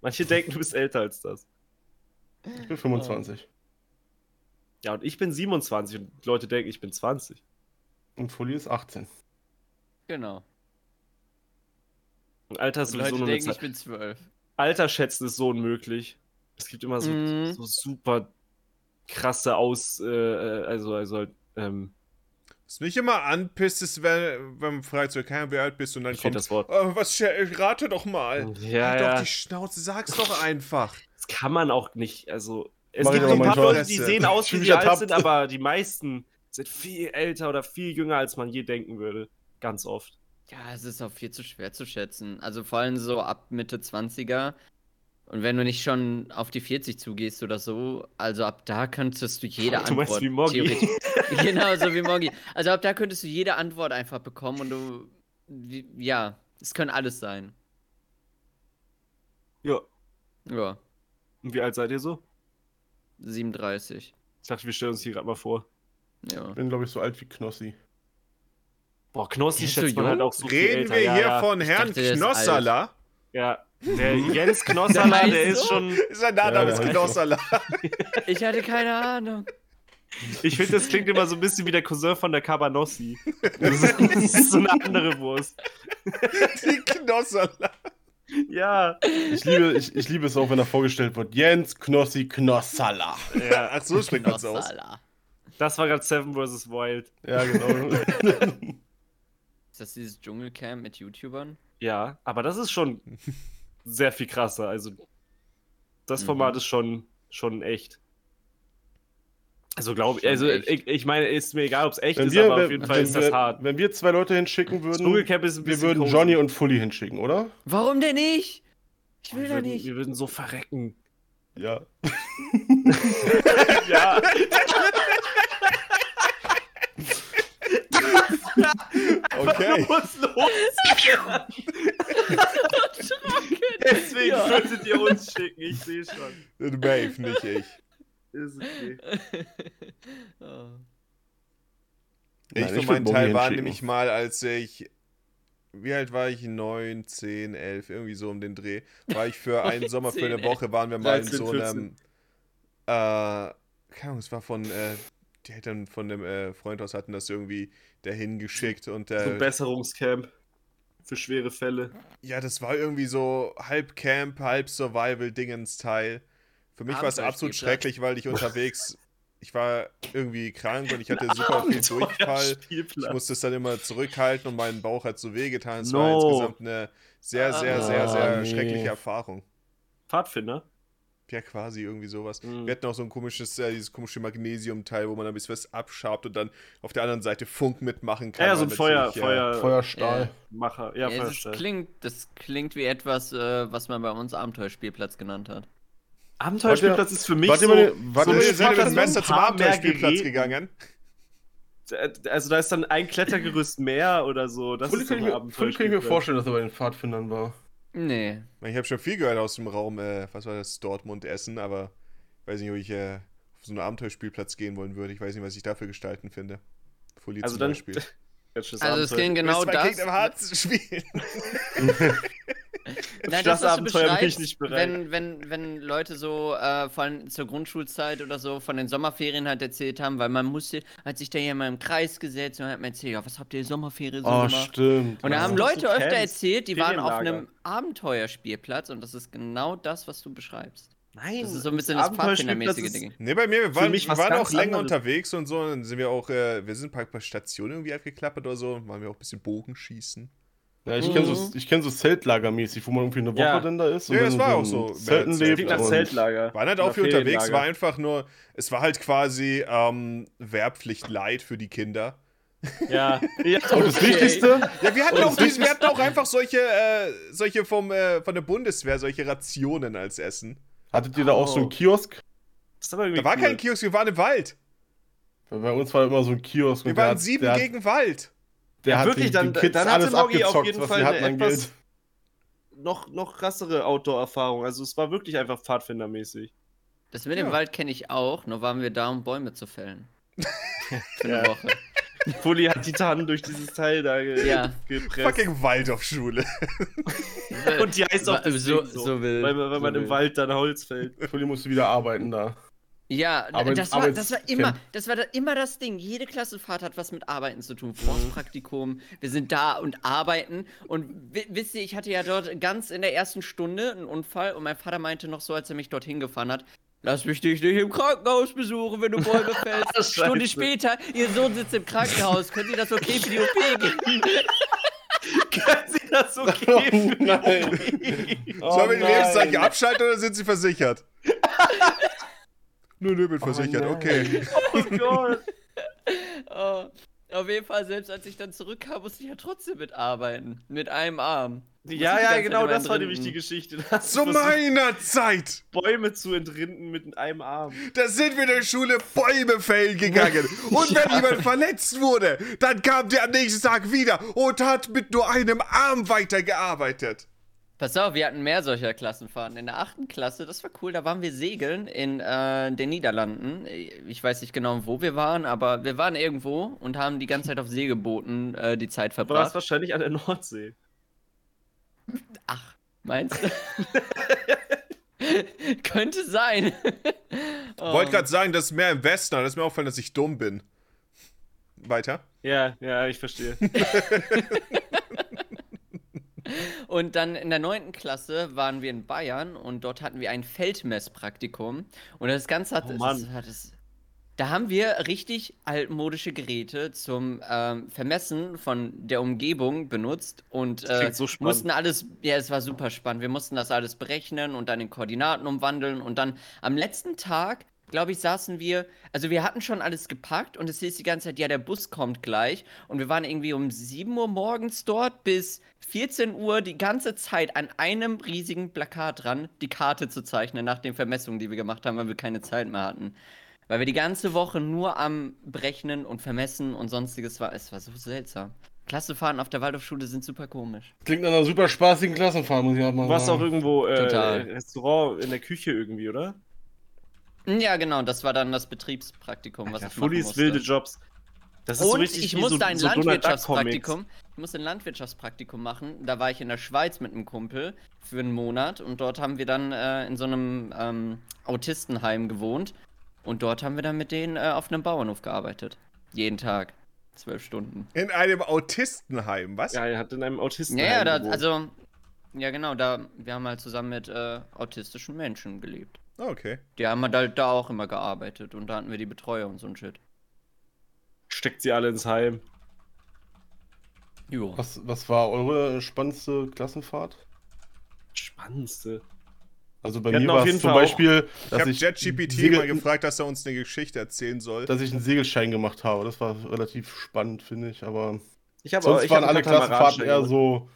manche denken, du bist älter als das. Ich bin 25. Ja, und ich bin 27 und Leute denken, ich bin 20. Oh. Und Fully ist 18. Genau. Und Alter ist Und sowieso Leute nur Also, eine denken, Zahl. ich bin 12. Alter schätzen ist so unmöglich. Es gibt immer so, Mhm. so super krasse Aus, äh, äh, also, also halt, ähm, Was mich immer anpisst, ist, wenn, wenn man fragt, so, keiner, wie alt bist du? Und dann ich fehlt kommt, das Wort. "Äh, was, sche- rate doch Äh, mal. Ja, halt ja. doch die Schnauze, sag's doch einfach. Das kann man auch nicht. Also, es Mach ich gibt aber ein paar manchmal. Leute, die Fresse. sehen aus, wie Fühl mich sie alt ertappt. sind, aber die meisten sind viel älter oder viel jünger, als man je denken würde. Ganz oft. Ja, es ist auch viel zu schwer zu schätzen. Also vor allem so ab Mitte 20er. Und wenn du nicht schon auf die 40 zugehst oder so, also ab da könntest du jede Du meinst Antwort wie Moggy. [LAUGHS] theoretisch- genau, so wie Moggy. Also ab da könntest du jede Antwort einfach bekommen und du wie, ja, es kann alles sein. Ja. Ja, Und wie alt seid ihr so? 37. Ich dachte, wir stellen uns hier gerade mal vor. Ja. [LAUGHS] Ich bin, glaube ich, so alt wie Knossi. Boah, Knossi Bist schätzt du man halt jung? auch so viel Reden älter. wir ja, hier ja. von Herrn dachte, der ist Knossala. Ja. [LAUGHS] Der Jens Knossala, heißt der ist so? schon. Sein Nachname Ja, ist ja. Knossala. Ich hatte keine Ahnung. Ich finde, das klingt immer so ein bisschen wie der Cousin von der [LAUGHS] Cabanossi. Das ist, das ist so eine andere Wurst. Die Knossala. Ja. Ich liebe, ich, ich liebe es auch, wenn er vorgestellt wird. Jens Knossi Knossala. ja. Ach, so spricht man's aus. Knossala. Das war gerade Seven vs. Wild. Ja, [LAUGHS] genau. Ist das dieses Dschungelcamp mit YouTubern? Ja, aber das ist schon sehr viel krasser. Also, das Mhm. Format ist schon, schon echt. Also, glaube ich, Schon also, echt. ich, ich meine, ist mir egal, ob es echt Wenn ist, wir, aber auf wenn, jeden Fall wenn ist wir, das hart. wenn wir zwei Leute hinschicken Das würden, Dschungelcamp ist ein wir bisschen würden cozy. Johnny und Fully hinschicken, oder? Warum denn nicht? Ich will wir da würden, nicht. Also, [LAUGHS] wir würden [LAUGHS] so verrecken. Ja. ja, [LAUGHS] Okay. was los? Deswegen würdet ihr uns schicken, ich sehe schon. Maeve, nicht ich. Ist okay. [LAUGHS] oh. Ich für würd meinen Bobby Teil war hinschicken. nämlich mal, als ich. Wie alt war ich? Neun, zehn, elf, irgendwie so um den Dreh. War ich für einen Neun, Sommer, für zehn, eine elf. Woche, waren wir mal in 13, so 14. einem. Äh, keine Ahnung, es war von. Äh, die Eltern von dem äh, Freund aus hatten das irgendwie dahin geschickt und So ein äh, Besserungscamp für schwere Fälle. ja, das war irgendwie so halb Camp, halb Survival-Dingens-Teil. Für mich war es absolut Abenteuerspielplatz. schrecklich, weil ich unterwegs, ich war irgendwie krank und ich hatte super viel Durchfall. Ich Spielplatz. musste es dann immer zurückhalten und mein Bauch hat so wehgetan. Es war No. insgesamt eine sehr, sehr, sehr, Ah, sehr nee. schreckliche Erfahrung. Pfadfinder? Ja, quasi irgendwie sowas. Mhm. Wir hatten auch so ein komisches, äh, dieses komische Magnesium-Teil, wo man ein bisschen was abschabt und dann auf der anderen Seite Funk mitmachen kann. Ja, so ein weil Feuer, natürlich, äh, Feuer, Feuerstahl. Feuermacher. Ja, Ja, das, Feuerstahl. klingt, das klingt wie etwas, äh, was man bei uns Abenteuerspielplatz genannt hat. Abenteuerspielplatz ist für mich Warte so, mal, warte So, so mal, ihr ich mach seid über das das Messer nur ein zum paar mehr Abenteuerspielplatz Geräten. gegangen. also da ist dann ein Klettergerüst mehr oder so. Das Fully ist so kann, ich ein mir, Fully kann ich mir Abenteuerspielplatz. vorstellen, dass er bei den Pfadfindern war. Nee. Ich habe schon viel gehört aus dem Raum, äh, was war das, Dortmund, Essen, aber ich weiß nicht, ob ich äh, auf so einen Abenteuerspielplatz gehen wollen würde. Ich weiß nicht, was ich dafür gestalten finde. Fully Also zum dann- [LAUGHS] Beispiel. Ganz schönes Also es Abenteuer. ging genau Willst du bei das. Kingdom [LAUGHS] Hearts spielen. Nein, das das, was du Abenteuer bin ich beschreibst, nicht bereit. wenn, wenn, wenn Leute so äh, vor allem zur Grundschulzeit oder so von den Sommerferien halt erzählt haben, weil man musste, hat sich da hier mal im Kreis gesetzt und hat mir erzählt, ja, was habt ihr Sommerferien so Oh, Ah, gemacht? stimmt. Und da ja. haben sind so Leute öfter Camps, erzählt, die waren auf Ferienlager. einem Abenteuerspielplatz und das ist genau das, was du beschreibst. Nein, Das ist so ein bisschen das Abenteuerspielplatz Pfadfindermäßige ist- Ding. Nee, bei mir, wir waren, mich wir was waren ganz auch länger anderes. unterwegs und so. Dann sind wir auch, äh, wir sind ein paar, paar Stationen irgendwie abgeklappert oder so. Waren wir auch ein bisschen Bogenschießen. Ja, ich kenne Mhm. so, ich kenn so Zeltlagermäßig, wo man irgendwie eine Woche Ja. dann da ist. Ja, dann das in war auch einem so Zelten Zelt. lebt. Klingt nach und- Zeltlager. Waren halt Oder auch viel unterwegs, Ferienlager. war einfach nur, es war halt quasi ähm, Wehrpflicht light für die Kinder. [LAUGHS] Ja. ja. Und Oh, das Wichtigste, Ja, wir hatten Und- auch, diese, wir hatten auch einfach solche, äh, solche vom, äh, von der Bundeswehr, solche Rationen als Essen. hattet ihr da auch so einen Oh. Kiosk? Das ist aber irgendwie Da war cool. kein Kiosk, wir waren im Wald. Weil Bei uns war immer so ein Kiosk. Wir und der waren hat- sieben der hat- gegen Wald. Der hat Wirklich, den, dann- den Kids dann hatte alles Moggi auf abgezockt, jeden was Fall sie eine hatten an etwas- Geld. noch, noch krassere Outdoor-Erfahrung. Also es war wirklich einfach Pfadfindermäßig. Das mit Ja. dem Wald kenne ich auch, nur waren wir da, um Bäume zu [LAUGHS] fällen. Für eine Ja. Woche. Fully hat die Tannen durch dieses Teil da ge Ja. gepresst. Fucking Waldorfschule. Und die heißt auch Wa- so, deswegen so, so will. weil, man- weil so man im will. Wald dann Holz fällt. Fully musste wieder arbeiten da. Ja, Aber- das, aber war, es- das war immer, das war da, immer das Ding. Jede Klassenfahrt hat was mit Arbeiten zu tun. Forstpraktikum, wir sind da und arbeiten. Und wi- wisst ihr, ich hatte ja dort ganz in der ersten Stunde einen Unfall und mein Vater meinte noch so, als er mich dorthin gefahren hat, lass mich dich nicht im Krankenhaus besuchen, wenn du [LAUGHS] Bäume fällst. Stunde Scheiße. später, ihr Sohn sitzt im Krankenhaus, können Sie das okay für die OP [LAUGHS] geben? Können Sie [LAUGHS] das Oh okay für die nein. Oh Sollen wir die nein. Lebenszeichen abschalten oder sind sie versichert? Nö, nö, bin versichert, nein. okay. Oh Gott. Oh, auf jeden Fall, selbst als ich dann zurückkam, musste ich ja trotzdem mitarbeiten. Mit einem Arm. Ja, Muss ich die ja, ganze genau, Zeit in das war meinem die wichtige Rinden. Geschichte. Das Zu meiner Zeit, Bäume zu entrinden mit einem Arm. da sind wir in der Schule Bäume fällen gegangen. Und wenn jemand verletzt wurde, dann kam der am nächsten Tag wieder und hat mit nur einem Arm weitergearbeitet. Pass auf, wir hatten mehr solcher Klassenfahrten. In der achten Klasse, das war cool, da waren wir segeln in äh, den Niederlanden. Äh, Ich weiß nicht genau, wo wir waren, aber wir waren irgendwo und haben die ganze Zeit auf Segelbooten äh, die Zeit War es verbracht. wahrscheinlich an der Nordsee. Ach, meinst du? [LAUGHS] Könnte [LAUGHS] sein. Wollte Ähm. gerade sagen, das ist mehr im Westen, aber das ist mir aufgefallen, dass ich dumm bin. Weiter. Ja, ja, ich verstehe. Ähm, Und dann in der neunten Klasse waren wir in Bayern und dort hatten wir ein Feldmesspraktikum. Und das Ganze hat, Oh Mann. Das, hat es, da haben wir richtig altmodische Geräte zum ähm, Vermessen von der Umgebung benutzt und Das äh, klingt so spannend. mussten alles, ja, es war super spannend. Wir mussten das alles berechnen und dann in Koordinaten umwandeln und dann am letzten Tag, glaube ich, saßen wir, also wir hatten schon alles gepackt und es hieß die ganze Zeit, ja, der Bus kommt gleich und wir waren irgendwie um 7 Uhr morgens dort bis 14 Uhr die ganze Zeit an einem riesigen Plakat dran, die Karte zu zeichnen nach den Vermessungen, die wir gemacht haben, weil wir keine Zeit mehr hatten. Weil wir die ganze Woche nur am Berechnen und Vermessen und sonstiges war. Es war so seltsam. Klassenfahrten auf der Waldorfschule sind super komisch. Klingt nach einer super spaßigen Klassenfahrt, muss ich auch mal Du warst auch sagen. irgendwo äh, Total. Restaurant in der Küche irgendwie, oder? Ja, genau, das war dann das Betriebspraktikum, was Ja, ich machen Fullies musste. wilde Jobs. Das und so richtig ich wie musste so, ein so Donald Duck Comics. Landwirtschaftspraktikum. Ich musste ein Landwirtschaftspraktikum machen. Da war ich in der Schweiz mit einem Kumpel für einen Monat und dort haben wir dann äh, in so einem ähm, Autistenheim gewohnt. Und dort haben wir dann mit denen äh, auf einem Bauernhof gearbeitet. Jeden Tag. Zwölf Stunden. In einem Autistenheim, was? Ja, er hat in einem Autisten. Ja, ja, da, also, ja genau, da, wir haben halt zusammen mit äh, autistischen Menschen gelebt. Ah, Okay. Die haben halt da auch immer gearbeitet und da hatten wir die Betreuer und so ein Shit. steckt sie alle ins Heim. Jo. was, was war eure spannendste Klassenfahrt? Spannendste. Also bei Wir mir hatten auf war es jeden zum Fall auch- Beispiel, Ich dass habe ich, JetGPT Segel- mal gefragt, dass er uns eine Geschichte erzählen soll. dass ich einen Segelschein gemacht habe. Das war relativ spannend, finde ich. Aber Ich habe sonst ich waren hab alle einen Katamaran Klassenfahrten schon eher gemacht. so.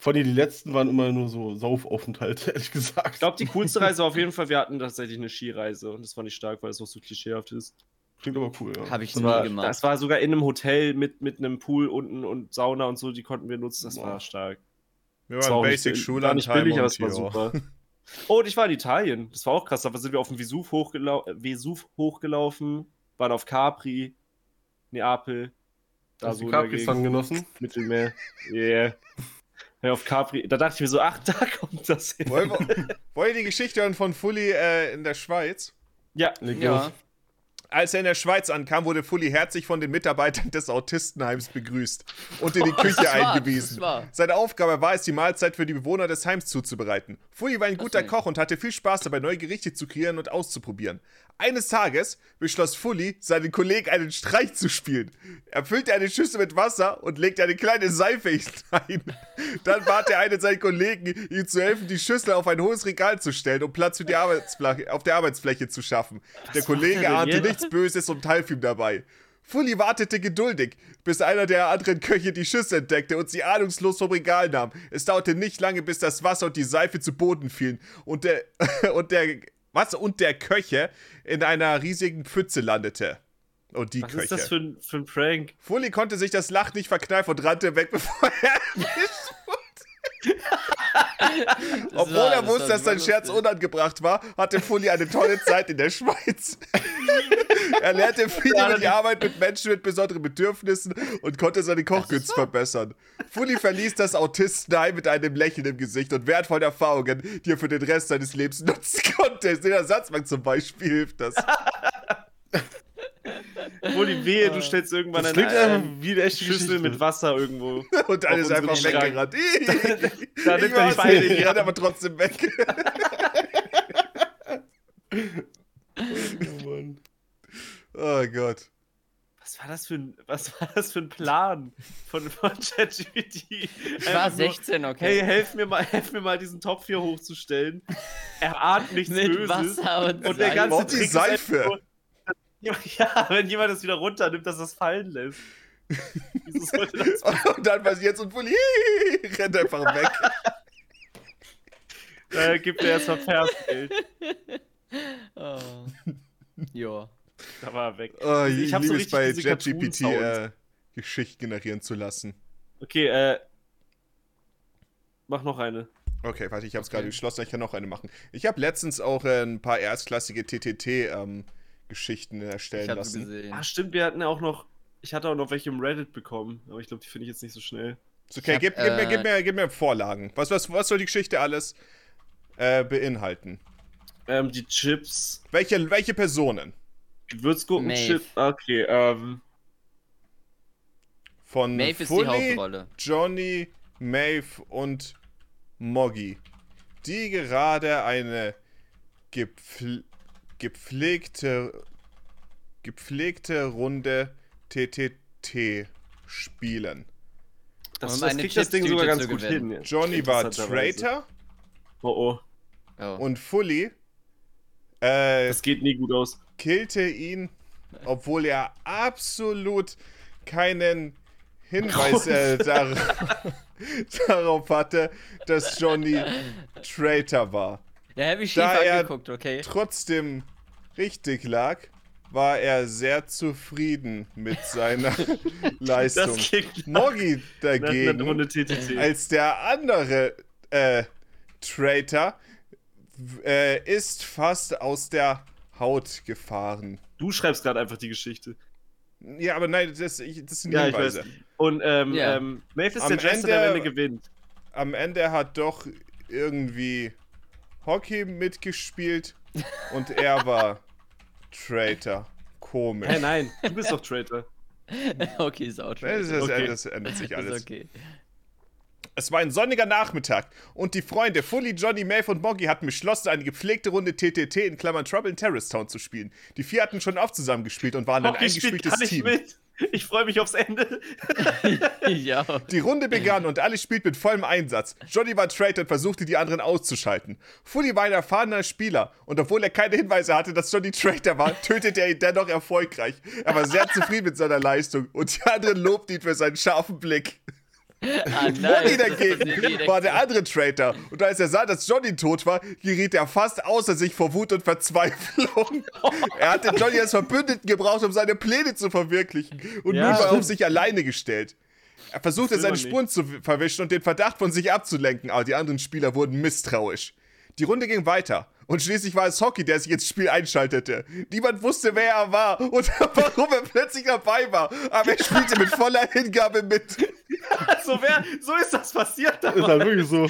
Vor allem die letzten waren immer nur so Saufaufenthalte, [LAUGHS] ehrlich gesagt. Ich glaube, die coolste Reise war auf jeden Fall, wir hatten tatsächlich eine Skireise und das fand ich stark, weil es auch so klischeehaft ist. Klingt aber cool, ja. Habe ich Das nie war, gemacht. das war sogar in einem Hotel mit, mit einem Pool unten und Sauna und so, die konnten wir nutzen. Das war Boah. stark. Wir Das waren auch nicht- Basic war nicht Schullandheim billig, aber und es war ja. super. [LAUGHS] Oh, und ich war in Italien. Das war auch krass. Da sind wir auf den Vesuv, hochgelau äh, Vesuv hochgelaufen, waren auf Capri, Neapel, da Hast so du in der Capris dann Gegend, genossen? Mittelmeer. Yeah. Ja, auf Capri. Da dachte ich mir so, ach, da kommt das hin. Wollen wir, wollen wir die Geschichte hören von Fully äh, in der Schweiz? [LAUGHS] Ja, Leg Ja. los. Als er in der Schweiz ankam, wurde Fully herzlich von den Mitarbeitern des Autistenheims begrüßt und [LAUGHS] in die Küche Oh, das war- eingewiesen. das war- Seine Aufgabe war es, die Mahlzeit für die Bewohner des Heims zuzubereiten. Fully war ein guter nicht. Koch und hatte viel Spaß dabei, neue Gerichte zu kreieren und auszuprobieren. Eines Tages beschloss Fully, seinen Kollegen einen Streich zu spielen. Er füllte eine Schüssel mit Wasser und legte eine kleine Seife hinein. Dann bat er einen seiner Kollegen, ihm zu helfen, die Schüssel auf ein hohes Regal zu stellen, um Platz für die Arbeitsfläche, auf der Arbeitsfläche zu schaffen. der Kollege denn ahnte jetzt? nichts Böses und half ihm dabei. Fully wartete geduldig, bis einer der anderen Köche die Schüssel entdeckte und sie ahnungslos vom Regal nahm. Es dauerte nicht lange, bis das Wasser und die Seife zu Boden fielen und der, [LAUGHS] und der, was, und der Köche in einer riesigen Pfütze landete. Und die Was Köche. ist das für ein, für ein Prank? Fully konnte sich das Lachen nicht verkneifen und rannte weg, [LAUGHS] bevor er erwischt wurde. Das Obwohl war- er wusste, war dass sein super Scherz lustig. unangebracht war, hatte Fully eine tolle Zeit in der [LAUGHS] Schweiz. er lernte viel über die Arbeit mit Menschen mit besonderen Bedürfnissen und konnte seine Kochkünste verbessern. Fully verließ das Autistenheim mit einem Lächeln im Gesicht und wertvollen Erfahrungen, die er für den Rest seines Lebens nutzen konnte. In der Ersatzbank zum Beispiel hilft [LAUGHS] das. Obwohl die Wehe, du stellst irgendwann Das eine klingt einfach ähm, wie eine echte Schüssel Geschichte. mit Wasser irgendwo. Und dann Auf ist er einfach unserem [LAUGHS] weggerannt. ich Da nimmt er war die es Beine nicht, in ich die renn Hand. aber trotzdem weg. Oh Mann. Oh Gott. Was war das für ein, was war das für ein Plan von, von [LAUGHS] ChatGPT? Ich war 16, Hey, okay. helf mir mal, helf mir mal, diesen Topf hier hochzustellen. Er ahnt nichts Mit Böses. Wasser und, Und der Salz. ganze Warum die Trick ist Seife? einfach nur, dass- Ja, wenn jemand [LAUGHS] das wieder runternimmt, dass das fallen lässt. Wieso [LAUGHS] sollte das Und dann passiert's und Fully [LAUGHS] rennt einfach weg. Da Äh, gibt er erstmal Persgeld. Oh. Joa. Da war er weg. Oh, ich Ich hab so liebe es richtig bei diese ChatGPT äh, Cartoon-Sounds. Geschichten generieren zu lassen. Okay, äh. Mach noch eine. Okay, warte, ich habe es Okay. gerade geschlossen, ich kann noch eine machen. Ich habe letztens auch äh, ein paar erstklassige TTT-Geschichten Ich ähm, erstellen hab's lassen. gesehen. Ah, stimmt, wir hatten ja auch noch. Ich hatte auch noch welche im Reddit bekommen, aber ich glaube, die finde ich jetzt nicht so schnell. Ist okay, Ich hab, gib, gib, mir, äh, gib, mir, gib mir Vorlagen. Was, was, was soll die Geschichte alles äh, beinhalten? Ähm, die Chips. Welche, welche Personen? Gewürzgurken, Maeve. Chips. Okay, ähm. Von Maeve ist die Fully, Hauptrolle. Johnny, Maeve und Moggy, die gerade eine gepfl gepflegte, gepflegte Runde TTT spielen. Das, Um das eine kriegt das Ding Chips-Tüte sogar ganz zu gut gewinnen. hin. jetzt. Johnny war Interessanterweise. Traitor also- Oh oh. Oh. und Fully äh, Das geht nie gut aus. killte ihn, obwohl er absolut keinen Hinweis äh, dar [LAUGHS] darauf hatte, dass Johnny Traitor war. Ja, hab ich schief Da er- angeguckt, okay. [LAUGHS] trotzdem richtig lag, war er sehr zufrieden mit [LAUGHS] seiner Leistung. Das [LAUGHS] klingt [LAUGHS] nach Moggy nach einer dagegen, Runde TTT. als der andere äh, Traitor, w- äh, ist fast aus der Haut gefahren. Du schreibst gerade einfach die Geschichte. Ja, aber nein, das, ich, das sind Ja, ich Hinweise. weiß. Und ähm, Ja. ähm, Maeve ist Am der Jester, der am Ende- [LAUGHS] Ende gewinnt. Am Ende hat doch irgendwie Hockey mitgespielt und er [LAUGHS] war Traitor. Komisch. Hä, nein, du bist [LAUGHS] doch Traitor. okay, ist auch Das, scheiße. ist- das, Okay. das ändert [LAUGHS] sich alles. Ist okay. [LAUGHS] Es war ein sonniger Nachmittag und die Freunde Fully, Johnny, Maeve und Moggy hatten beschlossen, eine gepflegte Runde TTT in Klammern Trouble in Terrorist Town zu spielen. Die vier hatten schon oft zusammengespielt und waren ein Hockey spielt eingespieltes gar nicht Team. mit. Ich freue mich aufs Ende. [LAUGHS] ja. Die Runde begann und alle spielten mit vollem Einsatz. Johnny war Traitor und versuchte, die anderen auszuschalten. Fully war ein erfahrener Spieler und obwohl er keine Hinweise hatte, dass Johnny Traitor [LAUGHS] war, tötete er ihn dennoch erfolgreich. Er war sehr zufrieden mit seiner Leistung und die anderen lobten ihn für seinen scharfen Blick. Ah, nein. Johnny das ist dagegen direkt- war der andere Traitor. Und als er sah, dass Johnny tot war, geriet er fast außer sich vor Wut und [LAUGHS] Verzweiflung. Er hatte Johnny als Verbündeten gebraucht, um seine Pläne zu verwirklichen. Und Ja, nun war er auf stimmt. sich alleine gestellt. Er versuchte, will man seine nicht. Spuren zu verwischen und den Verdacht von sich abzulenken, aber die anderen Spieler wurden misstrauisch. Die Runde ging weiter. Und schließlich war es Hockey, der sich ins Spiel einschaltete. Niemand wusste, wer er war und [LAUGHS] warum er plötzlich dabei war. Aber er spielte mit voller Hingabe mit. Also wer, so ist [LAUGHS] das passiert. Ist damals. halt wirklich so.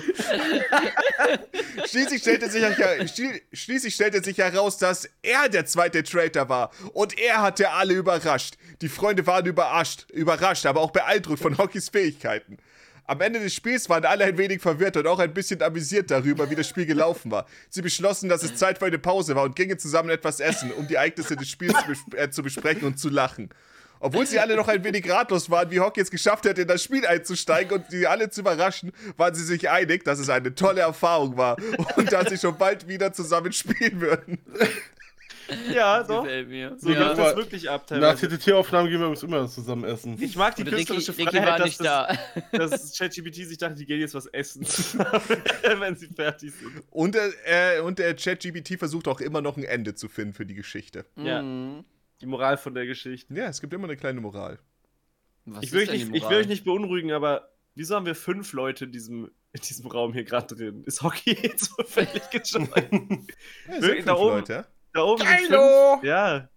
Schließlich stellte, sich, schli- schließlich stellte sich heraus, dass er der zweite Traitor war. Und er hatte alle überrascht. Die Freunde waren überrascht, überrascht aber auch beeindruckt von Hockeys Fähigkeiten. Am Ende des Spiels waren alle ein wenig verwirrt und auch ein bisschen amüsiert darüber, wie das Spiel gelaufen war. Sie beschlossen, dass es Zeit für eine Pause war und gingen zusammen etwas essen, um die Ereignisse des Spiels zu, besp äh, zu besprechen und zu lachen. Obwohl sie alle noch ein wenig ratlos waren, wie Hockey es geschafft hätte, in das Spiel einzusteigen und sie alle zu überraschen, waren sie sich einig, dass es eine tolle Erfahrung war und dass sie schon bald wieder zusammen spielen würden. Ja, doch. Gefällt mir. So Ja. läuft das wirklich ab Nach teilweise. TTT-Aufnahmen gehen wir übrigens immer zusammen essen. Ich mag die Und Ricky, künstlerische Ricky war Freiheit, dass, nicht das, da. [LAUGHS] dass ChatGPT sich dachte, die gehen jetzt [LAUGHS] was essen, [LAUGHS] wenn sie fertig sind. Und, äh, und der ChatGPT versucht auch immer noch ein Ende zu finden für die Geschichte. Ja. Mhm. Die Moral von der Geschichte. Ja, es gibt immer eine kleine Moral. Was Ich will, ist euch denn die nicht, ich will Moral? euch nicht beunruhigen, aber wieso haben wir fünf Leute in diesem, in diesem Raum hier gerade drin? Ist Hockey [LAUGHS] jetzt so [LAUGHS] völlig gejoint? Ja, es Wirklich, sind da fünf oben? Leute. da oben sind fünf. Hallo! Ja.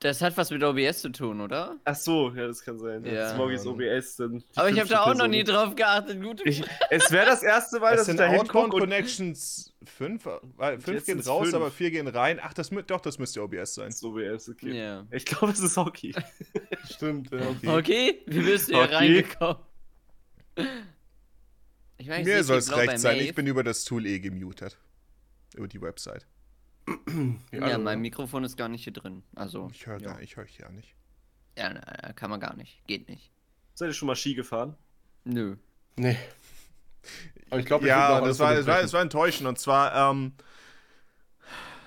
Das hat was mit OBS zu tun, oder? Ach so, ja, das kann sein. Ja. Ja. Smoggies OBS sind. die Aber ich habe fünfte da auch noch Person. nie drauf geachtet. Gute Ich, es wäre das erste Mal, Es dass ich sind da Outbound hinkomme und Connections 5, weil 5 Jetzt gehen sind's raus, fünf. aber 4 gehen rein. Ach, das, mü- doch, das müsste OBS sein. Das ist OBS, okay. ja. Ich glaube, es [LAUGHS] ist Hockey. Stimmt, ja. Okay, wir bist hier Okay. reingekommen. Ich meine, ich seh Mir viel soll es blau bei recht sein, Maeve. ich bin über das Tool eh gemutet. Über die Website. Ja, also, mein Mikrofon ist gar nicht hier drin. Also. Ich höre ja. gar, ich höre ich ja nicht. Ja, na, na, kann man gar nicht. Geht nicht. Seid ihr schon mal Ski gefahren? Nö. Nee. Aber ich glaube, Ja, das war, das, war, das war enttäuschend. Und zwar, ähm,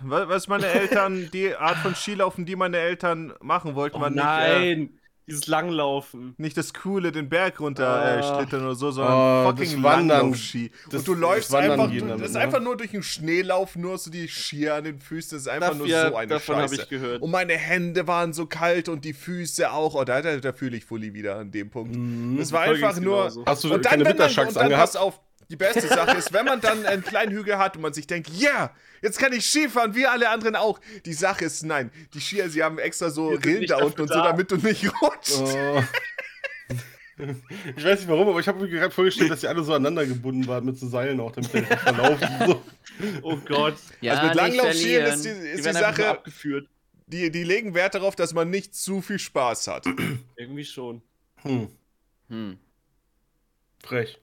wa- was meine Eltern, die Art von Skilaufen, die meine Eltern machen wollten, Oh war nicht, äh, Oh Dieses Langlaufen. nicht das Coole, den Berg runter äh, Ah. schlittern oder so, sondern Ah, fucking das Wandern. Langlaufski. Das- Und du das läufst Wandern einfach, gehen du, damit, das ist ne? einfach nur durch den Schneelauf, nur so die Skier an den Füßen, das ist einfach nur Ja, so eine davon habe Scheiße. ich gehört. Und meine Hände waren so kalt und die Füße auch. Oh, da, da, da fühle ich Fully wieder an dem Punkt. Um, Es war Voll einfach ging's nur. genauso. Hast du Und dann, keine wenn man, und Winterschacks dann pass angehabt? auf, die beste Sache ist, wenn man dann einen kleinen Hügel hat und man sich denkt, ja, yeah, jetzt kann ich Skifahren, wie alle anderen auch. Die Sache ist, nein, die Skier, sie haben extra so Die sind Rillen nicht da dafür unten und da. so, damit du nicht [LAUGHS] rutschst. Oh. [LAUGHS] Ich weiß nicht warum, aber ich habe mir gerade vorgestellt, dass die alle so aneinander gebunden waren mit so Seilen auch, damit die nicht verlaufen. So. Oh Gott. Ja, also mit nicht Langlaufskieren verlieren. ist die, Die ist die werden einfach nur Sache, abgeführt. die, die legen Wert darauf, dass man nicht zu viel Spaß hat. Irgendwie schon. Hm, Hm. frech.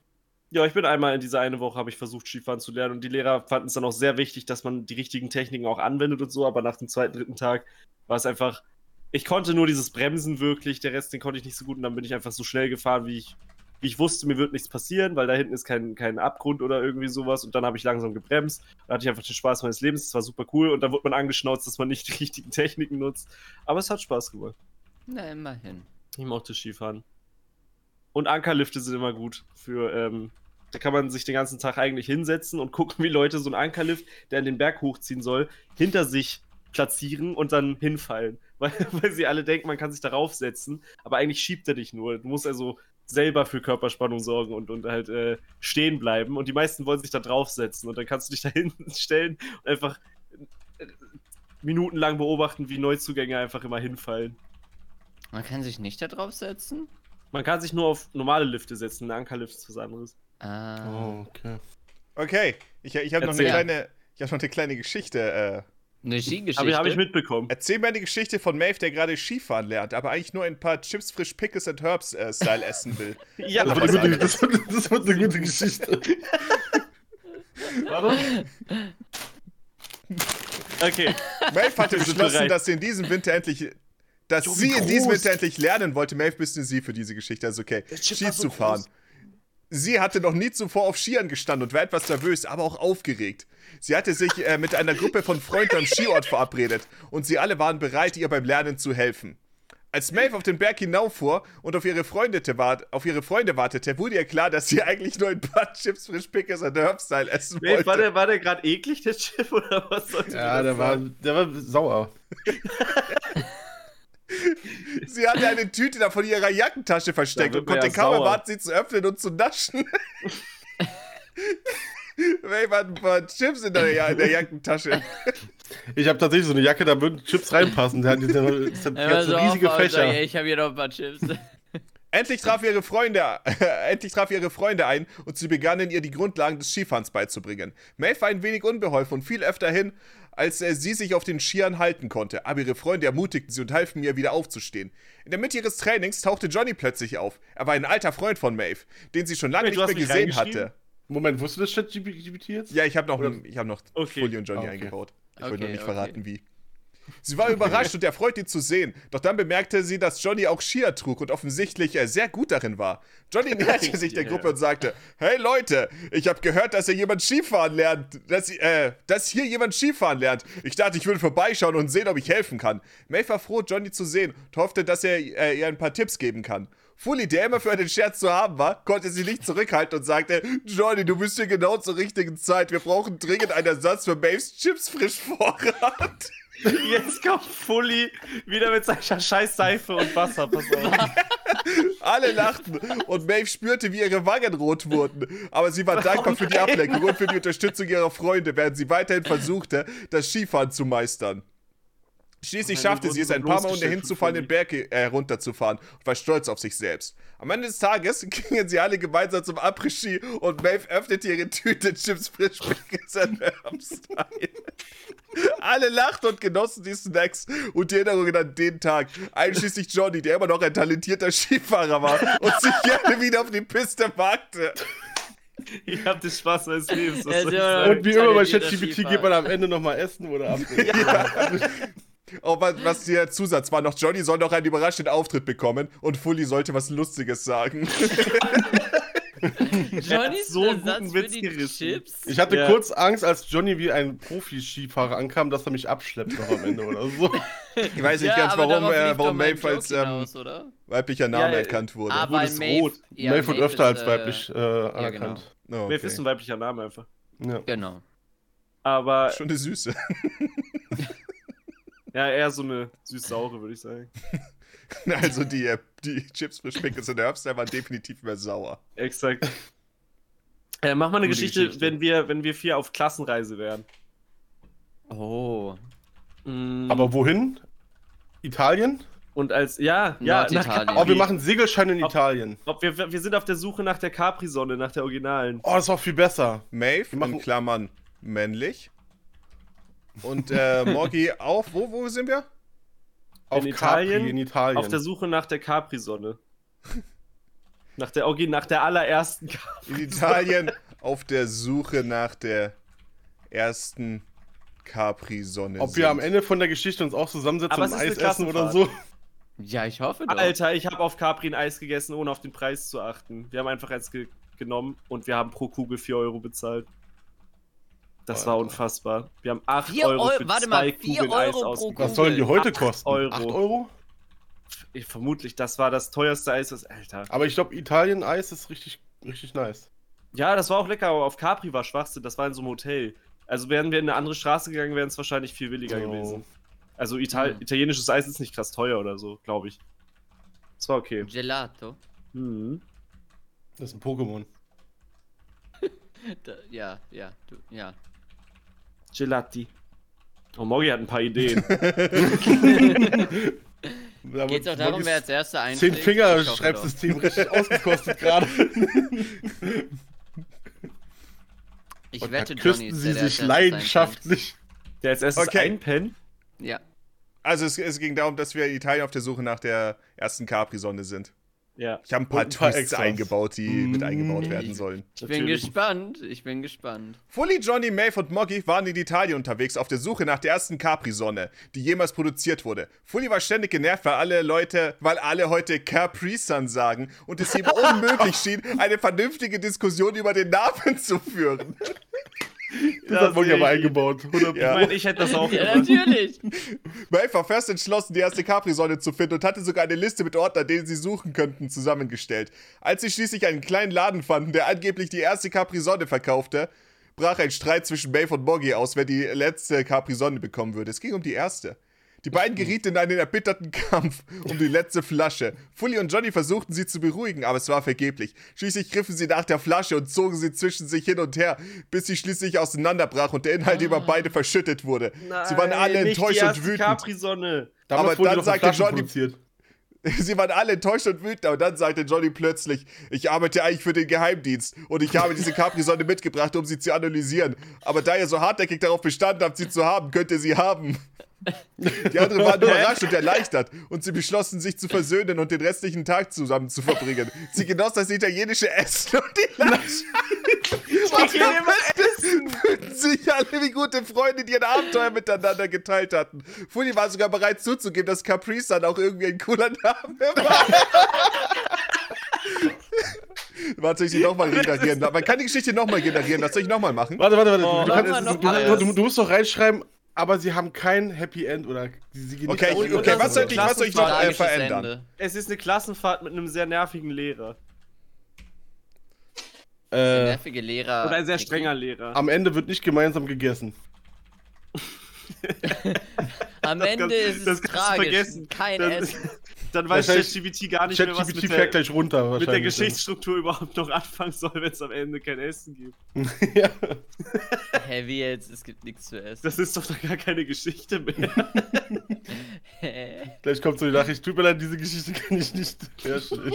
Ja, ich bin einmal in dieser eine Woche, habe ich versucht, Skifahren zu lernen. Und die Lehrer fanden es dann auch sehr wichtig, dass man die richtigen Techniken auch anwendet und so. Aber nach dem zweiten, dritten Tag war es einfach. Ich konnte nur dieses Bremsen wirklich, der Rest, den konnte ich nicht so gut. Und dann bin ich einfach so schnell gefahren, wie ich, wie ich wusste, mir wird nichts passieren, weil da hinten ist kein, kein Abgrund oder irgendwie sowas. Und dann habe ich langsam gebremst. Da hatte ich einfach den Spaß meines Lebens. Es war super cool. Und dann wurde man angeschnauzt, dass man nicht die richtigen Techniken nutzt. Aber es hat Spaß gemacht. Na, immerhin. Ich mochte Skifahren. Und Ankerlifte sind immer gut für. Ähm, da kann man sich den ganzen Tag eigentlich hinsetzen und gucken, [LAUGHS] wie Leute so einen Ankerlift, der an den Berg hochziehen soll, hinter sich platzieren und dann hinfallen. [LAUGHS] Weil, weil sie alle denken, man kann sich darauf setzen, aber eigentlich schiebt er dich nur. Du musst also selber für Körperspannung sorgen und, und halt äh, stehen bleiben. Und die meisten wollen sich da draufsetzen und dann kannst du dich da [LAUGHS] hinten stellen und einfach äh, minutenlang beobachten, wie Neuzugänge einfach immer hinfallen. Man kann sich nicht da drauf setzen? Man kann sich nur auf normale Lifte setzen, ein Ankerlift ist was anderes. Ah. Oh, okay. Okay, ich, ich habe noch, eine Erzähl. kleine- ich hab noch eine kleine Geschichte. Äh, Eine Skigeschichte. Aber habe ich mitbekommen. erzähl mir eine Geschichte von Maeve, der gerade Skifahren lernt, aber eigentlich nur ein paar Chips, Frisch, Pickles and Herbs äh, Style essen will. [LAUGHS] Also Ja, Das aber wird, was eine gute, anderes. das, wird, das wird eine gute Geschichte. Warte. [LAUGHS] okay. Maeve hatte Wir sind beschlossen, bereit. dass sie in diesem Winter endlich. Dass Tobi sie in diesem Prost. Winter endlich lernen wollte. Maeve bisschen sie für diese Geschichte, also okay. Der Chip Ski war so zu fahren. groß. Sie hatte noch nie zuvor auf Skiern gestanden und war etwas nervös, aber auch aufgeregt. Sie hatte sich äh, mit einer Gruppe von Freunden am Skiort verabredet und sie alle waren bereit, ihr beim Lernen zu helfen. Als Maeve auf den Berg hinauffuhr und auf ihre, Freunde wart, auf ihre Freunde wartete, wurde ihr klar, dass sie eigentlich nur ein paar Chips frisch Pickers und Herbstyle essen wollte. Wait, war der, war der gerade eklig, der Chip, [LAUGHS] oder was sollte Ja, der das war, sagen? der war sauer. Sie hatte eine Tüte davon in ihrer Jackentasche versteckt Da wird und man konnte ja kaum [LAUGHS] sauer. erwarten, sie zu öffnen und zu naschen. Ray war ein paar Chips in der, ja in der Jackentasche. Ich habe tatsächlich so eine Jacke, da würden Chips reinpassen. Der hat [LAUGHS] diese, der Er hat war so auf, riesige aber Fächer. sag, ey, ich habe hier noch ein paar Chips. Endlich traf ihre Freunde, [LAUGHS] endlich traf ihre Freunde ein und sie begannen ihr die Grundlagen des Skifahrens beizubringen. Maeve war ein wenig unbeholfen und fiel öfter hin, als äh, sie sich auf den Skiern halten konnte, aber ihre Freunde ermutigten sie und halfen ihr wieder aufzustehen. In der Mitte ihres Trainings tauchte Johnny plötzlich auf. Er war ein alter Freund von Maeve, den sie schon lange Wait, nicht du mehr hast mich gesehen reingeschrieben? hatte. Moment, wusste das ChatGPT jetzt? Ja, ich habe noch, ich hab noch Okay. Fully und Johnny Ah, okay. eingebaut. Ich Okay, wollte nur nicht okay. verraten, wie. Sie war überrascht und erfreut, ihn zu sehen. Doch dann bemerkte sie, dass Johnny auch Skier trug und offensichtlich äh, sehr gut darin war. Johnny näherte sich der Ja. Gruppe und sagte: Hey Leute, ich habe gehört, dass hier jemand Skifahren lernt. Dass, äh, dass hier jemand Skifahren lernt. Ich dachte, ich würde vorbeischauen und sehen, ob ich helfen kann. Maeve war froh, Johnny zu sehen und hoffte, dass er äh, ihr ein paar Tipps geben kann. Fully, der immer für einen Scherz zu haben war, konnte sie nicht zurückhalten und sagte: Johnny, du bist hier genau zur richtigen Zeit. Wir brauchen dringend einen Ersatz für Maves Chips-Frischvorrat. Jetzt kommt Fully wieder mit seiner scheiß Seife und Wasser. Pass auf. [LAUGHS] Alle lachten und Maeve spürte, wie ihre Wangen rot wurden. Aber sie war dankbar für die Ablenkung und für die Unterstützung ihrer Freunde, während sie weiterhin versuchte, das Skifahren zu meistern. Schließlich Und dann schaffte sie es, wurden ein paar Mal bloßgestellt ohne von hinzufallenden Fully. Berg äh, runterzufahren und war stolz auf sich selbst. Am Ende des Tages [LAUGHS] gingen sie alle gemeinsam zum Après-Ski und Maeve öffnete ihre Tüte Chips frisch an Herbstteil. [LAUGHS] Alle lachten und genossen die Snacks und die Erinnerungen an den Tag, einschließlich Johnny, der immer noch ein talentierter Skifahrer war und sich [LAUGHS] gerne wieder auf die Piste wagte. Ihr habt den Spaß meines Lebens. Ja, Was soll ich so. sagen? Und wie immer bei Talentierter ChatGPT Skifahrer. geht man am Ende nochmal essen oder ab. Oh, was, was der Zusatz war noch, Johnny soll noch einen überraschenden Auftritt bekommen und Fully sollte was Lustiges sagen. Johnnys so einen Ersatz guten für Witz die gerissen. Chips? Ich hatte Ja. kurz Angst, als Johnny wie ein Profi-Skifahrer ankam, dass er mich abschleppt noch am Ende oder so. Ich weiß nicht Ja, ganz, aber warum, darauf lief äh, doch warum mein Maeve als Joke ähm, hinaus, oder? weiblicher Name Ja, ja, erkannt wurde. aber Wurde es Maeve- rot. ja, Maeve wird Maeve öfter ist, als weiblich äh, anerkannt. Oh, Maeve ist ein weiblicher Name einfach. Ja. Genau. Aber [LAUGHS] Schon eine Süße. [LAUGHS] ja, eher so eine süß-saure, würde ich sagen. Also die, äh, die Chips frisch Pickles in der Herbstzeit waren definitiv mehr sauer. [LAUGHS] Exakt. Äh, mach mal eine Gute Geschichte, Geschichte. Wenn, wir, wenn wir vier auf Klassenreise wären. Oh. Mm. Aber wohin? Italien? Und als, ja, ja, nach Norditalien. Capri. Oh, wir machen Segelschein in Italien. Ob wir, wir sind auf der Suche nach der Capri-Sonne, nach der originalen. Oh, das war viel besser. Maeve, Wir machen- in Klammern, männlich. Und äh, [LAUGHS] Morgi auf, wo, wo sind wir? Auf in Italien? Capri in Italien. Auf der Suche nach [LAUGHS] der Capri-Sonne. nach der Orgi, nach der allerersten Capri. In Italien auf der Suche nach der ersten Capri-Sonne. Ob wir am Ende von der Geschichte uns auch zusammensetzen Aber und es ist Eis eine essen oder so. Klassenfahrt. Ja, ich hoffe doch. Alter, ich habe auf Capri ein Eis gegessen, ohne auf den Preis zu achten. Wir haben einfach eins ge genommen und wir haben pro Kugel 4 Euro bezahlt. Das war Alter. unfassbar. Wir haben 8 Vier Euro Eu- für warte zwei mal, vier Kugeln Eis Euro pro ausgegeben. Was sollen die Google. heute Acht kosten? Euro. Acht Euro? Ich, vermutlich, das war das teuerste Eis, das... Alter. Aber ich glaube, Italien-Eis ist richtig, richtig nice. Ja, das war auch lecker, aber auf Capri war Schwachsinn. Das war in so einem Hotel. Also wären wir in eine andere Straße gegangen, wären es wahrscheinlich viel billiger Oh. gewesen. Also Ital Hm. italienisches Eis ist nicht krass teuer oder so, glaube ich. Das war okay. Gelato. Hm. Das ist ein [LAUGHS] Pokémon. Da, ja, ja, du, ja. Gelati. Oh, Moggi hat ein paar Ideen. Geht's auch darum, wer als erster Zehn einsteigt? Finger Ich hoffe Schreibsystem richtig [LAUGHS] ausgekostet gerade. doch. Ich Und Oh, da wette, Johnny küssten ist sie der, der als erstes sich einsteigt. leidenschaftlich. Der als erstes Okay. einpennt. Ja. also es, es ging darum, dass wir in Italien auf der Suche nach der ersten Capri-Sonne sind. Ja. Ich habe ein paar, Und ein paar Twists Extras. eingebaut, die Mm. mit eingebaut werden sollen. Ich bin Natürlich. gespannt. Ich bin gespannt. Fully, Johnny, Maeve und Moggy waren in Italien unterwegs auf der Suche nach der ersten Capri-Sonne, die jemals produziert wurde. Fully war ständig genervt, weil alle Leute, weil alle heute Capri-Sun sagen und es ihm unmöglich schien, eine vernünftige Diskussion über den Namen zu führen. Das hat Monja sehe aber ich. eingebaut. 100 Ich Ja. meine, ich hätte das auch [LAUGHS] [LAUGHS] Ja, gemacht. natürlich. Maeve war fest entschlossen, die erste Capri-Sonne zu finden und hatte sogar eine Liste mit Orten, an denen sie suchen könnten, zusammengestellt. Als sie schließlich einen kleinen Laden fanden, der angeblich die erste Capri-Sonne verkaufte, brach ein Streit zwischen Maeve und Moggy aus, wer die letzte Capri-Sonne bekommen würde. Es ging um die erste. Die beiden Mhm. gerieten in einen erbitterten Kampf um die letzte Flasche. Fully und Johnny versuchten sie zu beruhigen, aber es war vergeblich. Schließlich griffen sie nach der Flasche und zogen sie zwischen sich hin und her, bis sie schließlich auseinanderbrach und der Inhalt über beide verschüttet wurde. sie waren alle Ah. nicht die enttäuscht und erste wütend. Capri-Sonne. Aber dann doch sagte Flaschen Johnny- produziert. [LAUGHS] Sie waren alle enttäuscht und wütend, aber dann sagte Johnny plötzlich, ich arbeite eigentlich für den Geheimdienst und ich habe diese Capri-Sonne mitgebracht, um sie zu analysieren. Aber da ihr so hartnäckig darauf bestanden habt, sie zu haben, könnt ihr sie haben. Die anderen waren überrascht und erleichtert und sie beschlossen, sich zu versöhnen und den restlichen Tag zusammen zu verbringen. Sie genoss das italienische Essen und die Landschaft. Ich geh dir mal [LAUGHS] Fühlten sich alle wie gute Freunde, die ein Abenteuer miteinander geteilt hatten. Fully war sogar bereit zuzugeben, dass Capri Sun auch irgendwie ein cooler Name war. [LAUGHS] Warte, soll ich sie nochmal generieren. Man kann die Geschichte nochmal generieren. Was soll ich nochmal machen? Warte, warte, warte. Oh, du, warte, kannst, noch du, du, alles. du, du musst doch reinschreiben, aber sie haben kein Happy End oder sie, sie gehen Okay, nicht ich- daran okay, oder was so. soll ich, was soll ich noch äh, Tragisches verändern? Ende. Es ist eine Klassenfahrt mit einem sehr nervigen Lehrer. Der Äh, nervige Lehrer. Oder ein sehr strenger Lehrer. am Ende wird nicht gemeinsam gegessen. Am Das Ende kannst- ist es das kannst du tragisch. vergessen. Kein Dann- Essen. Dann weiß Wahrscheinlich- ChatGPT gar nicht mehr, was ChatGPT mit fährt der, gleich runter wahrscheinlich. mit der Geschichtsstruktur überhaupt noch anfangen soll, wenn es am Ende kein Essen [LAUGHS] gibt. ja. [LAUGHS] Hä, wie jetzt? Es gibt nichts zu essen. Das ist doch dann gar keine Geschichte mehr. Hä? Gleich kommt so die Nachricht, tut mir leid, diese Geschichte [LAUGHS] kann ich nicht herstellen.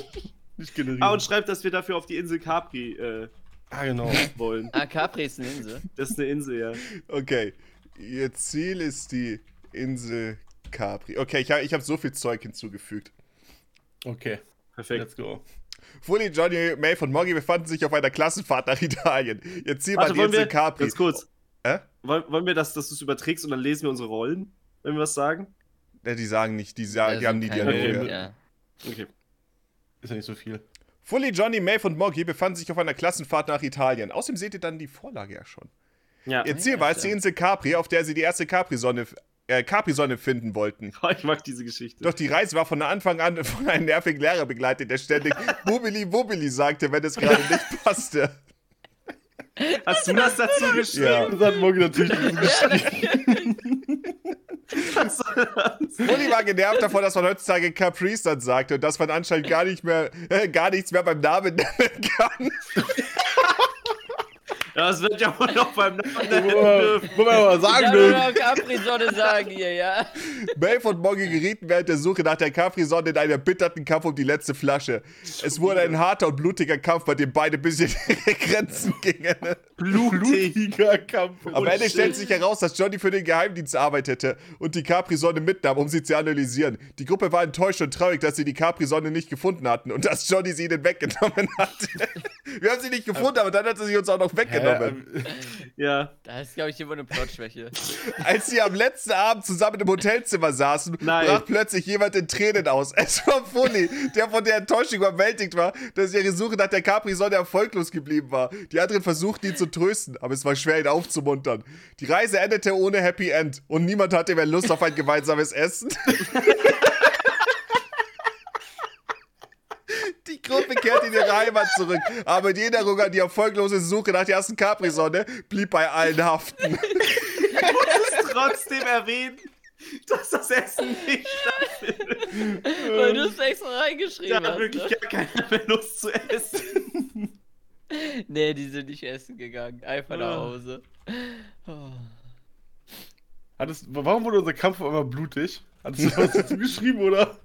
Nicht generieren. ah, und schreibt, dass wir dafür auf die Insel Capri äh, Ah, genau. wollen. [LAUGHS] ah, Capri ist eine Insel. Das ist eine Insel, ja. Okay, ihr Ziel ist die Insel Capri. Okay, ich habe ich hab so viel Zeug hinzugefügt. Okay, Perfekt. let's go. Fully, Johnny, Maeve und Moggy befanden sich auf einer Klassenfahrt nach Italien. Ihr Ziel war Warte, die wollen Insel wir, Capri. ganz kurz, Hä? wollen, wollen wir, das, dass du es überträgst und dann lesen wir unsere Rollen, wenn wir was sagen? Ja, die sagen nicht, die, sagen, Also die haben die Also kein- Dialoge. Okay. Ja. Okay. Ist ja nicht so viel. Fully, Johnny, Maeve und Moggy befanden sich auf einer Klassenfahrt nach Italien. Außerdem seht ihr dann die Vorlage ja schon. Ja. Ihr Ah, Ziel ja, war es, die stimmt. Insel Capri, auf der sie die erste Capri-Sonne äh, Capri-Sonne finden wollten. [LAUGHS] Ich mag diese Geschichte. Doch die Reise war von Anfang an [LAUGHS] von einem nervigen Lehrer begleitet, der [LAUGHS] ständig Bubbeli Bubbeli sagte, wenn es gerade nicht passte. Hast du das dazu geschrieben? [LAUGHS] Ja. Das hat morgen natürlich diese Geschichte. Was soll das? Bulli war genervt davon, dass man heutzutage Caprice dann sagt und dass man anscheinend gar nicht mehr, äh, gar nichts mehr beim Namen nennen kann. Ja, das wird ja wohl noch beim Namen nennen Wo man- dürfen. wo man aber Ich sagen habe will. nur Capri-Sonne sagen hier, ja. Maeve und Moggy gerieten während der Suche nach der Capri-Sonne in einen erbitterten Kampf um die letzte Flasche. Es wurde ein harter und blutiger Kampf, bei dem beide bis in ihre [LAUGHS] Grenzen gingen. Blutig. Blutiger Kampf. Oh, Am Ende shit. stellt sich heraus, dass Johnny für den Geheimdienst arbeitete und die Capri-Sonne mitnahm, um sie zu analysieren. Die Gruppe war enttäuscht und traurig, dass sie die Capri-Sonne nicht gefunden hatten und dass Johnny sie ihnen weggenommen hatte. [LAUGHS] Wir haben sie nicht gefunden, aber dann hat er sie uns auch noch weggenommen. Äh, Ja. Da ist, glaube ich, immer eine Plotschwäche. [LAUGHS] Als sie am letzten Abend zusammen im Hotelzimmer saßen, Nein. brach plötzlich jemand in Tränen aus. [LAUGHS] Es war Fully, der von der Enttäuschung überwältigt war, dass ihre Suche nach der Capri-Sonne erfolglos geblieben war. Die anderen versuchten ihn zu trösten, aber es war schwer, ihn aufzumuntern. Die Reise endete ohne Happy End und niemand hatte mehr Lust auf ein gemeinsames Essen. [LAUGHS] Die Gruppe kehrte in ihre Heimat zurück, aber die Erinnerung an die erfolglose Suche nach der ersten Capri-Sonne blieb bei allen haften. Muss trotzdem erwähnen, dass das Essen nicht stattfindet. Weil du es extra Da reingeschrieben hat hast. ne? wirklich Wirklich. gar keiner mehr Lust zu essen. Nee, die sind nicht essen gegangen. Einfach nach Ah. Hause. Oh. hat es, warum wurde unser Kampf auf einmal blutig? Hattest du [LAUGHS] was dazu geschrieben, oder?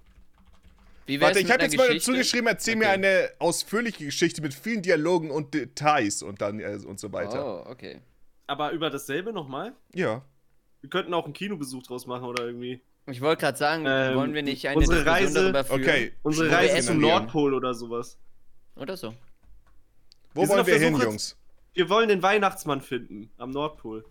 Wie wär's Warte, ich mit habe einer jetzt mal Geschichte? dazu geschrieben, erzähl mir Okay. eine ausführliche Geschichte mit vielen Dialogen und Details und dann äh, und so weiter. Oh, okay. Aber über dasselbe nochmal? Ja. Wir könnten auch einen Kinobesuch draus machen oder irgendwie. Ich wollte gerade sagen, Ähm, wollen wir nicht eine unsere Diskussion Reise- darüber führen? Okay. Unsere Wo wir Reise essen zum gehen. Nordpol oder sowas. Oder so. Wo Wir sind wollen auf wir der hin, Suche- Jungs? Wir wollen den Weihnachtsmann finden am Nordpol.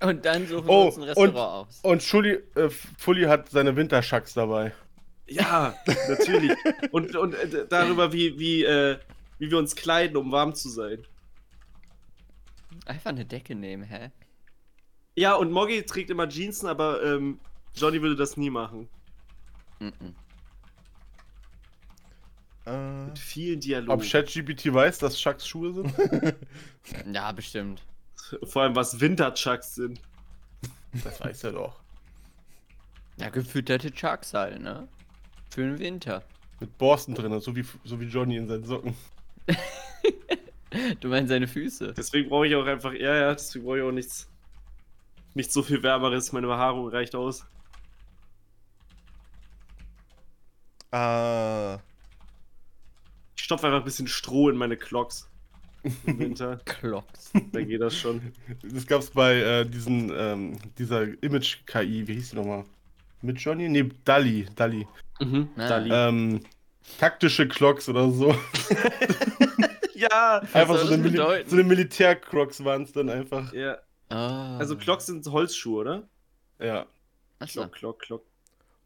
Und dann suchen wir Oh, uns ein und- Restaurant aus. Und Schulli, äh, Fulli hat seine Winterschacks dabei. Ja, natürlich. Und, und äh, darüber, wie, wie, äh, wie wir uns kleiden, um warm zu sein. Einfach eine Decke nehmen, hä? Ja, und Moggy trägt immer Jeansen, aber ähm, Johnny würde das nie machen. Mhm. Äh, Mit vielen Dialogen. Ob ChatGPT weiß, dass Schacks Schuhe sind? Ja, bestimmt. Vor allem, was Winterchucks sind. Das weiß er doch. Ja, gefütterte Sharks halt, ne? Für den Winter. Mit Borsten drin, so wie, so wie Johnny in seinen Socken. Du meinst seine Füße. Deswegen brauche ich auch einfach, ja, ja, deswegen brauche ich auch nichts, nichts so viel Wärmeres. Meine Behaarung reicht aus. Ah. Ich stopfe einfach ein bisschen Stroh in meine Clocks im Winter. [LAUGHS] Klocks. dann geht das schon. Das gab's bei äh, diesen, ähm, dieser Image-KI, wie hieß die nochmal? Mit Johnny? Nee, Dali, Dali. Mhm. Ah. Dali. Ähm, taktische Clocks oder so. Ja, [LAUGHS] soll Einfach so das eine, Mili bedeuten? so eine Militär-Crocs waren es dann einfach. ja. Ah. Also Clocks sind Holzschuhe, oder? Ja. Achso. Klock, Klock, Klock.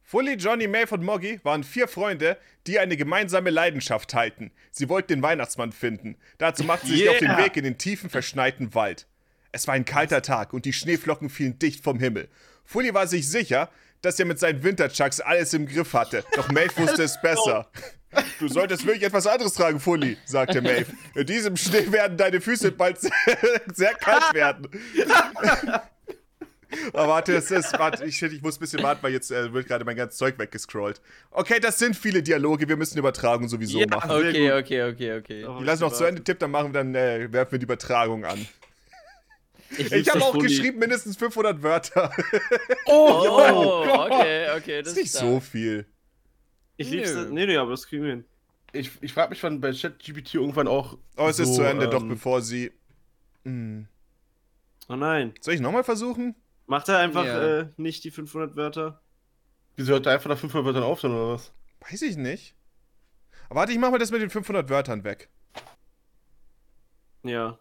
Fully, Johnny, Maeve und Moggy waren vier Freunde, die eine gemeinsame Leidenschaft teilten. Sie wollten den Weihnachtsmann finden. Dazu machten sie sich Yeah. auf den Weg in den tiefen, verschneiten Wald. Es war ein kalter Tag und die Schneeflocken fielen dicht vom Himmel. Fully war sich sicher, dass er mit seinen Winterchucks alles im Griff hatte, doch Maeve wusste es besser. Du solltest wirklich etwas anderes tragen, Fully, sagte Maeve. In diesem Schnee werden deine Füße bald [LAUGHS] sehr, sehr kalt werden. Aber Oh, warte, es ist, warte ich, shit, ich muss ein bisschen warten, weil jetzt äh, wird gerade mein ganzes Zeug weggescrollt. Okay, das sind viele Dialoge, wir müssen Übertragung sowieso Ja. machen. Okay, okay, okay, okay. Oh, Ich lasse noch zu Ende Tipp, dann machen wir dann äh, werfen wir die Übertragung an. Ich habe auch Fully. geschrieben mindestens 500 Wörter. Oh, okay, okay. Das Das ist nicht so stark. viel. Ich lieb's. Nö. Nee, nee, aber das kriegen wir hin. Ich, ich frage mich, wann bei ChatGPT irgendwann auch. Oh, es ist so, zu Ende, doch ähm, bevor sie. Hm. Oh nein. Soll ich nochmal versuchen? Macht er einfach Ja. äh, nicht die 500 Wörter? Wieso hört er einfach nach 500 Wörtern auf dann oder was? Weiß ich nicht. Aber warte, ich mach mal das mit den 500 Wörtern weg. Ja.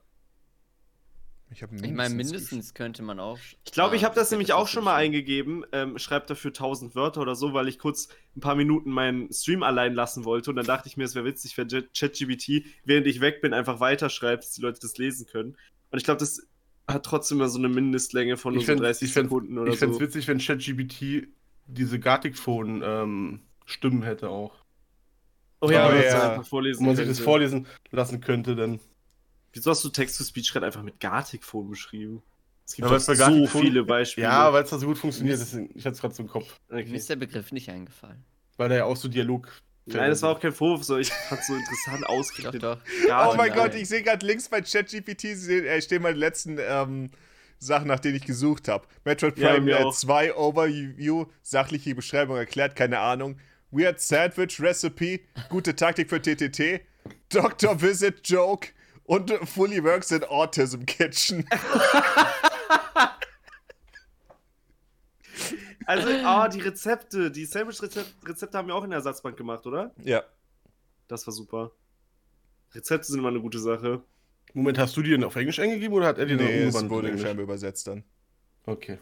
Ich, hab Ich meine, mindestens könnte man auch. Ich glaube, ich Ah, habe das geht nämlich auch schon mal dazwischen. eingegeben. Ähm, schreibt dafür 1000 Wörter oder so, weil ich kurz ein paar Minuten meinen Stream allein lassen wollte. Und dann dachte ich mir, es wäre witzig, wenn Jet- ChatGPT, während ich weg bin, einfach weiterschreibt, dass die Leute das lesen können. Und ich glaube, das hat trotzdem mal so eine Mindestlänge von nur Ich so fänd- 30 ich fänd- Sekunden oder ich fände so. es witzig, wenn ChatGPT diese Gartic-Phone-Stimmen hätte auch. Oh ja, Oh wenn man ja. es einfach vorlesen Und man sich das könnte. vorlesen lassen könnte, dann. Wieso hast du Text-to-Speech gerade einfach mit Gartic-Phone beschrieben? Es gibt Ja, weil doch es bei so Gartic-Phone- viele Beispiele. Ja, weil es da so gut funktioniert, deswegen, ich hatte es gerade so im Kopf. Mir okay. ist der Begriff nicht eingefallen. Weil da ja auch so Dialog. Nein, das war auch kein Vorwurf, so ich fand so interessant Doch, ausgerechnet. doch. Oh, Gartic- mein nein. Gott, ich sehe gerade links bei ChatGPT se- äh, stehen meine letzten ähm, Sachen, nach denen ich gesucht habe. Metroid Ja, Prime mir äh, auch. 2 Overview, sachliche Beschreibung erklärt, keine Ahnung. Weird Sandwich Recipe, gute Taktik für TTT. Dr. Visit Joke und Fully Works in Autism Kitchen. Also, ah, die Rezepte, die Sandwich-Rezepte haben wir auch in der Ersatzbank gemacht, oder? [LAUGHS] ja. Das war super. Rezepte sind immer eine gute Sache. Moment, hast du die denn auf Englisch eingegeben oder hat er die dann Nee, es umgewandelt in wurde Englisch? scheinbar übersetzt dann. Okay.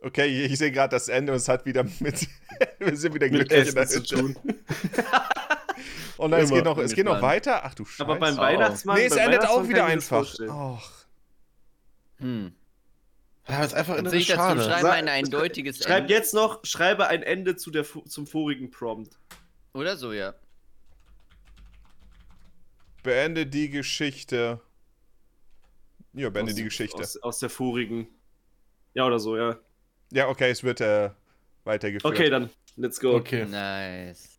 Okay, ich- ich sehe gerade das Ende und es hat wieder mit. [LAUGHS] wir sind wieder Mit glücklich in der Essen zu Hütte. Und es Immer geht noch, es geht noch angespannt. weiter. Ach du Scheiße. Aber beim Oh. Weihnachtsmann. nee, es beim endet Weihnachtsmann auch wieder kann ich mir das einfach. vorstellen. Ach. Hm. Ja, Ah, das ist einfach Dann eine sehe ich dazu Schade. schreiben Sag- ein eindeutiges Schreib Ende. jetzt noch, schreibe ein Ende zu der, vo- zum vorigen Prompt. Oder so, ja. Beende die Geschichte. Ja, beende Aus- die Geschichte. Aus, aus der vorigen. Ja, oder so, ja. Ja, okay, es wird äh, weitergeführt. Okay, dann, let's go. Okay, Nice.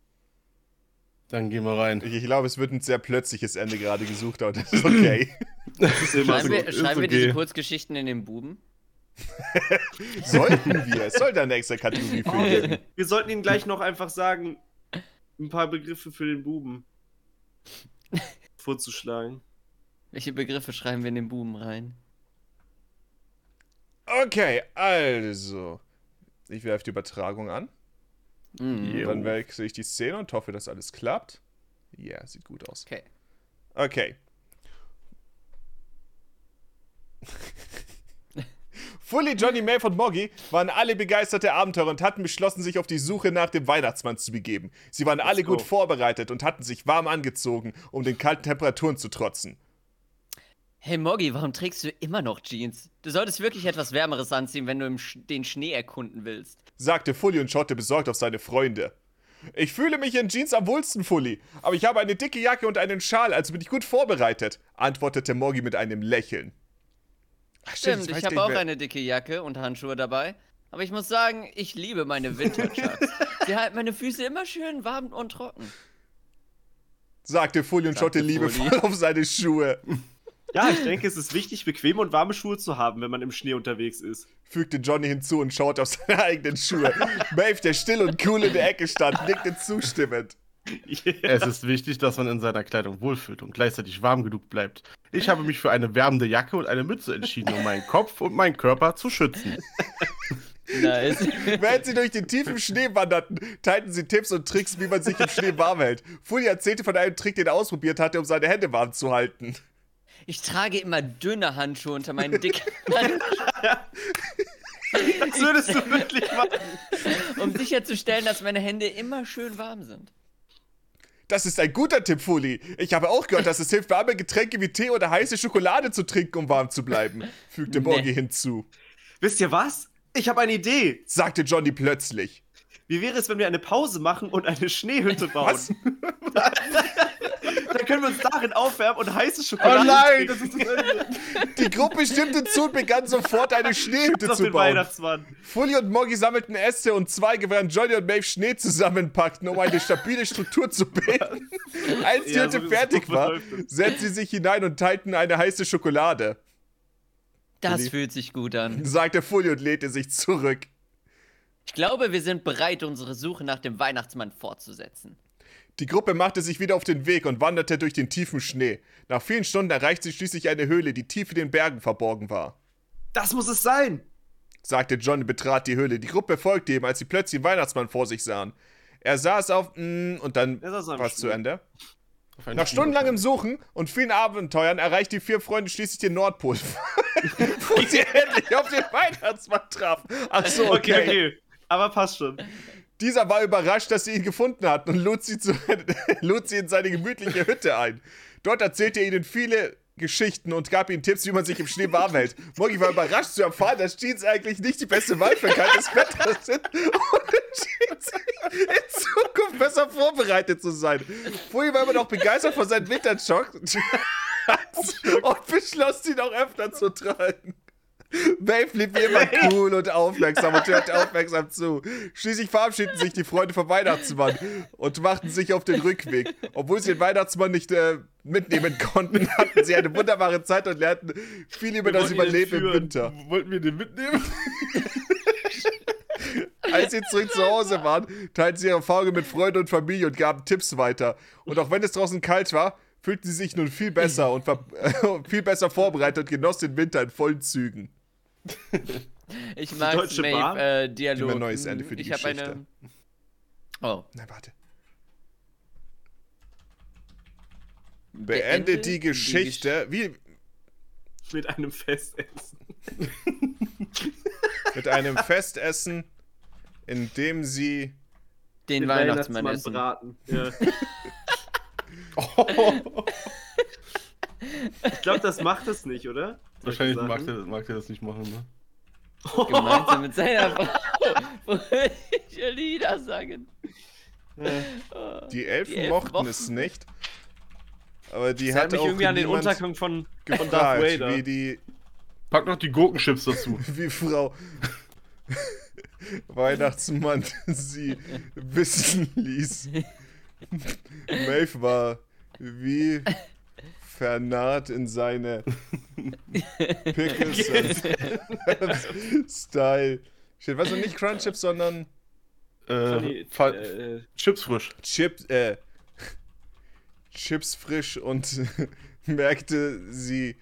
dann gehen wir rein. Ich, ich glaube, es wird ein sehr plötzliches Ende gerade gesucht, aber das ist okay. Das ist immer Schreiben so. wir, ist schreiben wir okay. diese Kurzgeschichten in den Buben? Sollten wir. Es sollte eine extra Kategorie für geben. Wir sollten ihnen gleich noch einfach sagen, ein paar Begriffe für [LAUGHS] den Buben vorzuschlagen. Welche Begriffe schreiben wir in den Buben rein? Okay, also. Ich werfe die Übertragung an. Hm. Jo. Dann wechsle ich die Szene und hoffe, dass alles klappt. Ja, sieht gut aus. Okay. Okay. Fully, Johnny, Maeve und Moggy waren alle begeisterte Abenteurer und hatten beschlossen, sich auf die Suche nach dem Weihnachtsmann zu begeben. Sie waren alle go. gut vorbereitet und hatten sich warm angezogen, um den kalten Temperaturen zu trotzen. Hey Moggy, warum trägst du immer noch Jeans? Du solltest wirklich etwas Wärmeres anziehen, wenn du im Sch den Schnee erkunden willst. sagte Fully und schaute besorgt auf seine Freunde. Ich fühle mich in Jeans am wohlsten, Fully, aber ich habe eine dicke Jacke und einen Schal, also bin ich gut vorbereitet, antwortete Moggy mit einem Lächeln. Ach, Stimmt, das weiß ich habe nicht auch mehr. eine dicke Jacke und Handschuhe dabei. Aber ich muss sagen, ich [LAUGHS] liebe meine Winterchucks. Sie halten meine Füße immer schön warm und trocken. Sagte Fully und Sagte schotte liebevoll auf seine Schuhe. Ja, ich denke, es ist wichtig, bequeme und warme Schuhe zu haben, wenn man im Schnee unterwegs ist. [LAUGHS] Fügte Johnny hinzu und schaut auf seine eigenen Schuhe. Maeve, der still und cool in der Ecke stand, nickte zustimmend. Es ist wichtig, dass man in seiner Kleidung wohlfühlt und gleichzeitig warm genug bleibt. Ich habe mich für eine wärmende Jacke und eine Mütze entschieden, um meinen Kopf und meinen Körper zu schützen. Nice. Während sie durch den tiefen Schnee wanderten, teilten sie Tipps und Tricks, wie man sich im Schnee warm hält. Fully erzählte von einem Trick, den er ausprobiert hatte, um seine Hände warm zu halten. [LAUGHS] Ich trage immer dünne Handschuhe unter meinen dicken Handschuhen, Das würdest du wirklich machen. um sicherzustellen, dass meine Hände immer schön warm sind. Das ist ein guter Tipp, Fully. Ich habe auch gehört, dass es hilft, warme Getränke wie Tee oder heiße Schokolade zu trinken, um warm zu bleiben, fügte Nee. Borgi hinzu. Wisst ihr was? Ich habe eine Idee. Sagte Johnny plötzlich. Wie wäre es, wenn wir eine Pause machen und eine Schneehütte bauen? Was? Dann können wir uns darin aufwärmen und heiße Schokolade. Oh nein, trinken. das [LAUGHS] ist das Ende. Die Gruppe stimmte zu und begann sofort [LAUGHS] eine Schneehütte Auf zu den bauen. Weihnachtsmann. Fully und Moggy sammelten Äste und Zweige, während Johnny und Maeve Schnee zusammenpackten, um eine stabile Struktur zu [LAUGHS] bilden. Als die Ja, Hütte so- so fertig war, läuft es. setzten sie sich hinein und teilten eine heiße Schokolade, Das Billy. fühlt sich gut an. sagte Fully und lehnte sich zurück. Ich glaube, wir sind bereit, unsere Suche nach dem Weihnachtsmann fortzusetzen. Die Gruppe machte sich wieder auf den Weg und wanderte durch den tiefen Schnee. Nach vielen Stunden erreichte sie schließlich eine Höhle, die tief in den Bergen verborgen war. Das muss es sein. sagte John und betrat die Höhle. Die Gruppe folgte ihm, als sie plötzlich den Weihnachtsmann vor sich sahen. Er saß auf mm, und dann Er saß auf einem war es zu Stuhl. Ende. Auf [LAUGHS] einen Nach Stuhl. stundenlangem Suchen und vielen Abenteuern erreichten die vier Freunde schließlich den Nordpol, [LAUGHS] wo sie endlich auf den Weihnachtsmann trafen. Ach so, okay. Okay, okay. Aber passt schon. Dieser war überrascht, dass sie ihn gefunden hatten und lud sie, zu, [LAUGHS] lud sie in seine gemütliche Hütte ein. Dort erzählte er ihnen viele Geschichten und gab ihnen Tipps, wie man sich im Schnee warm hält. Moggy war überrascht zu erfahren, dass Jeans eigentlich nicht die beste Wahl für kaltes Wetter sind und entschied sich, in Zukunft besser vorbereitet zu sein. Fully war immer noch begeistert von seinen Winterjocks und beschloss, ihn auch öfter zu tragen. Maeve blieb wie immer cool und aufmerksam und hörte aufmerksam zu. Schließlich verabschiedeten sich die Freunde vom Weihnachtsmann und machten sich auf den Rückweg. Obwohl sie den Weihnachtsmann nicht äh, mitnehmen konnten, hatten sie eine wunderbare Zeit und lernten viel über Wir das wollten ihn Überleben im entführen. Winter. Wollten wir den mitnehmen? Als sie zurück zu Hause waren, teilten sie ihre Erfahrungen mit Freunden und Familie und gaben Tipps weiter. Und auch wenn es draußen kalt war, fühlten sie sich nun viel besser und ver- [LAUGHS] viel besser vorbereitet und genossen den Winter in vollen Zügen. Ich mag deutsche Bar? Maeve äh, Dialog. Immer neues Ende für die ich hab Geschichte. Eine... Oh. Na, warte. Beende Beendet die Geschichte wie Mit einem Festessen. mit einem Festessen, in dem sie Den, Den Weihnachtsmann, essen. braten. Ja. Ich glaube, das macht es nicht, oder? [LAUGHS] Wahrscheinlich Solche mag Sachen. der, mag der das nicht machen, ne? Gemeinsam mit seiner Frau. [LAUGHS] ich Lieder sagen. Oh. die Elfen, Die Elfen mochten, mochten es nicht. Aber die Das hat hat mich auch irgendwie an den niemand Untergang von, von Darth gefragt, Vader. wie die Pack noch die Gurkenchips dazu. [LAUGHS] wie Frau Weihnachtsmann [LAUGHS] sie wissen ließ. [LAUGHS] Maeve war wie vernarrt in seine [LAUGHS] Pickles and [LAUGHS] Style. Shit, was also nicht Crunchips, sondern Äh, Sorry, Fa- äh, Chips frisch. Chips, äh, Chips frisch und [LAUGHS] merkte sie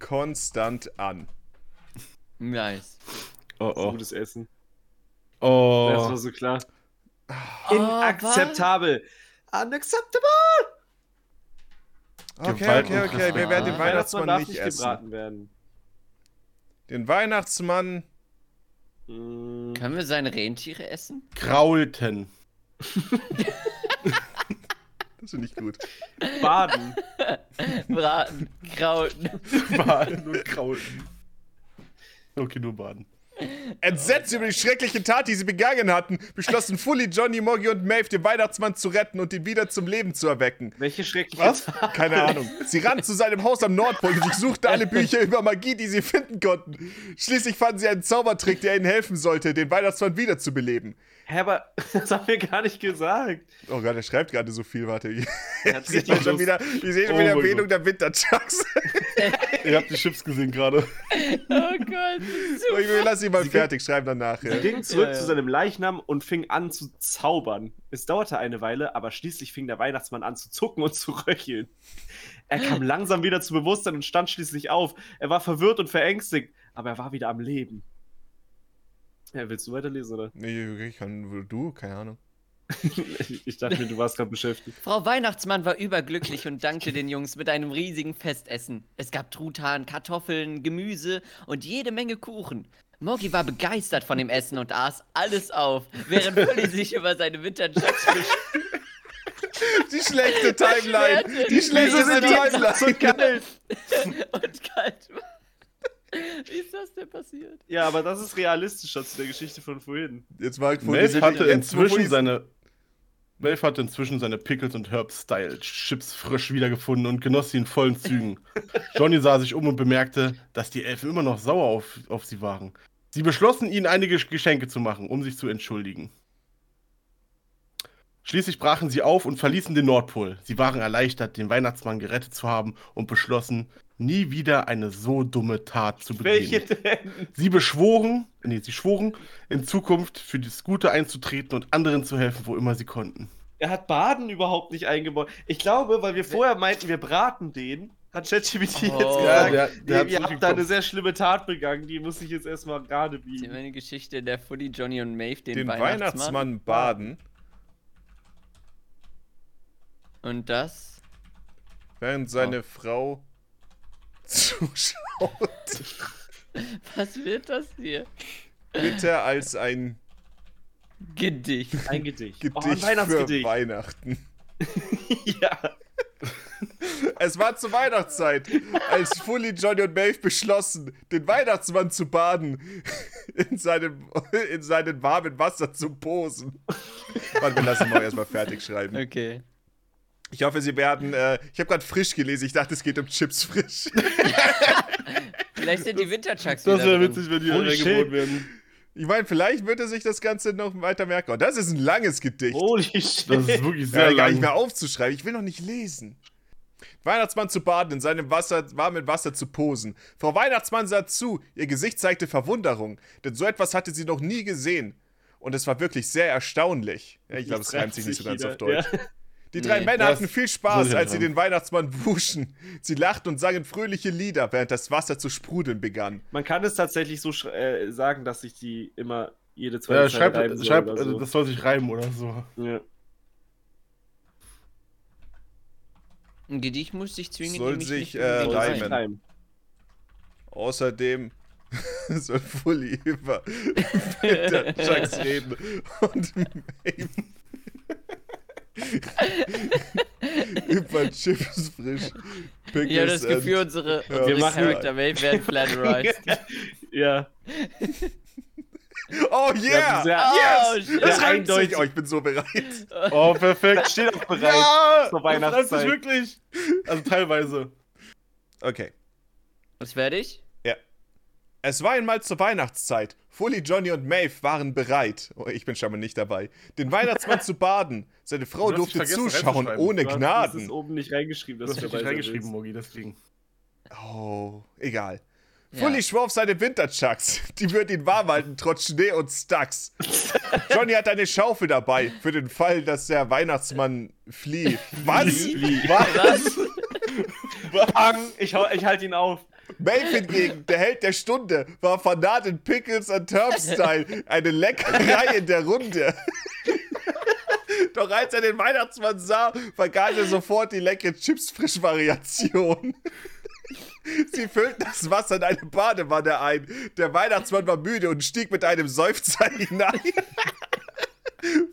konstant an. Nice. Oh oh. oh. Gutes Essen. Das war Oh. so klar. Oh, Inakzeptabel. Unacceptable. Okay, Gewalt okay, und okay, wir werden den Ah. Weihnachtsmann darf nicht, essen. gebraten werden. Den Weihnachtsmann Mm. Können wir seine Rentiere essen? [LAUGHS] Graulten. Das finde ich gut. Baden. Braten, Krauten. [LAUGHS] Baden und Graulten. Okay, nur Baden. Entsetzt über die schreckliche Tat, die sie begangen hatten, beschlossen Fully, Johnny, Moggy und Maeve, den Weihnachtsmann zu retten und ihn wieder zum Leben zu erwecken. Welche schreckliche Was? Keine Ahnung. Sie rannten zu seinem Haus am Nordpol und durchsuchten alle Bücher über Magie, die sie finden konnten. Schließlich fanden sie einen Zaubertrick, der ihnen helfen sollte, den Weihnachtsmann wiederzubeleben. Hä, aber [LAUGHS] das haben wir gar nicht gesagt. [LAUGHS] Oh Gott, er schreibt gerade so viel, warte. Ich Er hat sehe schon wieder, ich sehe schon wieder Oh mein Erwähnung der [LAUGHS] Winterchucks. Ihr habt die Chips gesehen gerade. Oh Gott, das ist so- Ich lass ihn mal fertig, schreib dann nachher. Er ging zurück Ja, ja. zu seinem Leichnam und fing an zu zaubern. Es dauerte eine Weile, aber schließlich fing der Weihnachtsmann an zu zucken und zu röcheln. Er kam langsam wieder zu Bewusstsein und stand schließlich auf. Er war verwirrt und verängstigt, aber er war wieder am Leben. Ja, willst du weiterlesen, oder? Nee, ich kann, du, keine Ahnung. Ich, ich dachte mir, du warst gerade beschäftigt. Frau Weihnachtsmann war überglücklich und dankte den Jungs mit einem riesigen Festessen. Es gab Truthahn, Kartoffeln, Gemüse und jede Menge Kuchen. Moggy war begeistert von dem Essen und aß alles auf, während [LAUGHS] Polly sich über seine Winterjacks Die schlechte Timeline. Die schlechteste so Timeline. geil. und kalt war. Wie ist das denn passiert? Ja, aber das ist realistischer zu der Geschichte von vorhin. Jetzt war ich Maeve hatte jetzt, wo inzwischen ich- seine. Maeve hatte inzwischen seine Pickles und Herb Style Chips frisch wiedergefunden und genoss sie in vollen Zügen. Johnny sah sich um und bemerkte, dass die Elfen immer noch sauer auf, auf sie waren. Sie beschlossen, ihnen einige Geschenke zu machen, um sich zu entschuldigen. Schließlich brachen sie auf und verließen den Nordpol. Sie waren erleichtert, den Weihnachtsmann gerettet zu haben und beschlossen, nie wieder eine so dumme Tat zu begehen. Welche denn? Sie beschworen, nee, sie schworen, in Zukunft für das Gute einzutreten und anderen zu helfen, wo immer sie konnten. Er hat Baden überhaupt nicht eingebaut. Ich glaube, weil wir vorher meinten, wir braten den, hat ChatGPT Oh. jetzt Ja, gesagt, der- der nee, hat ihr habt da zurückgekommen. eine sehr schlimme Tat begangen, die muss ich jetzt erstmal gerade Ich habe biegen. eine Geschichte, in der Fully, Johnny und Maeve den, den Weihnachtsmann. Weihnachtsmann baden. Und das Während seine Frau [LAUGHS] zuschaut, Was wird das hier? bitte als ein Gedicht. [LAUGHS] Ein Gedicht. Gedicht oh, ein für Weihnachtsgedicht. Weihnachten. [LAUGHS] ja. Es war zur Weihnachtszeit, als Fully, Johnny und Maeve beschlossen, den Weihnachtsmann zu baden, in seinem, in seinem warmen Wasser zu posen. Warte, wir lassen ihn erstmal fertig schreiben. Okay. Ich hoffe, sie werden. Äh, ich habe gerade frisch gelesen. Ich dachte, es geht um Chips frisch. [LAUGHS] Vielleicht sind die Winterchucks Das wieder wäre drin. witzig, wenn die Holy reingeboten shit. werden. Ich meine, vielleicht würde sich das Ganze noch weiter merken. Und das ist ein langes Gedicht. Holy [LAUGHS] shit. Das ist [LAUGHS] wirklich ja, Oh, gar sehr lang. nicht mehr aufzuschreiben. Ich will noch nicht lesen. Weihnachtsmann zu baden, in seinem Wasser, warmen Wasser zu posen. Frau Weihnachtsmann sah zu, ihr Gesicht zeigte Verwunderung, denn so etwas hatte sie noch nie gesehen. Und es war wirklich sehr erstaunlich. Ja, ich glaube, es reimt sich nicht so ganz auf Deutsch. Die drei Nee, Männer das hatten viel soll Spaß, ja als sie dran. den Weihnachtsmann wuschen. Sie lachten und sangen fröhliche Lieder, während das Wasser zu sprudeln begann. Man kann es tatsächlich so sch- äh, sagen, dass sich die immer jede zweite Ja, Zeile schreib, reiben soll schreib oder also, so. das soll sich reimen oder so. ja. Ein Gedicht muss sich zwingen. Soll nämlich sich, nicht äh, unbedingt Soll sich reimen. [LAUGHS] reimen. Außerdem [LAUGHS] soll Fully über [LAUGHS] [LAUGHS] Winterchucks reden und Maeve über Chips frisch. Pickles Ich habe das Gefühl, and- unsere, Ja, unsere wir machen- Charakter Wave werden flat right. Ja. Oh Ja, yeah! sehr- Oh, yes! shit. das sehr reimt sich. eindeutig. Oh, ich bin so bereit. Ah. Oh, perfekt. Steht auch bereit. ja, zur das reimt sich Weihnachtszeit. wirklich. Also teilweise. Okay. Was werde ich? Es war einmal zur Weihnachtszeit. Fully, Johnny und Maeve waren bereit. Oh, ich bin scheinbar nicht dabei. Den [LAUGHS] Weihnachtsmann zu baden. Seine Frau Du hast dich durfte vergessen, zuschauen, reinzuschreiben. ohne Du hast- Das ist Gnaden. oben nicht reingeschrieben, Du dass hast du richtig dabei reingeschrieben, Mogi, reingeschrieben. deswegen. Oh, egal. Ja. [LAUGHS] Fully schwor auf seine Winterchucks. [LAUGHS] Die würden ihn warm halten, trotz Schnee und Stacks. Johnny hat eine Schaufel dabei, für den Fall, dass der Weihnachtsmann flieht. Was? Was? Bang! Ich, hau- ich halte ihn auf. Maeve hingegen, der Held der Stunde, war Fanat in Pickles and Turf-Style. Eine Leckerei in der Runde. Doch als er den Weihnachtsmann sah, vergaß er sofort die leckere Chips-Frisch-Variation. Sie füllten das Wasser in eine Badewanne ein. Der Weihnachtsmann war müde und stieg mit einem Seufzer hinein.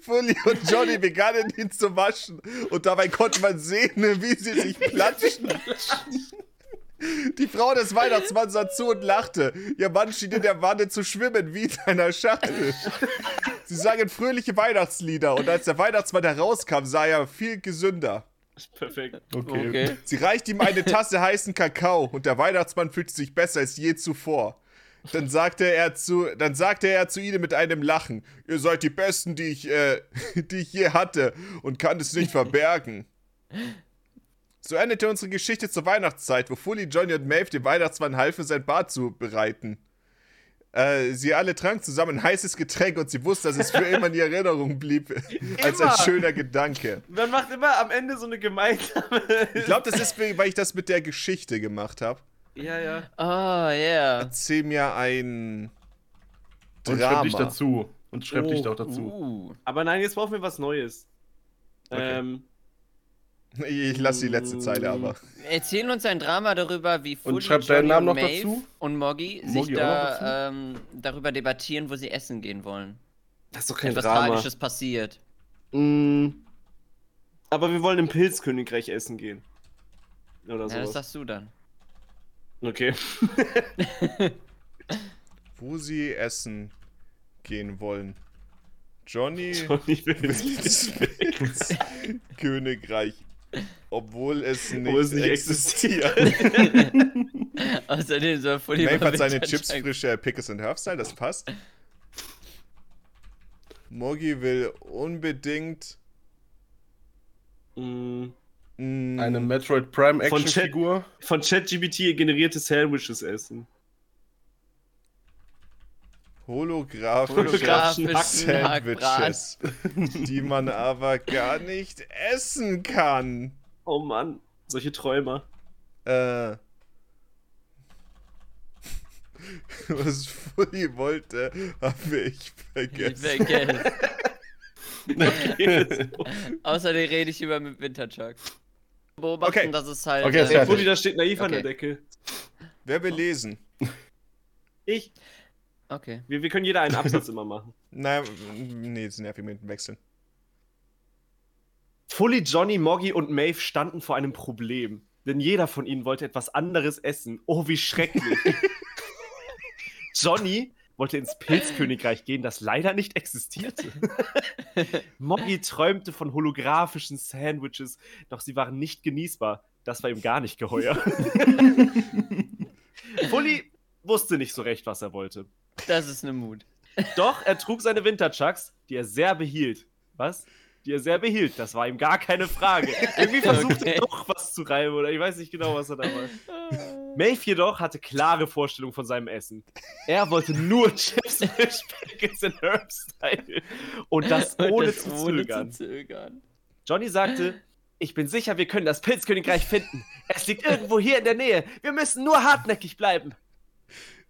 Fully und Johnny begannen ihn zu waschen und dabei konnte man sehen, wie sie sich platschen. Die Frau des Weihnachtsmanns sah zu und lachte. Ihr Mann schien in der Wanne zu schwimmen, wie in einer Schachtel. Sie sangen fröhliche Weihnachtslieder und als der Weihnachtsmann herauskam, sah er viel gesünder. Perfekt. Okay. Okay. Sie reichte ihm eine Tasse heißen Kakao und der Weihnachtsmann fühlte sich besser als je zuvor. Dann sagte er zu, dann sagte er zu ihnen mit einem Lachen: Ihr seid die Besten, die ich, äh, [LAUGHS] die ich je hatte und kann es nicht verbergen. So endete unsere Geschichte zur Weihnachtszeit, wo Fully, Johnny und Maeve dem Weihnachtsmann halfen, sein Bad zu bereiten. Äh, sie alle tranken zusammen ein heißes Getränk und sie wusste, dass es für immer in ihrer Erinnerung blieb, [LAUGHS] als ein Immer. schöner Gedanke. Man macht immer am Ende so eine gemeinsame. Ich glaube, das ist, weil ich das mit der Geschichte gemacht habe. ja, ja. Oh, yeah. Erzähl mir ein Drama. Und schreib dich dazu. Und schreib dich auch dazu. Uh. Aber nein, jetzt brauchen wir was Neues. Okay. Ähm, Ich lasse die letzte Zeile aber. Erzähl uns ein Drama darüber, wie Fully, schreib Johnny deinen Namen und noch Maeve dazu. und Moggy sich Moggy auch da, ähm, darüber debattieren, wo sie essen gehen wollen. das ist doch kein Etwas Drama. Tragisches passiert. Mm. Aber wir wollen im Pilzkönigreich essen gehen. Oder Ja, das so. sagst du dann. [LAUGHS] Okay. Wo sie essen gehen wollen. Johnny [LAUGHS] [LAUGHS] Johnny Pilz. ins Königreich. Obwohl es nicht, Wo es nicht existiert. [LAUGHS] Außerdem soll Fully Maeve mal hat seine bitte Chips anscheinend- frische Pickles and Herbs sein, das passt. Morgi will unbedingt Mm. mm, Eine Metroid Prime Von Chat- Actionfigur. Von ChatGPT generierte Sandwiches essen. holographische Hologra- Grafischen Grafischen [LAUGHS] Hackbraten. Sandwiches, die man aber gar nicht essen kann. Oh Mann, solche [LAUGHS] Träumer. Äh. Was Fully wollte, habe ich vergessen. [LAUGHS] Vergessen. Okay, Außerdem rede ich über mit Winterchuck. Beobachten, Okay. dass es halt. Okay, ist äh, fertig. Fully, da steht naiv an der Okay. Decke. Wer will lesen? Ich. okay. Wir, wir können jeder einen [LAUGHS] Absatz immer machen. Nein, nee, das nervt mich mit dem Wechseln. Fully, Johnny, Moggy und Maeve standen vor einem Problem. Denn jeder von ihnen wollte etwas anderes essen. Oh, wie schrecklich. Johnny wollte ins Pilzkönigreich gehen, das leider nicht existierte. Moggy träumte von holographischen Sandwiches, doch sie waren nicht genießbar. Das war ihm gar nicht geheuer. Fully wusste nicht so recht, was er wollte. Das ist [LAUGHS] eine Mut. Doch er trug seine Winterchucks, die er sehr behielt. Was? Die er sehr behielt. Das war ihm gar keine Frage. [LAUGHS] Irgendwie versuchte Okay. er doch was zu reimen oder ich weiß nicht genau, was er da war. Maeve jedoch hatte klare Vorstellungen von seinem Essen. Er wollte nur [LAUGHS] Chips mit Pickles and Herbs Style. Und das Und ohne, das zu, ohne zögern. zu zögern. Johnny sagte, ich bin sicher, wir können das Pilzkönigreich finden. Es liegt irgendwo hier in der Nähe. Wir müssen nur hartnäckig bleiben.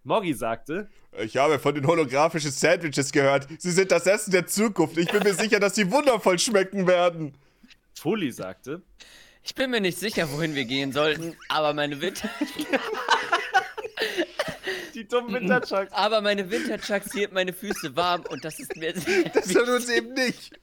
Moggy sagte, Ich habe von den holographischen Sandwiches gehört. Sie sind das Essen der Zukunft. Ich bin mir sicher, dass sie wundervoll schmecken werden. Foley sagte, Ich bin mir nicht sicher, wohin wir gehen sollten, aber meine Winter, die Mhm. dummen Winterchucks. aber meine Winterchucks hielt meine Füße warm und das ist mir sehr Das tun uns eben nicht.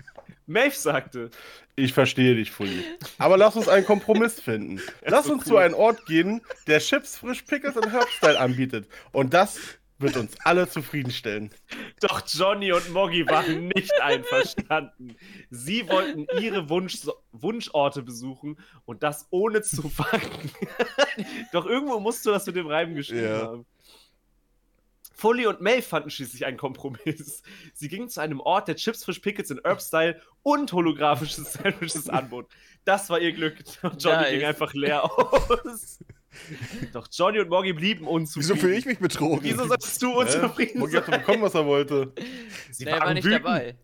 Maeve sagte, Ich verstehe dich, Fully. Aber lass uns einen Kompromiss finden. Lass uns zu einem Ort gehen, der Chips, frisch Pickles und Herbstyle anbietet. Und das wird uns alle zufriedenstellen. doch Johnny und Moggy [LAUGHS] waren nicht einverstanden. Sie wollten ihre Wunsch Wunschorte besuchen und das [LAUGHS] ohne zu fangen. [LAUGHS] doch irgendwo musst du das mit dem Reiben geschrieben Ja. haben. Foley und Maeve fanden schließlich einen Kompromiss. Sie gingen zu einem Ort, der Chips, Fish, Pickles in Herb-Style und holographische Sandwiches anbot. Das war ihr Glück. Und Johnny Nice. ging einfach leer [LAUGHS] aus. Doch Johnny und Moggy blieben unzufrieden. Wieso fühle ich mich betrogen? Wieso sollst du Äh, unzufrieden Mogi hat sein? doch bekommen, was er wollte. Sie Der war nicht wütend. dabei.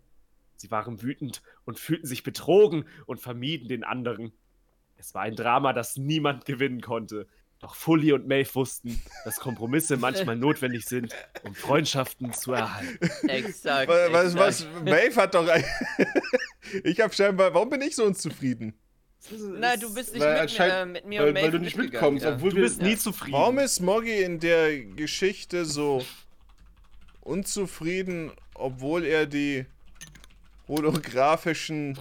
Sie waren wütend und fühlten sich betrogen und vermieden den anderen. Es war ein Drama, das niemand gewinnen konnte. Doch Fully und Maeve wussten, dass [LAUGHS] Kompromisse manchmal notwendig sind, um Freundschaften zu erhalten. Äh, Exakt. Was, was, was, exakt. Maeve hat doch ein... [LAUGHS] Ich habe scheinbar... Warum bin ich so unzufrieden? Nein, du bist nicht Weil mit, mir- anscheinend- äh, mit mir und Weil, Maeve weil du nicht mitgegangen, mitkommst, obwohl Du wir. bist Ja. nie zufrieden. Warum ist Moggy in der Geschichte so unzufrieden, obwohl er die holographischen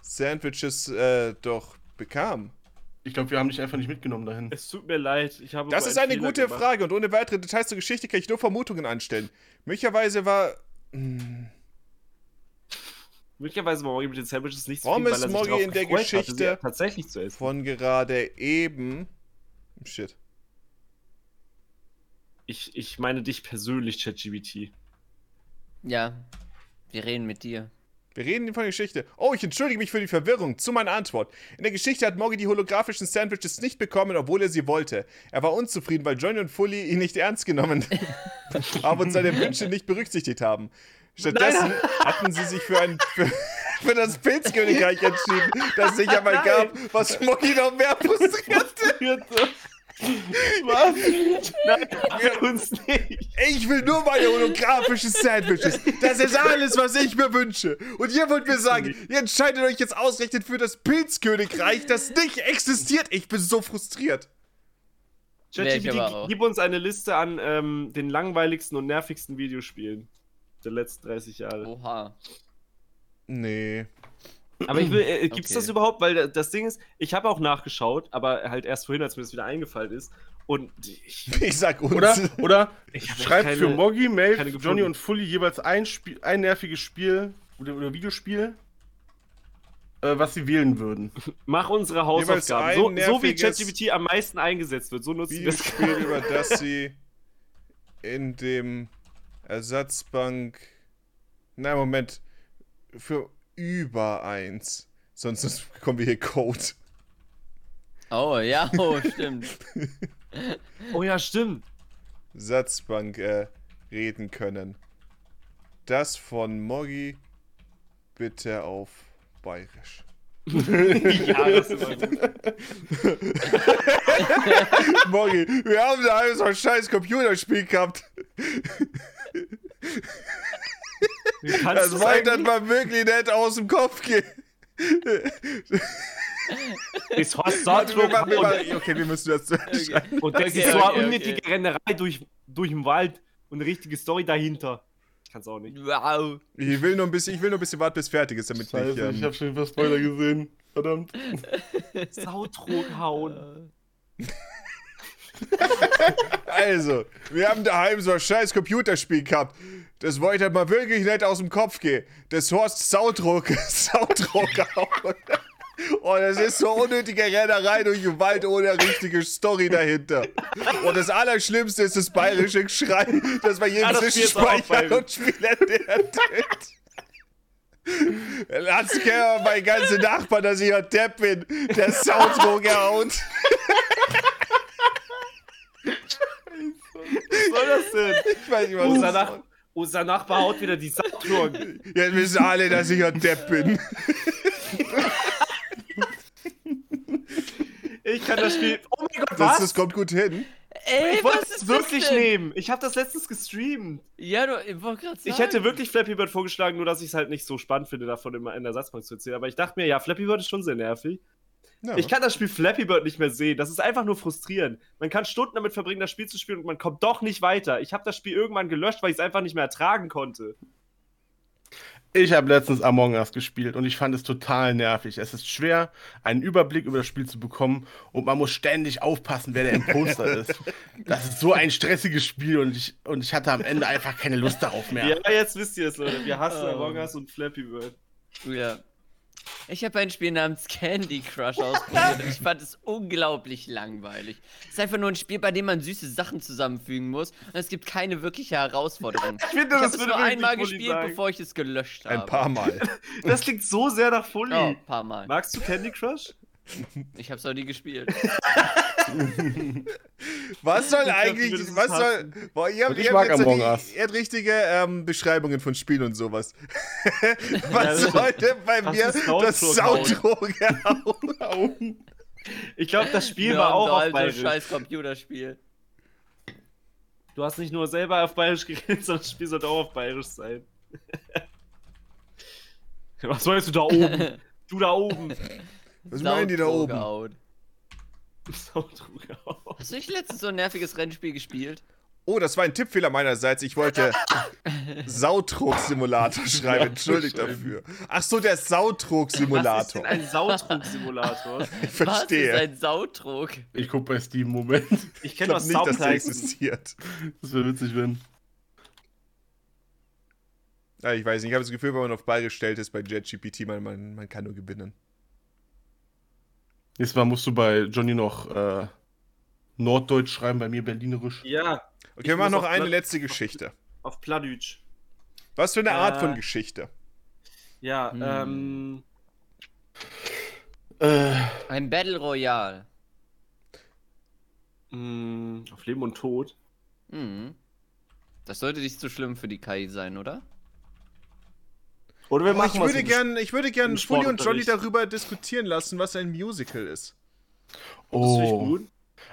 Sandwiches äh, doch bekam? Ich glaube, wir haben dich einfach nicht mitgenommen [LAUGHS] dahin. Es tut mir leid. Ich habe Das aber ist einen eine Fehler gute gemacht. Frage und ohne weitere Details zur Geschichte kann ich nur Vermutungen anstellen. Möglicherweise war. Hm, Möglicherweise war Morgi mit den Sandwiches nicht Warum zufrieden, ist weil er Morgi sich drauf in der gefreut hatte, sie Geschichte- tatsächlich zu essen. von gerade eben. oh, Shit. Ich, ich meine dich persönlich, ChatGBT. Ja, wir reden mit dir. Wir reden von der Geschichte. Oh, ich entschuldige mich für die Verwirrung. Zu meiner Antwort. In der Geschichte hat Morgi die holographischen Sandwiches nicht bekommen, obwohl er sie wollte. Er war unzufrieden, weil Johnny und Fully ihn nicht ernst genommen haben und seine Wünsche nicht berücksichtigt haben. Stattdessen hatten sie sich für, ein, für, für das Pilzkönigreich entschieden, das es sich einmal Nein. gab, was Morgi noch mehr frustriert. [LAUGHS] Was? Nein, wir uns nicht. Ich will nur meine holographische Sandwiches. Das ist alles, was ich mir wünsche. Und ihr wollt mir sagen, ihr entscheidet euch jetzt ausgerechnet für das Pilzkönigreich, das nicht existiert. Ich bin so frustriert. Wär ich aber auch. ChatGPT, gib uns eine Liste an ähm, den langweiligsten und nervigsten Videospielen der letzten 30 Jahre. Oha. Nee. Aber ich will, [CLEARS THROAT] äh, gibt's Okay. das überhaupt? Weil äh, das Ding ist, ich habe auch nachgeschaut, aber halt erst vorhin, als mir das wieder eingefallen ist. Und ich, Ich sag uns. [LAUGHS] Oder, oder Ich hab echt schreibt keine- für Moggy, Mail, keine gefunden. Johnny und Fully jeweils ein, Spiel, ein nerviges Spiel oder, oder Videospiel, äh, was sie wählen würden. mach unsere Jeweils Hausaufgaben. ein So, so wie nerviges- ChatGPT am meisten eingesetzt wird, so nutzen wir es. Videospiel, über das sie in dem Ersatzbank. Nein, Moment. Für über eins. Sonst sonst bekommen wir hier Code. Oh, ja, oh, stimmt. [LAUGHS] Oh ja, stimmt. Satzbank äh, reden können. Das von Moggi bitte auf Bayerisch. Ja, das ist immer gut. [LAUGHS] Moggi, wir haben da alles so ein scheiß Computerspiel gehabt. Du Das kannst halt das wollte eigentlich- man wirklich nicht aus dem Kopf gehen. Das [LAUGHS] heißt Warte, wir Saatwurm machen, wir und- machen. Okay, wir müssen das. Okay. Und das Okay, ist so eine okay, okay. unnötige Rennerei durch, durch den Wald und eine richtige Story dahinter. Ich [LAUGHS] kann's auch nicht. Wow. [LAUGHS] Ich will nur ein bisschen, ich will nur ein bisschen warten, bis fertig ist, damit ich. Scheiße, ich Ähm, habe schon wieder Spoiler gesehen. Verdammt. Sautrog hauen. also, wir haben daheim so ein scheiß Computerspiel gehabt. Das wollte man wirklich nicht aus dem Kopf gehen. Das Horst Saudruck, [LAUGHS] Saudruck auch. Oh, das ist so unnötige Rennerei durch den Wald ohne richtige Story dahinter. Und das Allerschlimmste ist das bayerische Geschrei, dass bei jedem Ah, das Spiel ist auch Zwischenspeicher bayerisch. und [LAUGHS] Spielende ertönt. Lass gerne mein ganzer Nachbar, dass ich ein Depp bin, der Sounddruck erhaut. Was soll das denn? Ich weiß nicht, was Unser, das Nach unser Nachbar haut wieder die Sautrog. Jetzt wissen alle, dass ich ein Depp bin. Ich kann das Spiel. Oh mein Gott, Das, was? das kommt gut hin. Ey, ich wollte es wirklich nicht. nehmen. Ich habe das letztens gestreamt. Ja, du, ich wollte gerade sagen. Ich hätte wirklich Flappy Bird vorgeschlagen, nur dass ich es halt nicht so spannend finde, davon immer in der Satzbank zu erzählen. Aber ich dachte mir, ja, Flappy Bird ist schon sehr nervig. Ja. Ich kann das Spiel Flappy Bird nicht mehr sehen. Das ist einfach nur frustrierend. Man kann Stunden damit verbringen, das Spiel zu spielen und man kommt doch nicht weiter. Ich habe das Spiel irgendwann gelöscht, weil ich es einfach nicht mehr ertragen konnte. Ich habe letztens Among Us gespielt und ich fand es total nervig. Es ist schwer, einen Überblick über das Spiel zu bekommen und man muss ständig aufpassen, wer der Imposter [LAUGHS] ist. Das ist so ein stressiges Spiel und ich, und ich hatte am Ende einfach keine Lust darauf mehr. Ja, jetzt wisst ihr es, Leute. Wir hassen Ähm. Among Us und Flappy Bird. Ja. Ich habe ein Spiel namens Candy Crush ausprobiert und ich fand es unglaublich langweilig. Es ist einfach nur ein Spiel, bei dem man süße Sachen zusammenfügen muss und es gibt keine wirkliche [LAUGHS] Herausforderung. Ich finde, das habe es würde nur wirklich einmal Bulli gespielt, sagen. bevor ich es gelöscht habe. Ein paar Mal. Das klingt so sehr nach Fully. Ja, ein paar Mal. Magst du Candy Crush? Ich habe es noch nie gespielt. Was soll glaub, eigentlich, du würdest es was soll, boah, ihr habt, Und ich ihr habt mag jetzt so Among die, Us. ihr habt richtige ähm, Beschreibungen von Spielen und sowas. [LAUGHS] das was stimmt. sollte bei Das mir ist das Soundtrog Soundtrog hauen? Ich glaube, das Spiel Wir war haben auch da auf halt so ein Bayerisch. scheiß Computerspiel. Du hast nicht nur selber auf Bayerisch geredet, sondern das Spiel sollte auch auf Bayerisch sein. [LAUGHS] Was sollst du da oben? [LAUGHS] Du da oben. Was meinen die da oben? Soundcloud. Saudruck [LAUGHS] auf. Hast du nicht letztens so ein nerviges Rennspiel gespielt? Oh, das war ein Tippfehler meinerseits. Ich [LAUGHS] wollte Sautrog-Simulator schreiben. Entschuldigt dafür. Ach so, der Was ist denn Sautrog-Simulator. ein Sautrug-Simulator? Ich Was verstehe. ist ein Sautrog? Ich guck bei Steam, Moment. Ich Ich kenne glaube was nicht, dass der Soundpleiten. existiert. Das wäre witzig, wenn. Ja, ich weiß nicht. Ich habe das Gefühl, wenn man auf Ball gestellt ist bei JetGPT, man, man, man kann nur gewinnen. Nächstes Mal musst du bei Johnny noch äh, Norddeutsch schreiben, bei mir Berlinerisch. Ja, Okay, Ich wir machen muss noch auf eine Platz- letzte Geschichte. auf Pladütsch. Was für eine Art von Äh, Geschichte? Ja, Hm. ähm. Äh, Ein Battle Royale. Mh, hm, auf Leben und Tod. Mhm. Das sollte nicht so schlimm für die KI sein, oder? Oder wir Oh, machen ich, was würde im gern, ich würde im gern Fully und Johnny Sportunterricht. darüber diskutieren lassen, was ein Musical ist. Das finde ich oh. gut.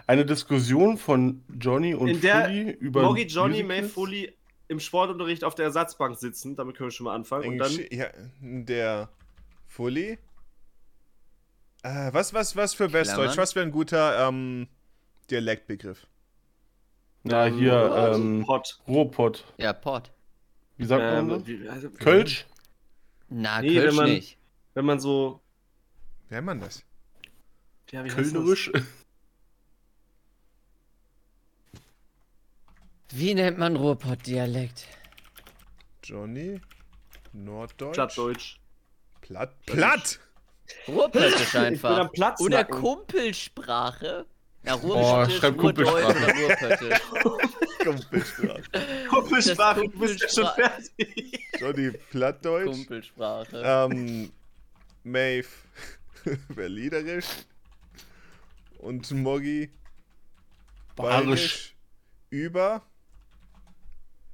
Eine Diskussion von Johnny und In der Fully über. Moggy, Johnny, Musicals. May, Foley im Sportunterricht auf der Ersatzbank sitzen. Damit können wir schon mal anfangen. Und dann Eigentlich- ja, der Fully. Äh, was, was, was für Westdeutsch? Klammern. Was wäre ein guter ähm, Dialektbegriff? Na, hier, Also, ähm, Hot. Ruhrpott. Ja, Port. Wie sagt man Ähm, das? wie- also, Kölsch? Na, Nee, Kölsch wenn man- nicht. Wenn man so. Wie nennt man das? Ja, wie heißt das? Kölnerisch? Wie nennt man Ruhrpott-Dialekt? Johnny? Norddeutsch? Plattdeutsch. Platt? Platt! Ruhrpöttisch Ich bin am einfach. Platz ne? Oder nacken. [LAUGHS] Kumpelsprache. Na, ich Ruhrdeutsch schreib Kumpelsprache. oder Ruhrpöttisch. Kumpelsprache. Kumpelsprache, du bist ja schon Kumpelsprache. fertig. Johnny Plattdeutsch? Kumpelsprache. Ähm, Maeve [LAUGHS] Berlinerisch. Und Moggy [LAUGHS] Bayerisch. Über.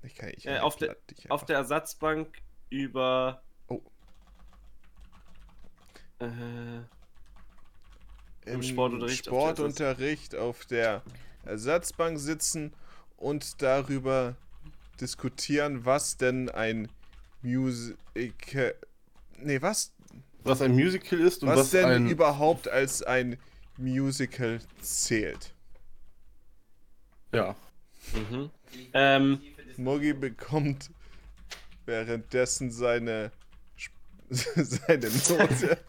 Ich kann ich Äh, auf der- Platt dich Auf einfach- der Ersatzbank über. Oh. Äh, Im im Sportunterricht auf der Ersatz- Sportunterricht auf der Ersatzbank sitzen und darüber diskutieren, was denn ein Musical. Nee, was, Was ein Musical ist und was, was, denn ein. überhaupt als ein Musical zählt. ja. mhm. ähm, Moggy bekommt währenddessen seine Sp- [LAUGHS] seine [LAUGHS] Note,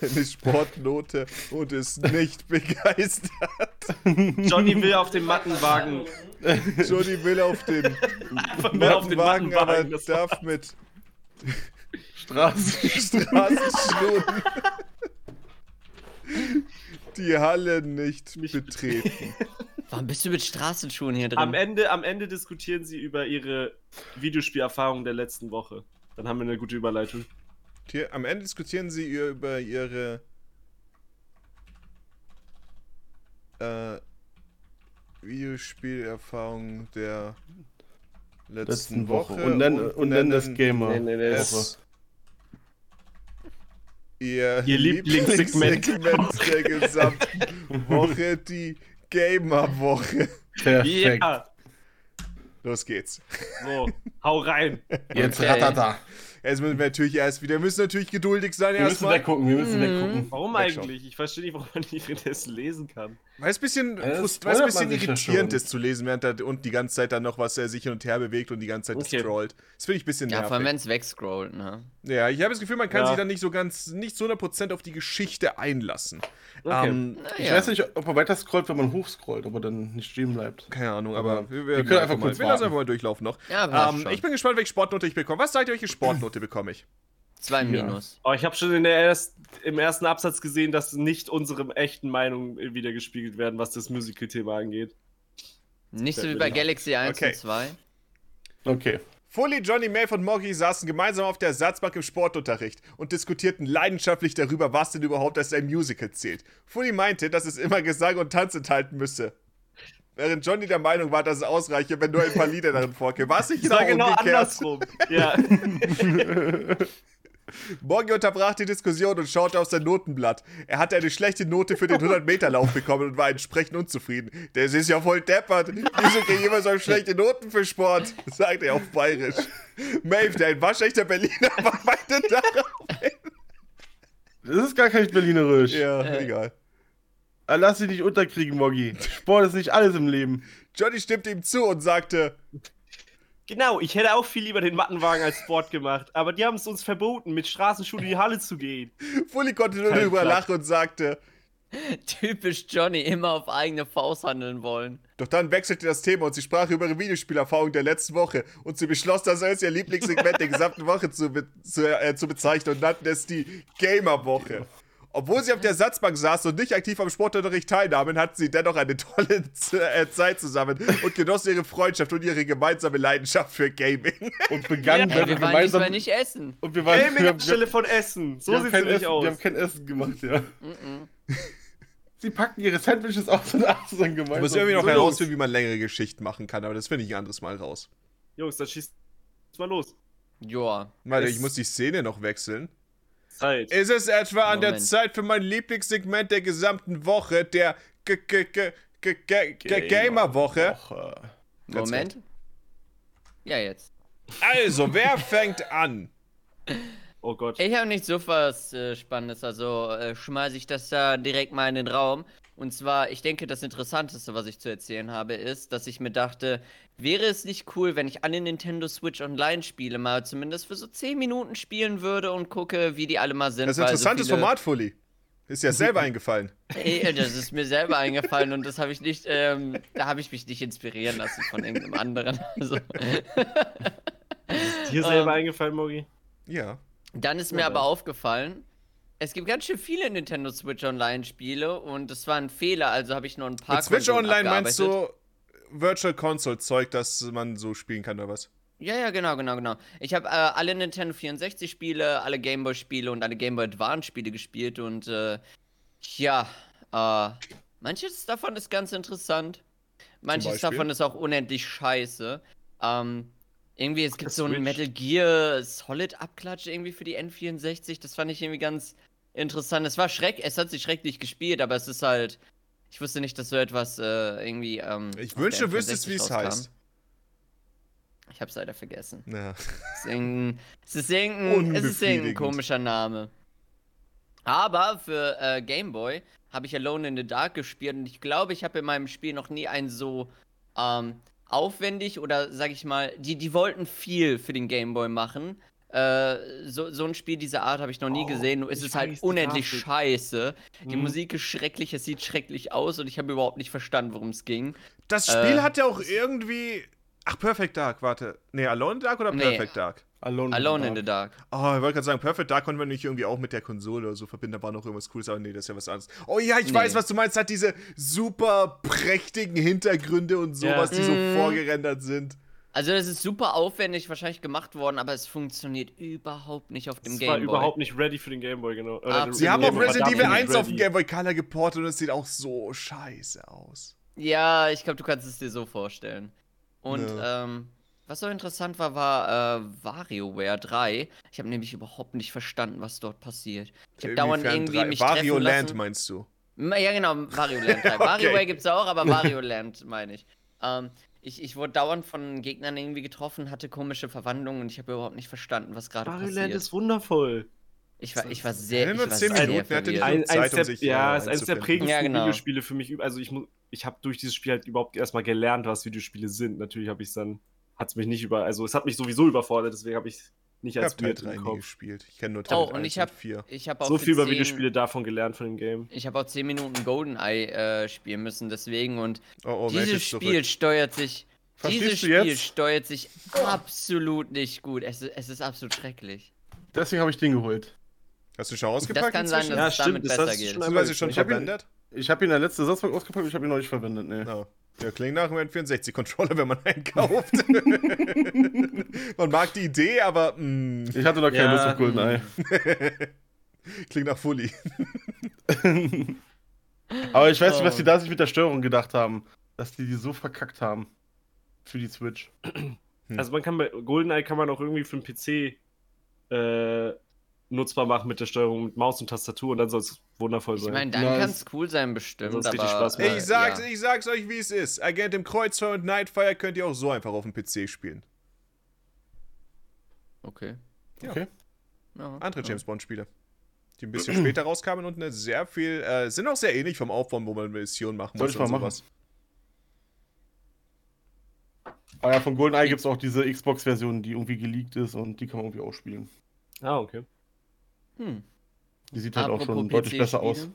seine Sportnote und ist nicht begeistert. Johnny will auf [LAUGHS] dem Mattenwagen. Johnny will auf den Einfach nur auf den Mattenwagen, aber Mattenwagen. halt. Das war- darf mit [LAUGHS] Straßen. Straßenschnurren die Halle nicht, Nicht betreten. Warum bist du mit Straßenschuhen hier drin? am, Ende, am Ende diskutieren sie über ihre Videospielerfahrung der letzten Woche. Dann haben wir eine gute Überleitung. Die, am Ende diskutieren sie ihr- über ihre äh, Videospielerfahrung der letzten, Letzten Woche, Woche. Und dann, und dann das Gamer. Nee, nee, nee, es- ihr, Ihr Lieblingssegment. Lieblingssegment der gesamten Woche, die Gamer-Woche. Perfekt. Ja, Los geht's. so, hau rein. Jetzt Okay. ratata. Jetzt müssen wir natürlich erst wieder, müssen natürlich geduldig sein Wir müssen erstmal. weggucken, wir müssen Mhm. weggucken. Warum Wegschauen. eigentlich? Ich verstehe nicht, warum man nicht währenddessen lesen kann. Weil es ein bisschen, Ja, das frust- weil es ein bisschen wundert man sich ja irritierend schon. ist zu lesen, während da unten die ganze Zeit dann noch was er sich hin und her bewegt und die ganze Zeit Okay. scrollt. Das finde ich ein bisschen ja, vor allem, nervig. wenn es wegscrollt, ne? Ja, ich habe das Gefühl, man kann Ja. sich dann nicht so ganz, nicht zu 100% auf die Geschichte einlassen. Okay. Ähm, Ich weiß nicht, ob er weiter scrollt, wenn man hochscrollt, ob er dann nicht stehen bleibt. keine Ahnung, Aber aber wir werden können einfach mal, kurz wir lassen warten. einfach mal durchlaufen noch. Ja, aber Ähm, schon. ich bin gespannt, welche Sportnote ich bekomme. Was sagt ihr, welche Sportnote bekomme ich? Zwei Ja. Minus. Oh, ich habe schon in der erst, im ersten Absatz gesehen, dass nicht unsere echten Meinungen wieder gespiegelt werden, was das Musical-Thema angeht. Nicht so Ja, wie bei genau. Galaxy 1 Okay. und 2. Okay. Foley, Johnny, Maeve und Moggy saßen gemeinsam auf der Ersatzbank im Sportunterricht und diskutierten leidenschaftlich darüber, was denn überhaupt als ein Musical zählt. Foley meinte, dass es immer Gesang und Tanz enthalten müsse. Während Johnny der Meinung war, dass es ausreiche, wenn nur ein paar Lieder darin vorkämen. Was ich Ich war sage genau umgekehrt. andersrum. Ja. [LAUGHS] Moggy unterbrach die Diskussion und schaute auf sein Notenblatt. Er hatte eine schlechte Note für den 100-Meter-Lauf bekommen und war entsprechend unzufrieden. Das ist ja voll deppert. Wieso kriegt jemand so schlechte Noten für Sport? [LAUGHS] sagte er auf Bayerisch. Maeve, der ein waschechter Berliner, war weiter da. Das ist gar kein Berlinerisch. Ja, Äh. egal. Ah, Lass dich nicht unterkriegen, Moggi. Sport ist nicht alles im Leben. Johnny stimmte ihm zu und sagte, Genau, ich hätte auch viel lieber den Mattenwagen als Sport gemacht, aber die haben es uns verboten, mit Straßenschuhen in die Halle zu gehen. Fully konnte nur Kein darüber Platz. lachen und sagte, [LAUGHS] Typisch Johnny, immer auf eigene Faust handeln wollen. Doch dann wechselte das Thema und sie sprach über ihre Videospielerfahrung der letzten Woche und sie beschloss, das als ihr Lieblingssegment der gesamten Woche zu, be zu, äh, zu bezeichnen und nannten es die Gamer-Woche. Obwohl sie auf der Satzbank saß und nicht aktiv am Sportunterricht teilnahmen, hatten sie dennoch eine tolle Z äh, Zeit zusammen und genossen ihre Freundschaft und ihre gemeinsame Leidenschaft für Gaming. Und Ja, begann wir waren gemeinsam. diesmal nicht essen. und wir waren Gaming wir haben, anstelle von Essen. So wir haben sieht's kein nämlich Essen, aus. Wir haben kein Essen gemacht, ja. Mhm. Sie packten ihre Sandwiches aus und [LAUGHS] aßen dann gemeinsam. Ich muss irgendwie noch Also, So los. herausfinden, wie man längere Geschichten machen kann, aber das finde ich ein anderes Mal raus. Jungs, dann schießt mal los. Joa. Warte, Es- ich muss die Szene noch wechseln. Zeit. Ist es etwa an der Moment. Zeit für mein Lieblingssegment der gesamten Woche, der G- G- G- G- G- G- Gamer-Woche? Woche. Ganz Moment. Ja, jetzt. Also, wer fängt an? Oh Gott. Ich habe nicht so was äh, Spannendes, also äh, schmeiße ich das da direkt mal in den Raum. Und zwar, ich denke, das Interessanteste, was ich zu erzählen habe, ist, dass ich mir dachte, wäre es nicht cool, wenn ich alle Nintendo Switch Online-Spiele mal zumindest für so 10 Minuten spielen würde und gucke, wie die alle mal sind. Das ist ein weil so interessantes viele- Format, Fully. Ist ja [LAUGHS] selber eingefallen. Ey, das ist mir selber eingefallen und das habe ich nicht, ähm, da habe ich mich nicht inspirieren lassen von irgendeinem anderen. [LAUGHS] Also, Ist dir selber Ähm. eingefallen, Mogi? Ja. dann ist mir Ja, aber dann. aufgefallen, es gibt ganz schön viele Nintendo Switch Online-Spiele und das war ein Fehler, also habe ich nur ein paar. Mit Switch Konsolen Online meinst abgearbeitet. du Virtual Console-Zeug, das man so spielen kann oder was? Ja, ja, genau, genau, genau. Ich habe äh, alle Nintendo 64-Spiele, alle Gameboy-Spiele und alle Gameboy Advance-Spiele gespielt und äh, ja, äh, manches davon ist ganz interessant. Manches Beispiel? davon ist auch unendlich scheiße. Ähm, irgendwie, es gibt so einen Switch. Metal Gear Solid-Abklatsch irgendwie für die N64. Das fand ich irgendwie ganz interessant. Es war schreck, es hat sich schrecklich gespielt, aber es ist halt. Ich wusste nicht, dass so etwas äh, irgendwie. Ähm, Ich auf der wünschte, du wüsstest, N64 wie es rauskam. heißt. Ich hab's leider vergessen. Ja. Es ist irgendein, es ist irgendein, es ist irgendein Unbefriedigend. komischer Name. Aber für äh, Game Boy habe ich Alone in the Dark gespielt und ich glaube, ich habe in meinem Spiel noch nie einen so ähm, aufwendig oder sag ich mal, die, die wollten viel für den Game Boy machen. Äh, so, so ein Spiel dieser Art habe ich noch nie Oh, gesehen. Nur ist ich es halt weiß, die unendlich Grafik. scheiße. Die Mhm. Musik ist schrecklich, es sieht schrecklich aus und ich habe überhaupt nicht verstanden, worum es ging. Das Spiel Äh, hat ja auch irgendwie. Ach, Perfect Dark, warte. Nee, Alone in the Dark oder Nee. Perfect Dark? Alone, Alone in the Dark. Oh, ich wollte gerade sagen, Perfect Dark konnte man nicht irgendwie auch mit der Konsole oder so verbinden, da war noch irgendwas Cooles, aber nee, das ist ja was anderes. Oh ja, ich Nee. weiß, was du meinst, hat diese super prächtigen Hintergründe und sowas, Ja. die so Mm. vorgerendert sind. Also das ist super aufwendig wahrscheinlich gemacht worden, aber es funktioniert überhaupt nicht auf dem Das Game war Boy. überhaupt nicht ready für den Gameboy, genau. Äh, Ah, den- Sie den haben Game auch Boy war Resident Evil dafür nicht 1 auf dem ready. Game Boy Color geportet und es sieht auch so scheiße aus. ja, ich glaube, du kannst es dir so vorstellen. Und Ja. ähm, was so interessant war, war äh, WarioWare 3. Ich habe nämlich überhaupt nicht verstanden, was dort passiert. Ich habe dauernd Inwiefern irgendwie drei- mich Wario treffen Land lassen. meinst du? Ma- Ja, genau, Wario Land 3. Okay. WarioWare gibt's auch, aber Wario Land meine ich. Ähm, ich. Ich wurde dauernd von Gegnern irgendwie getroffen, hatte komische Verwandlungen und ich habe überhaupt nicht verstanden, was gerade Mario passiert. Land ist wundervoll. ich, war, ich war sehr, Nehmen ich wir war 10 sehr Minuten, er hat den verwirrt. Film Ein, Zeit, eins um der, sich, ja, äh, ist eines der einzufinden. prägendsten Ja, genau. Videospiele für mich. üb- Also ich, mu- ich habe durch dieses Spiel halt überhaupt erstmal gelernt, was Videospiele sind. Natürlich habe ich dann, hat es mich nicht über, also es hat mich sowieso überfordert, deswegen habe ich nicht Ich als habe Teil Bild 3 im nie Kopf. gespielt. Ich kenne nur Teil Oh, 1 und ich und habe 4. ich hab auch So für viel über 10 Videospiele davon gelernt von dem Game. Ich habe auch 10 Minuten GoldenEye äh, spielen müssen, deswegen und Oh, oh, Mensch, dieses ist Spiel steuert sich Verstehst dieses du jetzt? Spiel steuert sich absolut nicht gut. Es, ist- es ist absolut schrecklich. Deswegen habe ich den geholt. Hast du schon ausgepackt kann sein, inzwischen? dass- es damit das besser hast du geht. schon Sind einmal wir sie schon Ich hab ihn- verwendet? Ich habe ihn der letzte Satzbank ausgepackt, ich habe ihn noch nicht verwendet, ne. Ja. Ja, klingt nach einem N64-Controller, wenn man [LAUGHS] einen kauft. man mag die Idee, aber mm. mh, Ich hatte noch keine Ja. Lust auf GoldenEye. klingt nach Fully. Aber ich weiß nicht, Oh. was die da sich mit der Steuerung gedacht haben. Dass die die so verkackt haben. Für die Switch. Hm. Also man kann bei GoldenEye kann man auch irgendwie für den PC äh, nutzbar machen mit der Steuerung mit Maus und Tastatur und dann soll es wundervoll Ich sein. meine, dann Nice. kann's cool sein bestimmt, Sonst aber richtig Spaß machen. äh, Ich sag's, ja. ich sag's euch, wie es ist. Agent im Kreuzfeuer und Nightfire könnt ihr auch so einfach auf dem PC spielen. Okay. Ja. Okay. Ja. Andere James Bond-Spiele. die ein bisschen später rauskamen und eine sehr viel, äh, sind auch sehr ähnlich vom Aufwand, wo man Missionen machen Soll muss. ich mal und machen? sowas. Ah ja, von GoldenEye gibt es auch diese Xbox-Version, die irgendwie geleakt ist und die kann man irgendwie auch spielen. Ah, okay. Hm. Die sieht halt auch Apropos schon deutlich besser aus. PC-Spiele.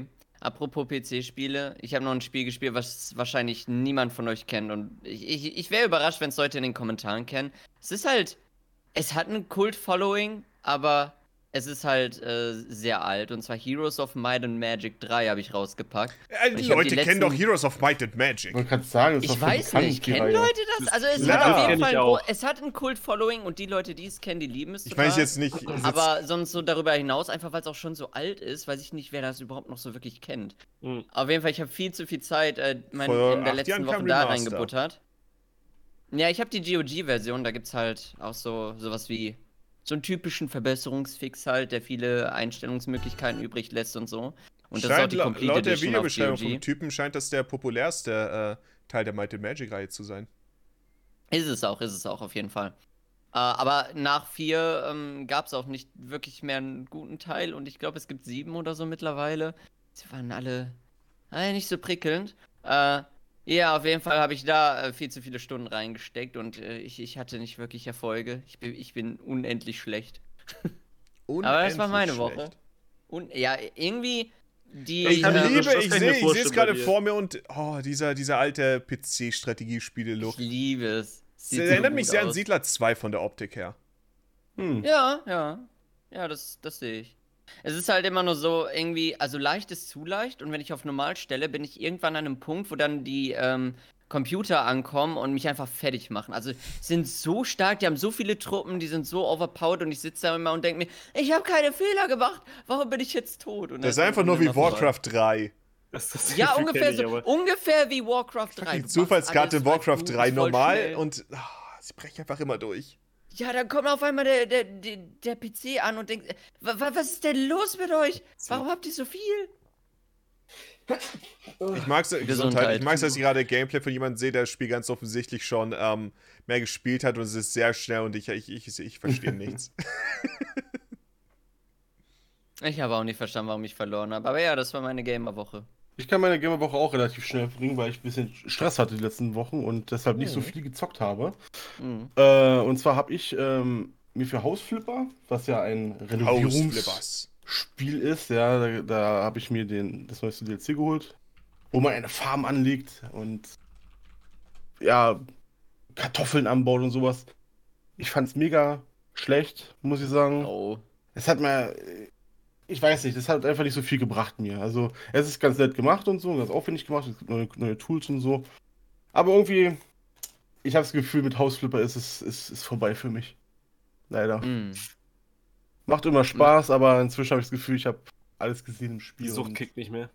Okay. Apropos PC-Spiele, ich habe noch ein Spiel gespielt, was wahrscheinlich niemand von euch kennt. Und ich, ich, ich wäre überrascht, wenn es Leute in den Kommentaren kennen. Es ist halt. Es hat ein Kult-Following, aber es ist halt äh, sehr alt. Und zwar Heroes of Might and Magic 3 habe ich rausgepackt. Äh, Und die ich hab Leute die kennen letzten- doch Heroes of Might and Magic. Man kann sagen, es ist Ich doch schon weiß bekannt, nicht, die kennen Reihe. Leute das? Das- Also es Klar. hat auf jeden Kenn ich Fall ein, auch. gro- es hat ein Kult-Following und die Leute, die es kennen, die lieben es. Ich meine es sogar. jetzt nicht. es ist- Aber sonst so darüber hinaus, einfach weil es auch schon so alt ist, weiß ich nicht, wer das überhaupt noch so wirklich kennt. Mhm. Auf jeden Fall, ich habe viel zu viel Zeit äh, mein, Vor in der acht Jahren letzten kam Woche da Remaster. reingebuttert. Ja, ich habe die GOG-Version, da gibt's halt auch so sowas wie so einen typischen Verbesserungsfix halt, der viele Einstellungsmöglichkeiten übrig lässt und so. Und das ist auch scheint die la- Complete laut der Edition auf Videobeschreibung GOG. vom Typen scheint das der populärste äh, Teil der Might and Magic Reihe zu sein. Ist es auch, ist es auch auf jeden Fall. Äh, aber nach vier ähm, gab es auch nicht wirklich mehr einen guten Teil und ich glaube, es gibt sieben oder so mittlerweile. Sie waren alle äh, nicht so prickelnd. Äh, ja, auf jeden Fall habe ich da äh, viel zu viele Stunden reingesteckt und äh, ich, ich hatte nicht wirklich Erfolge. Ich bin, ich bin unendlich schlecht. Aber das war Unendlich meine schlecht. Woche. Und ja, irgendwie die. Ich kann äh, mir liebe, das ich kann ich sehe, mir ich sehe es vorstellen bei gerade dir. vor mir und oh, dieser, dieser alte PC-Strategiespiele-Look. ich liebe es. Es Sieht so erinnert gut mich sehr an aus. Siedler 2 von der Optik her. Hm. Ja, ja. Ja, das, das sehe ich. Es ist halt immer nur so irgendwie, also leicht ist zu leicht und wenn ich auf normal stelle, bin ich irgendwann an einem Punkt, wo dann die ähm, Computer ankommen und mich einfach fertig machen. Also sind so stark, die haben so viele Truppen, die sind so overpowered und ich sitze da immer und denke mir, ich habe keine Fehler gemacht, warum bin ich jetzt tot? Und Das ist dann- einfach nur dann wie immer vorbei. Warcraft 3. Das, das Ja, [LAUGHS] Gefühl ungefähr kenn ich, so, aber- ungefähr wie Warcraft 3. Die Du Zufallskarte machst alles, Warcraft weil du 3 bist voll normal schnell. und ah, sie brechen einfach immer durch. Ja, dann kommt auf einmal der, der, der, der PC an und denkt, "Wa- wa- was ist denn los mit euch? Warum habt ihr so viel? Ich mag's, Gesundheit. Oh, Gesundheit. Ich mag's, dass ich gerade Gameplay von jemandem sehe, der das Spiel ganz offensichtlich schon ähm, mehr gespielt hat und es ist sehr schnell und ich, ich, ich, ich [LAUGHS] verstehe nichts. Ich habe auch nicht verstanden, warum ich verloren habe. Aber ja, das war meine Gamer-Woche. Ich kann meine Gamerwoche auch relativ schnell bringen, weil ich ein bisschen Stress hatte die letzten Wochen und deshalb nicht so Mhm. viel gezockt habe. Mhm. Äh, und zwar habe ich ähm, mir für Hausflipper, was ja ein Renovierungsspiel Hausflippers. ist, ja, da, da habe ich mir den, das neueste DLC geholt, wo man eine Farm anlegt und ja, Kartoffeln anbaut und sowas. Ich fand's mega schlecht, muss ich sagen. Oh. Es hat mir. Ich weiß nicht, das hat einfach nicht so viel gebracht mir. Also, es ist ganz nett gemacht und so, ganz aufwendig gemacht, es gibt neue, neue Tools und so. Aber irgendwie, ich habe das Gefühl, mit Hausflipper ist es ist, ist vorbei für mich. Leider. Mhm. Macht immer Spaß, aber inzwischen habe ich das Gefühl, ich habe alles gesehen im Spiel. Die Sucht und kickt nicht mehr.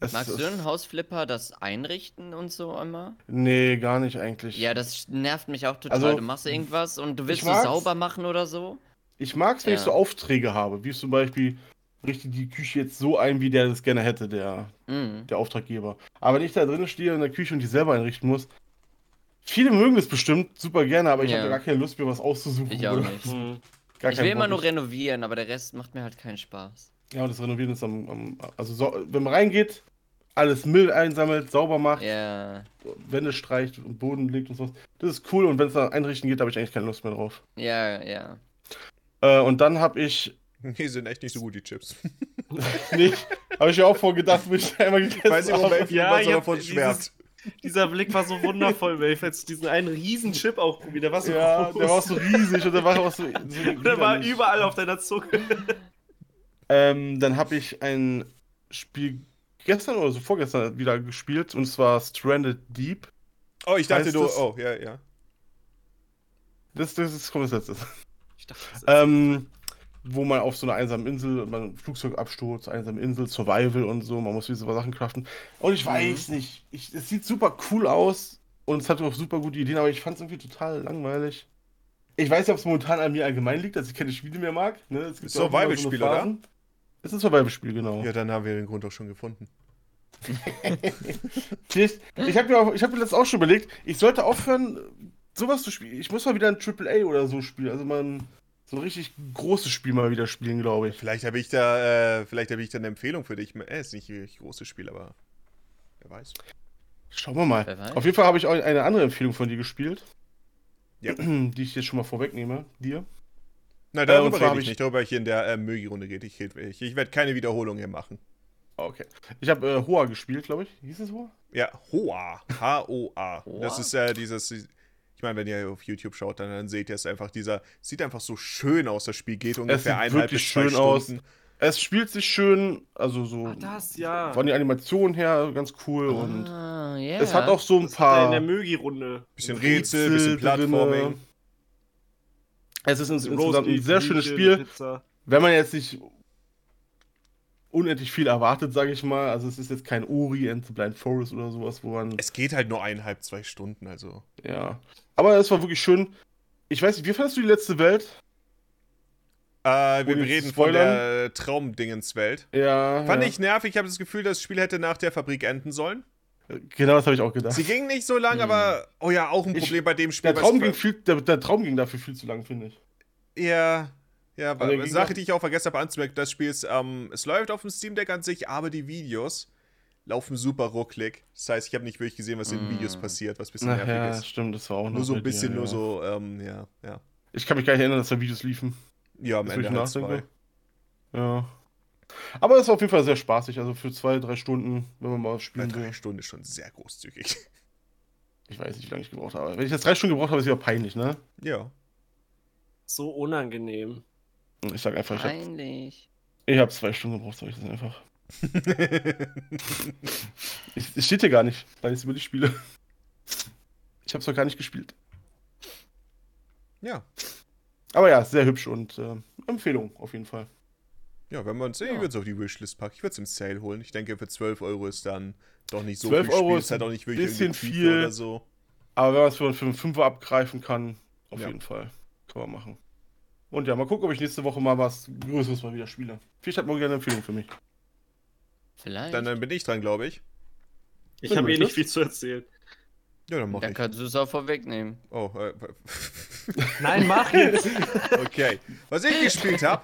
es- Magst es- du einen Hausflipper das einrichten und so immer? Nee, gar nicht eigentlich. Ja, das nervt mich auch total. Also, du machst irgendwas und du willst ich es mag's. sauber machen oder so. Ich mag es, wenn ich Ja. so Aufträge habe, wie zum Beispiel, richte die Küche jetzt so ein, wie der das gerne hätte, der, Mhm. der Auftraggeber. Aber wenn ich da drin stehe in der Küche und die selber einrichten muss, viele mögen das bestimmt super gerne, aber ich Ja. habe gar keine Lust, mir was auszusuchen. Ich auch oder nicht. Mhm. Gar Ich keinen will immer Bock. nur renovieren, aber der Rest macht mir halt keinen Spaß. Ja, und das Renovieren ist am. am also, so, wenn man reingeht, alles Müll einsammelt, sauber macht, Ja. Wände streicht und Boden legt und sowas. Das ist cool und wenn es dann einrichten geht, habe ich eigentlich keine Lust mehr drauf. Ja, ja. Äh, und dann habe ich. Die sind echt nicht so gut, die [LAUGHS] Chips. Nicht. [LAUGHS] habe ich ja auch vorgedacht, wo ich einmal Ich gegessen weiß nicht, um habe. warum Ja, ja, ich sondern hab von dieses- Schmerz. [LAUGHS] Dieser Blick war so wundervoll, Melf, als du diesen einen riesen Chip auch probiert. Der war so Ja, groß. der war auch so riesig und der war auch so. so [LAUGHS] Der war widerlich. überall auf deiner Zunge. Ähm, dann habe ich ein Spiel gestern oder so vorgestern wieder gespielt und zwar Stranded Deep. Oh, ich dachte Heißt du, das- oh, ja, ja. Das, das ist kommt als letztes. Ich dachte, das ist- Ähm, wo man auf so einer einsamen Insel, man Flugzeugabsturz, einsame Insel, Survival und so, man muss diese Sachen craften. Und Mhm. ich weiß nicht, ich, es sieht super cool aus und es hat auch super gute Ideen, aber ich fand es irgendwie total langweilig. Ich weiß nicht, ob es momentan an mir allgemein liegt, dass ich keine Spiele mehr mag. Ne? Es gibt ja auch immer eine Survival-Spiel, oder? Phasen. Es ist ein Survival-Spiel, genau. Ja, dann haben wir den Grund auch schon gefunden. Nicht. Hm. Ich habe mir, auch- ich hab mir das auch schon überlegt, ich sollte aufhören, sowas zu spielen. Ich muss mal wieder ein AAA oder so spielen. Also man, so ein richtig großes Spiel mal wieder spielen, glaube ich. Vielleicht habe ich da, äh, vielleicht habe ich da eine Empfehlung für dich. Äh, ist nicht wirklich ein großes Spiel, aber wer weiß. Schauen wir Wer mal. weiß. Auf jeden Fall habe ich auch eine andere Empfehlung von dir gespielt. Ja. [CLEARS THROAT] Die ich jetzt schon mal vorwegnehme. Dir. Na, darüber und zwar rede hab ich ich- nicht. Darüber habe ich in der äh, Mögi-Runde rede ich. Ich, ich werde keine Wiederholung hier machen. Ah, Okay. Ich habe äh, Hoa gespielt, glaube ich. Hieß es Hoa? Ja, Hoa. H-O-A. Hoa? Das ist äh, dieses. Ich meine, wenn ihr auf YouTube schaut, dann, dann seht ihr es einfach. Dieser sieht einfach so schön aus. Das Spiel geht ungefähr sieht eineinhalb wirklich bis zwei schön aus. Stunden. Aus. Es spielt sich schön, also so Ach, das, ja. von der Animation her ganz cool und ah, ja. es hat auch so ein Das war in paar der Mögi-Runde. Bisschen Rätsel, bisschen drinne. Plattforming. Es ist ins, insgesamt ein Roastbeef, sehr schönes Hühnchen, Spiel, Pizza. wenn man jetzt nicht unendlich viel erwartet, sage ich mal. Also es ist jetzt kein Ori and the Blind Forest oder sowas, wo man Es geht halt nur eineinhalb, zwei Stunden. Also. ja. Aber es war wirklich schön. Ich weiß nicht, wie fandest du die letzte Welt? Äh, wir Ohne zu reden von der äh, Traumdingenswelt. Ja. Fand ja. ich nervig. Ich habe das Gefühl, das Spiel hätte nach der Fabrik enden sollen. Genau, das habe ich auch gedacht. Sie ging nicht so lang, aber oh ja, auch ein Hm. Ich- Problem bei dem Spiel. Der was- Traum, ging viel, der, der Traum ging dafür viel zu lang, finde ich. Ja, ja, Also, aber wie Sache, gesagt- die ich auch vergessen habe anzumerken, das Spiel ist, ähm, es läuft auf dem Steam Deck an sich, aber die Videos laufen super rucklig. Das heißt, ich habe nicht wirklich gesehen, was in den Mm. Videos passiert, was ein bisschen Hm. Ach, nervig ja, ist. stimmt, das war auch Nur so bei ein dir, bisschen, nur ja. so, ähm, ja, ja. Ich kann mich gar nicht erinnern, dass da Videos liefen. Ja, am Jetzt, wo Ende ich halt nachdenke. zwei. Ja. Aber es war auf jeden Fall sehr spaßig. Also für zwei, drei Stunden, wenn man mal Bei spielen will. drei Stunden ist schon sehr großzügig. [LAUGHS] Ich weiß nicht, wie lange ich gebraucht habe. Wenn ich jetzt drei Stunden gebraucht habe, ist ja peinlich, ne? ja. So unangenehm. Ich sag einfach, ich habe Peinlich. ich hab zwei Stunden gebraucht, sag ich das einfach. Ich, es steht hier gar nicht, weil ich es über die spiele. Ich habe es noch gar nicht gespielt. [LAUGHS] ja. Aber ja, sehr hübsch und äh, Empfehlung auf jeden Fall. Ja, wenn man es, ich Ja. würde es auf die Wishlist packen. Ich würde es im Sale holen. Ich denke, für 12 Euro ist dann doch nicht so 12 viel Euro Spiel. ist halt ein auch nicht wirklich bisschen irgendwie Tiefe viel. oder so. Aber wenn man es für für einen Fünfer abgreifen kann, auf Ja. jeden Fall. Kann man machen. Und ja, mal gucken, ob ich nächste Woche mal was Größeres mal wieder spiele. Vielleicht hat morgen eine Empfehlung für mich. Vielleicht. Dann, dann bin ich dran, glaube ich. Ich Wenn habe du eh nicht möchtest. viel zu erzählen. Ja, dann mach dann ich. kannst du es auch vorwegnehmen. Oh, äh, Nein, mach [LAUGHS] jetzt. [LAUGHS] Okay. Was ich gespielt habe,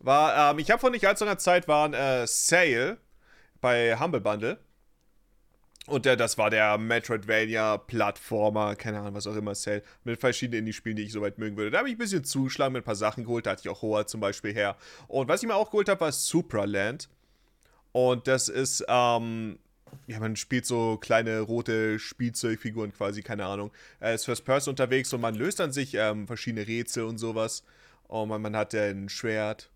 war, ähm, ich habe vor nicht allzu langer Zeit war ein äh, Sale bei Humble Bundle. Und äh, das war der Metroidvania-Plattformer, keine Ahnung, was auch immer, Sale. Mit verschiedenen Indie-Spielen, die ich soweit mögen würde. Da habe ich ein bisschen zugeschlagen, mit ein paar Sachen geholt. Da hatte ich auch Hoa zum Beispiel her. Und was ich mir auch geholt habe, war Supraland. Und das ist, ähm, ja, man spielt so kleine rote Spielzeugfiguren quasi, keine Ahnung. Er ist First Person unterwegs und man löst an sich ähm, verschiedene Rätsel und sowas. Und man, man hat äh, ein Schwert,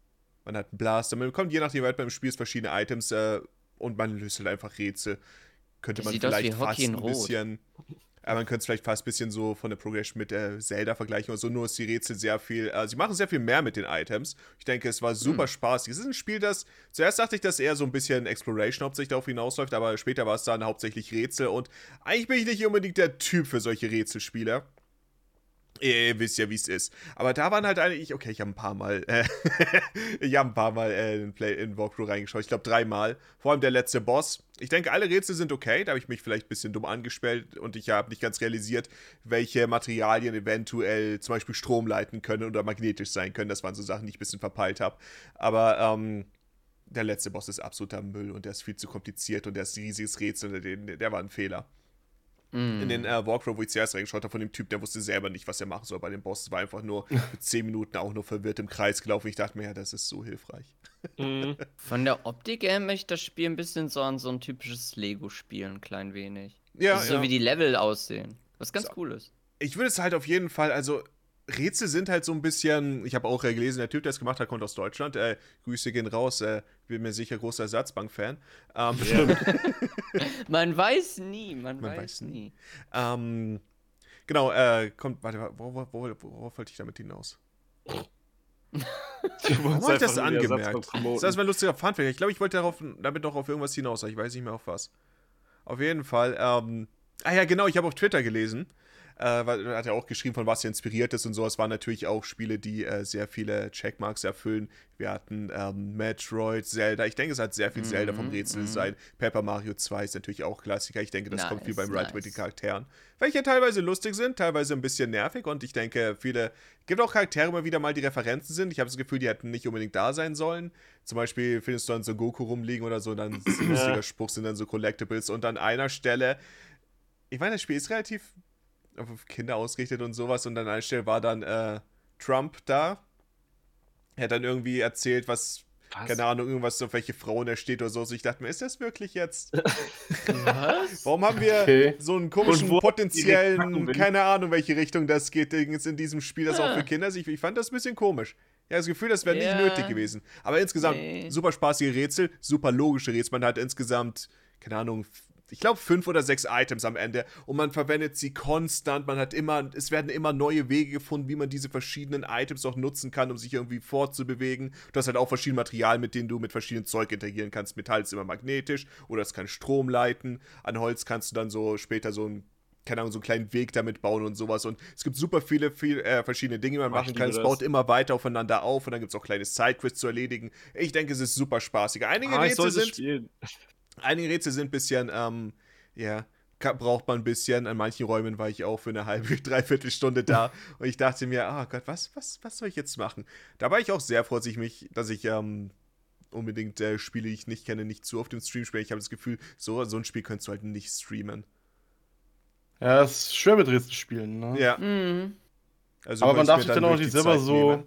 man hat einen Blaster. Man bekommt je nachdem, wie weit man im Spiel ist, verschiedene Items äh, und man löst halt einfach Rätsel. Könnte Das man sieht aus wie vielleicht fast Hockey in ein Rot. bisschen. Aber man könnte es vielleicht fast ein bisschen so von der Progression mit äh, Zelda vergleichen oder so, nur ist die Rätsel sehr viel, äh, sie machen sehr viel mehr mit den Items. Ich denke, es war super spaßig. Es ist ein Spiel, das, zuerst dachte ich, dass eher so ein bisschen Exploration hauptsächlich darauf hinausläuft, aber später war es dann hauptsächlich Rätsel und eigentlich bin ich nicht unbedingt der Typ für solche Rätselspiele. Ihr wisst ja, wie es ist. Aber da waren halt eigentlich, okay, ich habe ein paar Mal, äh, [LAUGHS] ich habe ein paar Mal äh, in, Play, in Walkthrough reingeschaut. Ich glaube dreimal. Vor allem der letzte Boss. Ich denke, alle Rätsel sind okay. Da habe ich mich vielleicht ein bisschen dumm angespielt und ich habe nicht ganz realisiert, welche Materialien eventuell zum Beispiel Strom leiten können oder magnetisch sein können. Das waren so Sachen, die ich ein bisschen verpeilt habe. Aber ähm, der letzte Boss ist absoluter Müll und der ist viel zu kompliziert und der ist ein riesiges Rätsel. und Der, der war ein Fehler Mm. in den äh, Walkthrough, wo ich zuerst reingeschaut habe, von dem Typ, der wusste selber nicht, was er machen soll bei den Bossen, war einfach [LAUGHS] nur für 10 Minuten auch nur verwirrt im Kreis gelaufen. Ich dachte mir, ja, das ist so hilfreich. Mhm. Von der Optik her möchte ich das Spiel ein bisschen so an so ein typisches Lego-Spiel, ein klein wenig. Ja, das ist so wie die Level aussehen. Was ganz So. cool ist. ich würde es halt auf jeden Fall, also Rätsel sind halt so ein bisschen, ich habe auch äh, gelesen, der Typ, der es gemacht hat, kommt aus Deutschland. Äh, Grüße gehen raus, äh, bin mir sicher großer Ersatzbank-Fan. Ähm, Man weiß nie, man, Man weiß, weiß nie. nie. ähm, genau, äh, kommt, warte, wo, wo, wo, worauf wollte ich damit hinaus? [LAUGHS] Warum habe ich das angemerkt? Das ist Das mal ein lustiger Funfact. Ich glaube, ich wollte darauf, damit noch auf irgendwas hinaus, aber ich weiß nicht mehr auf was. Auf jeden Fall, ähm, ah ja, genau, ich habe auf Twitter gelesen, Äh, weil, hat ja auch geschrieben, von was er inspiriert ist und so. Es waren natürlich auch Spiele, die äh, sehr viele Checkmarks erfüllen. Wir hatten ähm, Metroid, Zelda. Ich denke, es hat sehr viel Zelda vom Mhm, Rätseldesign. Paper Mario 2 ist natürlich auch Klassiker. Ich denke, das kommt viel Nice, beim Ride nice. mit den Charakteren. Welche teilweise lustig sind, teilweise ein bisschen nervig und ich denke, viele. Gibt auch Charaktere immer wieder mal, die Referenzen sind. Ich habe das Gefühl, die hätten nicht unbedingt da sein sollen. Zum Beispiel findest du dann so Goku rumliegen oder so, dann ist ein lustiger Spruch, sind dann so Collectibles und an einer Stelle. Ich meine, das Spiel ist relativ auf Kinder ausgerichtet und sowas. Und an einer Stelle war dann äh, Trump da. Er hat dann irgendwie erzählt, was, Was? keine Ahnung, irgendwas, auf welche Frauen er steht oder so. So ich dachte mir, ist das wirklich jetzt? Was? Warum haben wir [LAUGHS] Okay. so einen komischen, Und wo- potenziellen, Packung bin. keine Ahnung, welche Richtung das geht jetzt in diesem Spiel, das auch Ah. für Kinder ist? Ich, ich fand das ein bisschen komisch. Ja, das Gefühl, das wäre Ja. nicht nötig gewesen. Aber insgesamt, Nee. super spaßige Rätsel, super logische Rätsel. Man hat insgesamt, keine Ahnung, f- ich glaube, fünf oder sechs Items am Ende und man verwendet sie konstant. Man hat immer, es werden immer neue Wege gefunden, wie man diese verschiedenen Items auch nutzen kann, um sich irgendwie fortzubewegen. Du hast halt auch verschiedene Materialien, mit denen du mit verschiedenen Zeug interagieren kannst. Metall ist immer magnetisch oder es kann Strom leiten. An Holz kannst du dann so später so ein keine Ahnung, so einen kleinen Weg damit bauen und sowas. Und es gibt super viele, viel, äh, verschiedene Dinge, die man Oh, ich machen liebe kann. Es das. baut immer weiter aufeinander auf und dann gibt es auch kleine Sidequests zu erledigen. Ich denke, es ist super spaßig. Einige Ah, ich Rätsel sollte sind spielen. einige Rätsel sind ein bisschen, ähm, ja, ka- braucht man ein bisschen. An manchen Räumen war ich auch für eine [LAUGHS] halbe, dreiviertel Stunde [LAUGHS] da und ich dachte mir, ah Gott, was, was, was soll ich jetzt machen? Da war ich auch sehr froh, dass ich mich, dass ich, ähm, unbedingt äh, Spiele, die ich nicht kenne, nicht zu auf dem Stream spiele. Ich habe das Gefühl, so, so ein Spiel könntest du halt nicht streamen. Ja, es ist schwer mit Rätseln spielen, ne? Ja, Mhm. also Aber man könnte ich darf mir sich dann auch wirklich nicht die selber Zeit so. nehmen.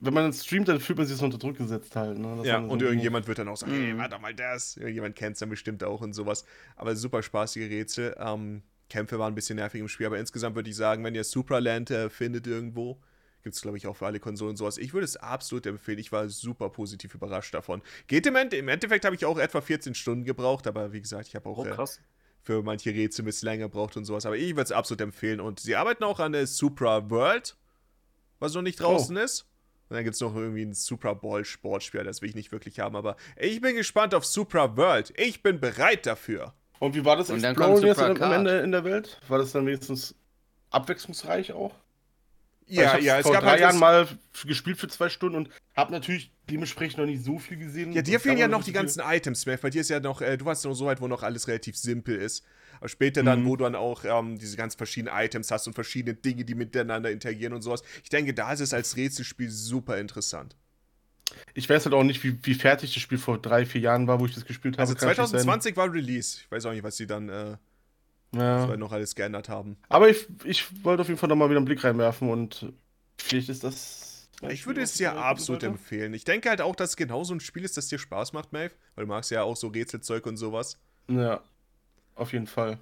Wenn man es streamt, dann fühlt man sich so unter Druck gesetzt halt, ne? Dass Ja, man so- und irgendjemand wird dann auch sagen, Mhm. hey, warte mal das. Irgendjemand kennt es dann bestimmt auch und sowas. Aber super spaßige Rätsel. Ähm, Kämpfe waren ein bisschen nervig im Spiel, aber insgesamt würde ich sagen, wenn ihr Supraland äh, findet irgendwo, gibt es, glaube ich, auch für alle Konsolen und sowas. Ich würde es absolut empfehlen. Ich war super positiv überrascht davon. Geht im, Ende, im Endeffekt habe ich auch etwa 14 Stunden gebraucht, aber wie gesagt, ich habe auch Oh, äh, krass. für manche Rätsel ein bisschen länger braucht und sowas. Aber ich würde es absolut empfehlen. Und sie arbeiten auch an der Supra World, was noch nicht draußen ist. Und dann gibt es noch irgendwie ein Supra Ball Sportspiel, das will ich nicht wirklich haben. Aber ich bin gespannt auf Supra World. Ich bin bereit dafür. Und "Oh, wie war das Und dann Explosion kommt jetzt Supra am am Card. Ende in der Welt? War das dann wenigstens abwechslungsreich auch? Weil Ja, ich ja, hab's es vor gab drei halt. Jahren das- mal f- gespielt für zwei Stunden und habe natürlich dementsprechend noch nicht so viel gesehen. Ja, dir Es fehlen gab ja auch noch so die viel- ganzen Items, Matt. Bei dir ist ja noch, äh, du warst ja noch so weit, wo noch alles relativ simpel ist. Aber später dann, Mhm. wo du dann auch ähm, diese ganz verschiedenen Items hast und verschiedene Dinge, die miteinander interagieren und sowas. Ich denke, da ist es als Rätselspiel super interessant. Ich weiß halt auch nicht, wie, wie fertig das Spiel vor drei, vier Jahren war, wo ich das gespielt habe. Also kann natürlich sein. 2020 war Release. Ich weiß auch nicht, was sie dann äh, Ja. soweit noch alles geändert haben. Aber ich, ich wollte auf jeden Fall nochmal wieder einen Blick reinwerfen und vielleicht ist das. Ich würde es dir absolut empfehlen. Ich denke halt auch, dass es genau so ein Spiel ist, das dir Spaß macht, Maeve. Weil du magst ja auch so Rätselzeug und sowas. Ja, auf jeden Fall.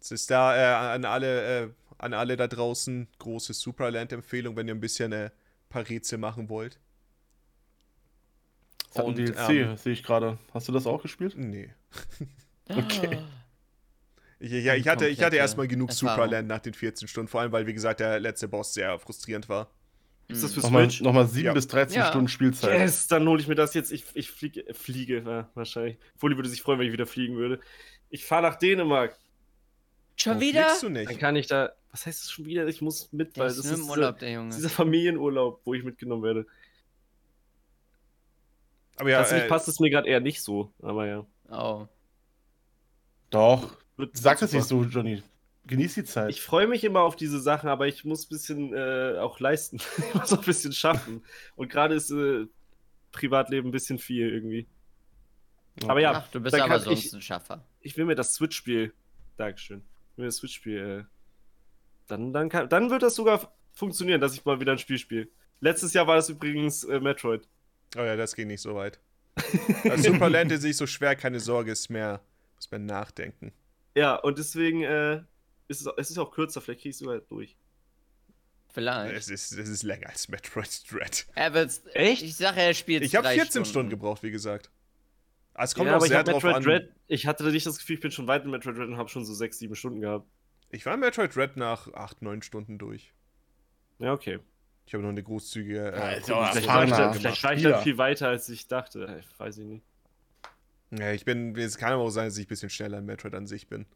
Es ist da äh, an, alle, äh, an alle da draußen große Supraland-Empfehlung, wenn ihr ein bisschen äh, paar Rätsel machen wollt. Es hat ein Und, DLC, ähm, sehe ich gerade. Hast du das auch gespielt? Nee. Okay. Ah. Ich, ja, ich hatte, ich hatte Komplette erstmal genug Erfahrung. Supraland nach den 14 Stunden. Vor allem, weil, wie gesagt, der letzte Boss sehr frustrierend war. Ist Mm. das für Nochmal, Switch? nochmal 7 Ja. bis 13 Ja. Stunden Spielzeit. Yes, dann hole ich mir das jetzt. Ich, ich fliege, fliege ja, wahrscheinlich. Foli würde sich freuen, wenn ich wieder fliegen würde. Ich fahre nach Dänemark. Schon Warum wieder? fliegst Oh, du Dann nicht? kann ich da. Was heißt das schon wieder? Ich muss mit, Der weil ist das nur ist im dieser, Urlaub, der Junge. dieser Familienurlaub, wo ich mitgenommen werde. Aber ja, Tatsächlich äh, passt es mir gerade eher nicht so, aber ja. Oh. Doch. Wird- Sag wird es nicht super. so, Johnny. Genieß die Zeit. Ich freue mich immer auf diese Sachen, aber ich muss ein bisschen äh, auch leisten. [LAUGHS] ich muss auch ein bisschen schaffen. Und gerade ist äh, Privatleben ein bisschen viel irgendwie. Aber ja, Ach, du bist dann aber kann sonst ich- ein Schaffer. ich will mir das Switch-Spiel. Dankeschön. Ich will mir das Switch-Spiel. Äh, dann, dann, kann, dann wird das sogar funktionieren, dass ich mal wieder ein Spiel spiele. Letztes Jahr war das übrigens äh, Metroid. Oh ja, das ging nicht so [LAUGHS] weit. Dass Superland ist nicht so schwer, keine Sorge, ist mehr, muss man nachdenken. Ja, und deswegen äh, ist es, es ist auch kürzer, vielleicht kriege ich es sogar durch. Vielleicht. Es ist, es ist länger als Metroid Dread. Er wird's, Echt? Ich sage, er spielt Ich habe drei 14 Stunden. gebraucht, wie gesagt. Aber es kommt ja, auch aber ich sehr hab drauf Metroid an. Dread. Ich hatte nicht das Gefühl, ich bin schon weit in Metroid Dread und habe schon so sechs, sieben Stunden gehabt. Ich war in Metroid Dread nach 8, 9 Stunden durch. Ja, okay. Ich habe noch eine großzügige. Ja, Äh, ist auch Chronologie Vielleicht war, ich erfahrener dann, gemacht. vielleicht war ich Spieler. dann viel weiter, als ich dachte. Ich weiß ich nicht. ja, ich bin, es kann aber auch sein, dass ich ein bisschen schneller in Metroid an sich bin.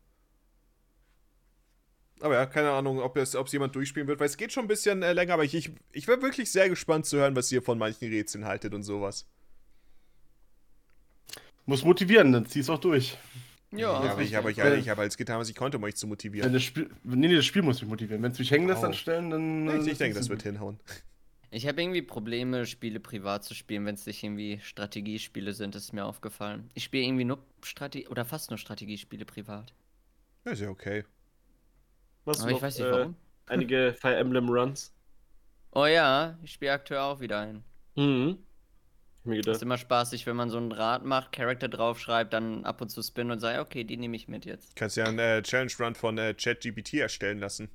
Aber ja, keine Ahnung, ob es ob's jemand durchspielen wird, weil es geht schon ein bisschen äh, länger, aber ich, ich, ich wäre wirklich sehr gespannt zu hören, was ihr von manchen Rätseln haltet und sowas. Muss motivieren, dann zieh's auch durch. Ja, aber ich richtig. habe euch alle, ich habe alles getan, was ich konnte, um euch zu motivieren. Wenn das Spiel, nee, nee, das Spiel muss mich motivieren. Wenn es mich hängen lässt Au. an Stellen, dann. äh, Ich, ich denke, das wird hinhauen. Ich habe irgendwie Probleme, Spiele privat zu spielen, wenn es nicht irgendwie Strategiespiele sind, das ist mir aufgefallen. Ich spiele irgendwie nur Strategie oder fast nur Strategiespiele privat. Ja, Ist ja okay. Machst du Aber ich noch, weiß nicht äh, warum. Einige Fire Emblem Runs. Oh ja, ich spiele aktuell auch wieder ein. Mhm. Hab mir Das ist gedacht. immer spaßig, wenn man so einen Rad macht, Charakter draufschreibt, dann ab und zu spinnen und sagt, okay, die nehme ich mit jetzt. Kannst ja einen äh, Challenge Run von äh, ChatGPT erstellen lassen.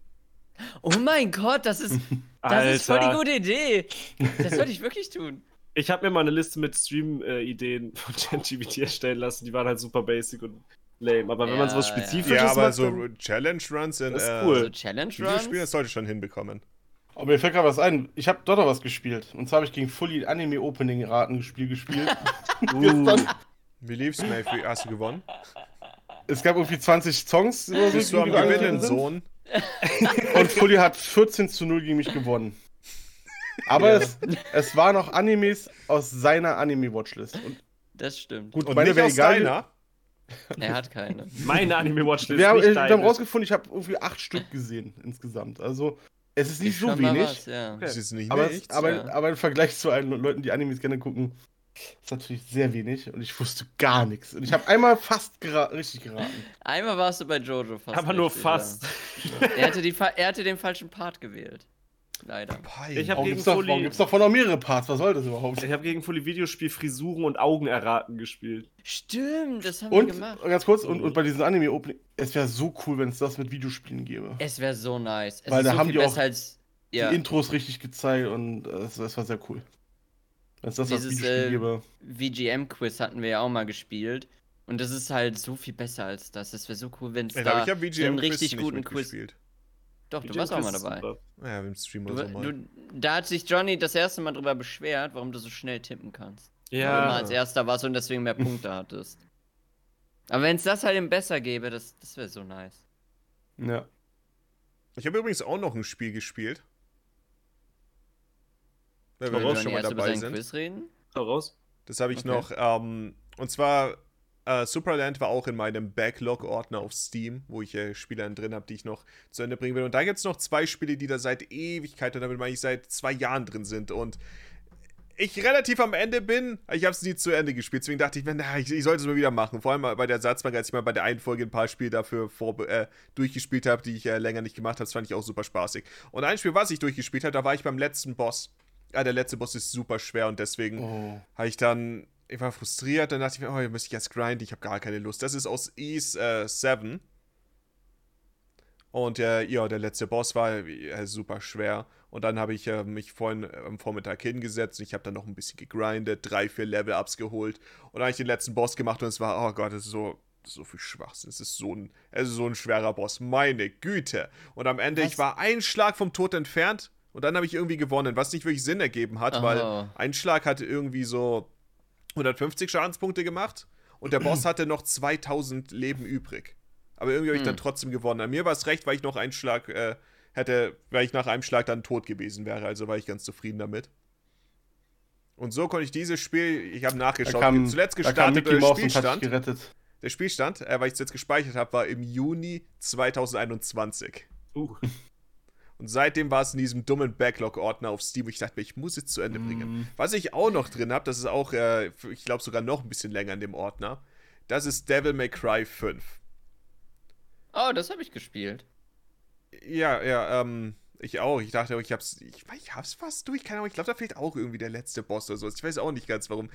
Oh mein Gott, das ist, das ist voll die Alter. gute Idee. Das sollte ich wirklich [LAUGHS] tun. Ich habe mir mal eine Liste mit Stream-Ideen von [LAUGHS] ChatGPT erstellen lassen. Die waren halt super basic und lame. Aber wenn man Ja, sowas ja. Spezifisches Ja, aber macht, so dann- Challenge Runs in Das ist äh, cool. Also Challenge Videospielen, das Runs? sollte schon hinbekommen. Aber mir fällt gerade was ein. Ich habe doch noch was gespielt. Und zwar habe ich gegen Fully Anime Opening [LAUGHS] Ratenspiel gespielt. uh, Beliefs, Mayfree, hast du gewonnen? es gab irgendwie 20 Songs. oder so, Bist die du am gegangen Gewinnen, sind. Sohn? Und Fully hat 14 zu 0 gegen mich gewonnen. Aber es, es waren auch Animes aus seiner Anime-Watchlist. Und Das stimmt. gut, Und meine nicht wäre aus egal. deiner? Er hat keine. meine Anime-Watchlist. Wir haben, nicht wir haben deine. rausgefunden, ich habe irgendwie 8 Stück gesehen insgesamt. Also, es ist nicht Ist so schon mal wenig. was, ja. Das ist nicht Aber, nichts. aber, ja. aber im Vergleich zu allen Leuten, die Animes gerne gucken, ist natürlich sehr wenig und ich wusste gar nichts. Und ich habe einmal fast gera richtig geraten. Einmal warst du bei Jojo fast. Aber nur richtig, fast. Ja. Er, hatte die, fa- er hatte den falschen Part gewählt. Leider. Pei. Ich hab- Warum gegen gibt's, doch, Fully- warum gibt's doch von noch mehrere Parts? Was soll das überhaupt? Ich habe gegen Fully Videospiel Frisuren und Augen erraten gespielt. Stimmt, das haben wir Und gemacht. ganz kurz, und, und bei diesem Anime-Opening, es wäre so cool, wenn es das mit Videospielen gäbe. Es wäre so nice. Es Weil ist da so haben viel die auch besser als. Ja, Die Intros richtig gezeigt und äh, es es war sehr cool. Wenn es das als Dieses, Videospiel äh, gäbe. VGM-Quiz hatten wir ja auch mal gespielt. Und das ist halt so viel besser als das. Es wäre so cool, wenn es Ich da glaube, ich habe so einen VGM Quiz richtig nicht guten Quiz. mitgespielt. Doch, du warst auch mal dabei. Super. Ja, im Stream Du, oder so mal. du, da hat sich Johnny das erste Mal drüber beschwert, warum du so schnell tippen kannst. Weil du immer Ja. als erster warst und deswegen mehr Punkte hattest. Aber wenn es das halt eben besser gäbe, das, das wäre so nice. Ja. Ich habe übrigens auch noch ein Spiel gespielt. Wenn wir Warum? jetzt schon mal erst über dabei seinen sind. Quiz reden? Hau raus. Das habe ich Okay. noch. Ähm, und zwar, äh, Supraland war auch in meinem Backlog-Ordner auf Steam, wo ich äh, Spiele dann drin habe, die ich noch zu Ende bringen will. Und da gibt es noch zwei Spiele, die da seit Ewigkeit, und damit meine ich seit zwei Jahren drin sind. Und ich relativ am Ende bin, ich habe es nie zu Ende gespielt, deswegen dachte ich mir, na, ich, ich sollte es mal wieder machen. Vor allem bei der Ersatzbank, als ich mal bei der einen Folge ein paar Spiele dafür vor, äh, durchgespielt habe, die ich äh, länger nicht gemacht habe, das fand ich auch super spaßig. Und ein Spiel, was ich durchgespielt habe, da war ich beim letzten Boss. Ja, der letzte Boss ist super schwer und deswegen Oh. habe ich dann, ich war frustriert, dann dachte ich mir, oh, hier müsste ich jetzt grinden, ich habe gar keine Lust. Das ist aus Ease äh, 7. Und äh, ja, der letzte Boss war äh, super schwer. Und dann habe ich äh, mich vorhin äh, am Vormittag hingesetzt und ich habe dann noch ein bisschen gegrindet, drei, vier Level-Ups geholt. Und dann habe ich den letzten Boss gemacht und es war, oh Gott, das ist so, so viel Schwachsinn. Es ist so ein, es ist so ein schwerer Boss. Meine Güte. Und am Ende, Was? ich war ein Schlag vom Tod entfernt und dann habe ich irgendwie gewonnen, was nicht wirklich Sinn ergeben hat, Aha. weil ein Schlag hatte irgendwie so 150 Schadenspunkte gemacht und der [CLEARS THROAT] Boss hatte noch 2000 Leben übrig. Aber irgendwie habe ich dann Hm. trotzdem gewonnen. An mir war es recht, weil ich noch einen Schlag äh, hätte, weil ich nach einem Schlag dann tot gewesen wäre. Also war ich ganz zufrieden damit. Und so konnte ich dieses Spiel, ich habe Da nachgeschaut, kam, zuletzt da kam gestartet, Mickey der Mouse und hat dich Spielstand, gerettet. der Spielstand äh, weil ich es jetzt gespeichert habe, war im Juni 2021. Uh. Und seitdem war es in diesem dummen Backlog-Ordner auf Steam. Ich dachte mir, ich muss es zu Ende bringen. Mm. Was ich auch noch drin habe, das ist auch, äh, ich glaube sogar noch ein bisschen länger in dem Ordner, das ist Devil May Cry 5. Oh, das habe ich gespielt. Ja, ja, ähm, ich auch. Ich dachte, ich hab's, ich, weiß, ich hab's fast durch. Keine Ahnung, ich glaube, da fehlt auch irgendwie der letzte Boss oder so. Ich weiß auch nicht ganz warum.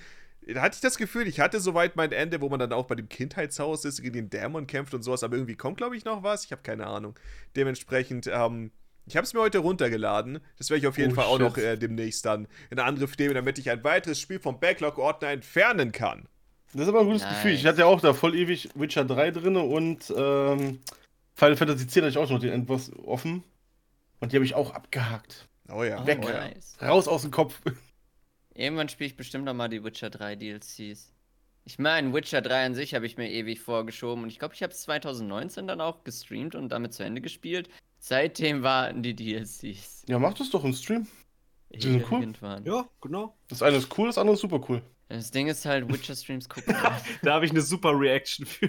Da hatte ich das Gefühl, ich hatte soweit mein Ende, wo man dann auch bei dem Kindheitshaus ist, gegen den Dämon kämpft und sowas. Aber irgendwie kommt, glaube ich, noch was. Ich habe keine Ahnung. Dementsprechend, ähm, ich habe es mir heute runtergeladen. Das werde ich auf jeden Oh, Fall auch shit. noch äh, demnächst dann in Angriff nehmen, damit ich ein weiteres Spiel vom Backlog-Ordner entfernen kann. Das ist aber ein gutes Nice. Gefühl. Ich hatte ja auch da voll ewig Witcher 3 drin und ähm, Final Fantasy 10 hatte ich auch noch den Endboss offen. Und die habe ich auch abgehakt. Oh ja. Oh, Weg. nice. Raus aus dem Kopf. [LAUGHS] Irgendwann spiele ich bestimmt noch mal die Witcher 3 DLCs. Ich meine, Witcher 3 an sich habe ich mir ewig vorgeschoben und ich glaube, ich habe es 2019 dann auch gestreamt und damit zu Ende gespielt. Seitdem warten die DLCs. Ja, mach das doch im Stream. Die sind cool. Irgendwann. Ja, genau. Das eine ist cool, das andere ist super cool. Das Ding ist halt, [LAUGHS] Witcher-Streams gucken. Da habe ich eine super Reaction für.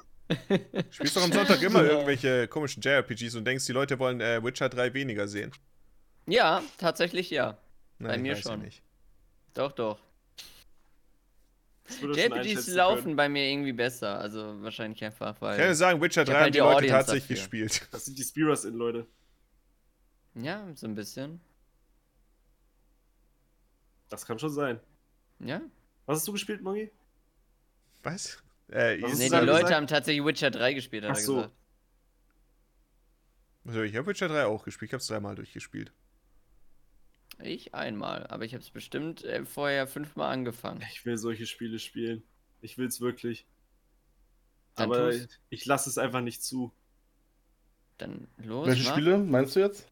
[LAUGHS] Spielst doch am Sonntag immer irgendwelche komischen JRPGs und denkst, die Leute wollen äh, Witcher 3 weniger sehen. ja, tatsächlich ja. Nein, Bei mir weiß ich schon. Nicht. Doch, doch. Das würde schon JPGs einschätzen laufen können. bei mir irgendwie besser. Also wahrscheinlich einfach, Ich kann dir weil. sagen, Witcher Ich 3 hab halt haben die die Leute Audience tatsächlich dafür. gespielt. Das sind die Spears in, Leute. Ja, so ein bisschen. Das kann schon sein. Ja. Was hast du gespielt, Mogi? Was? Äh, ist- Was Nee, ist das die dann Leute gesagt? haben tatsächlich Witcher 3 gespielt, hat Ach er so. gesagt. also ich habe Witcher 3 auch gespielt. Ich habe es dreimal durchgespielt. Ich einmal, aber ich habe es bestimmt äh, vorher fünfmal angefangen. Ich will solche Spiele spielen. Ich will's wirklich. Dann Aber tu's. ich lasse es einfach nicht zu. Dann los. Welche mach. Spiele meinst du jetzt?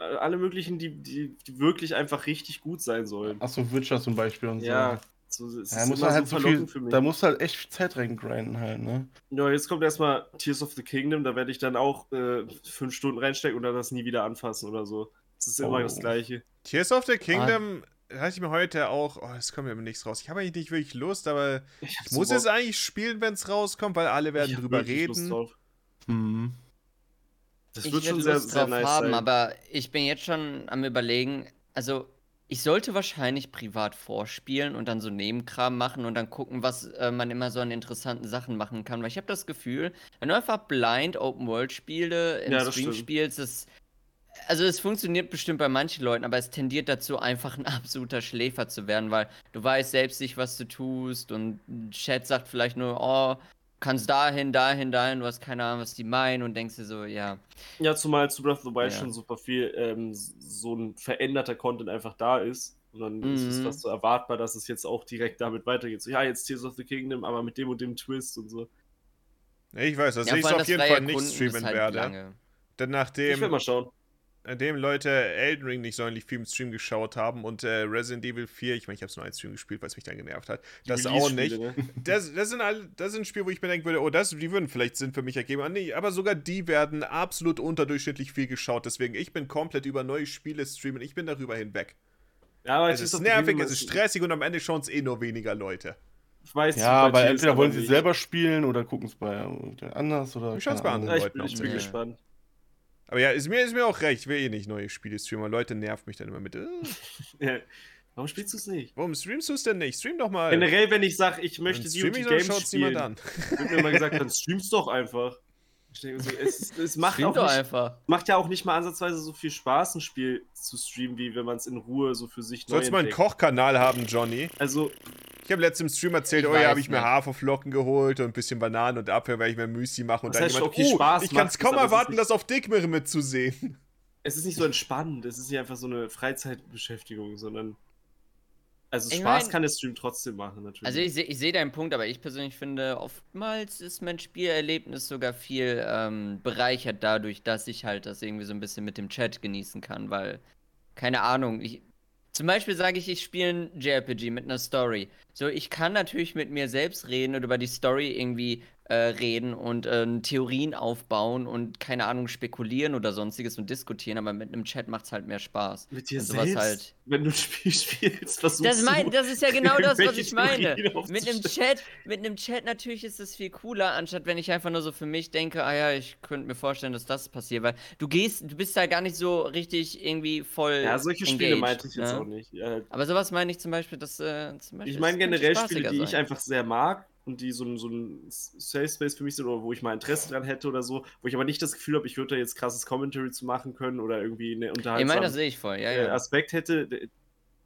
Äh, Alle möglichen, die, die, die wirklich einfach richtig gut sein sollen. Achso, Witcher zum Beispiel und Ja, so. so, es Da ist muss immer man halt so so viel, verlockend für mich. da muss halt echt viel Zeit reingrinden halt, ne? Ja, jetzt kommt erstmal Tears of the Kingdom, da werde ich dann auch äh, fünf Stunden reinstecken und dann das nie wieder anfassen oder so. Es ist immer Oh. das Gleiche. Tears Ah. of the Kingdom hatte ich mir heute auch. Oh, es kommt ja nichts raus. Ich habe eigentlich nicht wirklich Lust, aber ich muss es eigentlich spielen, wenn es rauskommt, weil alle werden drüber reden. Mhm. Hm. Das ich wird schon hätte sehr, Lust sehr drauf nice haben, sein. aber ich bin jetzt schon am überlegen, also ich sollte wahrscheinlich privat vorspielen und dann so Nebenkram machen und dann gucken, was äh, man immer so an interessanten Sachen machen kann, weil ich habe das Gefühl, wenn du einfach blind Open World Spiele im Ja, das Stream stimmt. spielst, das also es funktioniert bestimmt bei manchen Leuten, aber es tendiert dazu, einfach ein [LAUGHS] absoluter Schläfer zu werden, weil du weißt selbst nicht, was du tust und ein Chat sagt vielleicht nur, oh, kannst dahin, dahin, dahin, du hast keine Ahnung, was die meinen und denkst dir so, ja, Ja, zumal zu Breath of the Wild Ja. schon super viel ähm, so ein veränderter Content einfach da ist. Und dann ist es Mhm. fast so erwartbar, dass es jetzt auch direkt damit weitergeht. So, ja, jetzt Tears of the Kingdom, aber mit dem und dem Twist und so. Ich weiß, dass ja, ich vor es allem auf das jeden freie Fall nicht Erkunden streamen ist halt werde. lange. Denn ich will nachdem mal schauen. nachdem Leute Elden Ring nicht sonderlich viel im Stream geschaut haben und äh, Resident Evil 4, ich meine, ich habe es nur einen Stream gespielt, weil es mich dann genervt hat. Die das auch Release-Spiele, nicht. Ne? Das, das, sind alle, das sind Spiele, wo ich mir denken würde, oh, das, die würden vielleicht Sinn für mich ergeben. Aber, nee, aber sogar die werden absolut unterdurchschnittlich viel geschaut. Deswegen, ich bin komplett über neue Spiele streamen. Ich bin darüber hinweg. Ja, aber Es Tears ist of the Kingdom nervig, es ist stressig und am Ende schauen es eh nur weniger Leute. Ich weiß, Ja, aber Tears entweder aber wollen sie nicht. selber spielen oder gucken es bei irgendjemand anders oder. Ich schaut's keine bei Ahnung. Ja, ich Leuten bin, ich auch bin nicht. gespannt. Aber ja, ist mir, ist mir auch recht. Ich will eh nicht neue Spiele streamen. Leute nervt mich dann immer mit. Äh, Ja. Warum spielst du es nicht? warum streamst du es denn nicht? Stream doch mal. Generell, wenn ich sage, ich Dann möchte die stream und die ich, dann Games schaut's niemand spielen, an. wird mir immer gesagt, dann stream's doch einfach. Ich denke so, es, ist- es macht, Stream auch doch nicht, einfach. macht ja auch nicht mal ansatzweise so viel Spaß, ein Spiel zu streamen, wie wenn man es in Ruhe so für sich neu Sollst mal einen entdeckt. Kochkanal haben, Johnny. Also, Ich habe letztens im Stream erzählt, Ich oh ja, weiß habe ich mir nicht. Haferflocken geholt und ein bisschen Bananen und Apfel, weil ich mir Müsli mache und Das heißt schon, jemand, "Uh, okay, Spaß ich kann macht es es, kaum aber es ist erwarten, nicht- das auf Dickmirre [LAUGHS] mitzusehen. es ist nicht so entspannend, es ist nicht einfach so eine Freizeitbeschäftigung, sondern. Also, Ich Spaß mein- kann der Stream trotzdem machen, natürlich. Also ich sehe ich seh deinen Punkt, aber ich persönlich finde, oftmals ist mein Spielerlebnis sogar viel ähm, bereichert dadurch, dass ich halt das irgendwie so ein bisschen mit dem Chat genießen kann, weil, keine Ahnung, ich, zum Beispiel sage ich, ich spiele ein JRPG mit einer Story. So, ich kann natürlich mit mir selbst reden und über die Story irgendwie äh, reden und ähm, Theorien aufbauen und, keine Ahnung, spekulieren oder sonstiges und diskutieren, aber mit einem Chat macht es halt mehr Spaß. mit dir und sowas selbst, halt. wenn du ein Spiel [LAUGHS] spielst, versuchst Das, mein, du. das ist ja genau das, was irgendwelche ich meine. Theorien Mit einem Chat, mit einem Chat natürlich ist es viel cooler, anstatt wenn ich einfach nur so für mich denke, ah ja, ich könnte mir vorstellen, dass das passiert, weil du gehst, du bist da gar nicht so richtig irgendwie voll. Ja, solche Spiele engaged, meinte ich jetzt ne? auch nicht. Ja, Aber sowas meine ich zum Beispiel, dass äh, zum Beispiel, Ich meine es könnte generell spaßiger Spiele, die ich sein. einfach sehr mag und die so ein, so ein Safe Space für mich sind oder wo ich mal Interesse dran hätte oder so, wo ich aber nicht das Gefühl habe, ich würde da jetzt krasses Commentary zu machen können oder irgendwie eine Ich meine, das unterhaltsamen sehe ich voll, ja, äh, ja. Aspekt hätte.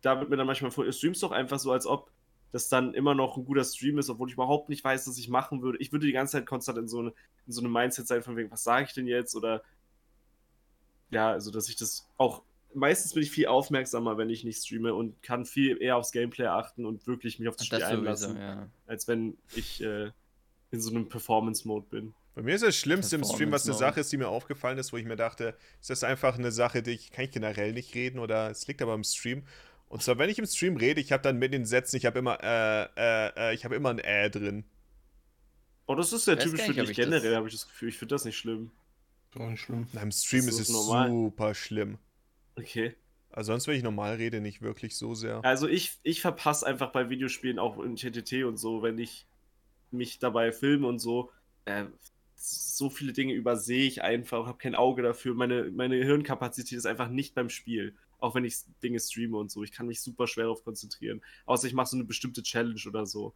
Da wird mir dann manchmal vor, streams doch einfach so, als ob das dann immer noch ein guter Stream ist, obwohl ich überhaupt nicht weiß, was ich machen würde. Ich würde die ganze Zeit konstant in so, eine, in so einem Mindset sein, von wegen, was sage ich denn jetzt? Oder ja, also dass ich das auch. Meistens bin ich viel aufmerksamer, wenn ich nicht streame und kann viel eher aufs Gameplay achten und wirklich mich auf das Spiel Das sowieso, einlassen, ja. als wenn ich äh, in so einem Performance-Mode bin. Bei mir ist das Schlimmste im Stream, was eine Performance-Mode. ne? Sache ist, die mir aufgefallen ist, wo ich mir dachte, ist das einfach eine Sache, die ich kann ich generell nicht reden oder es liegt aber im Stream. Und zwar, wenn ich im Stream rede, ich habe dann mit den Sätzen, ich habe immer, äh, äh, äh, ich habe immer ein Äh drin. Oh, das ist ja Weiß typisch gar für nicht, ob dich ich das- generell, habe ich das Gefühl. Ich finde das nicht schlimm. Ist auch nicht schlimm. Na, Im Stream Das ist ist es normal. super schlimm. Okay. Also sonst, wenn ich normal rede, nicht wirklich so sehr. Also ich, ich verpasse einfach bei Videospielen auch in TTT und so, wenn ich mich dabei filme und so, äh, so viele Dinge übersehe ich einfach, habe kein Auge dafür. Meine, meine Hirnkapazität ist einfach nicht beim Spiel. Auch wenn ich Dinge streame und so. Ich kann mich super schwer darauf konzentrieren. Außer ich mache so eine bestimmte Challenge oder so.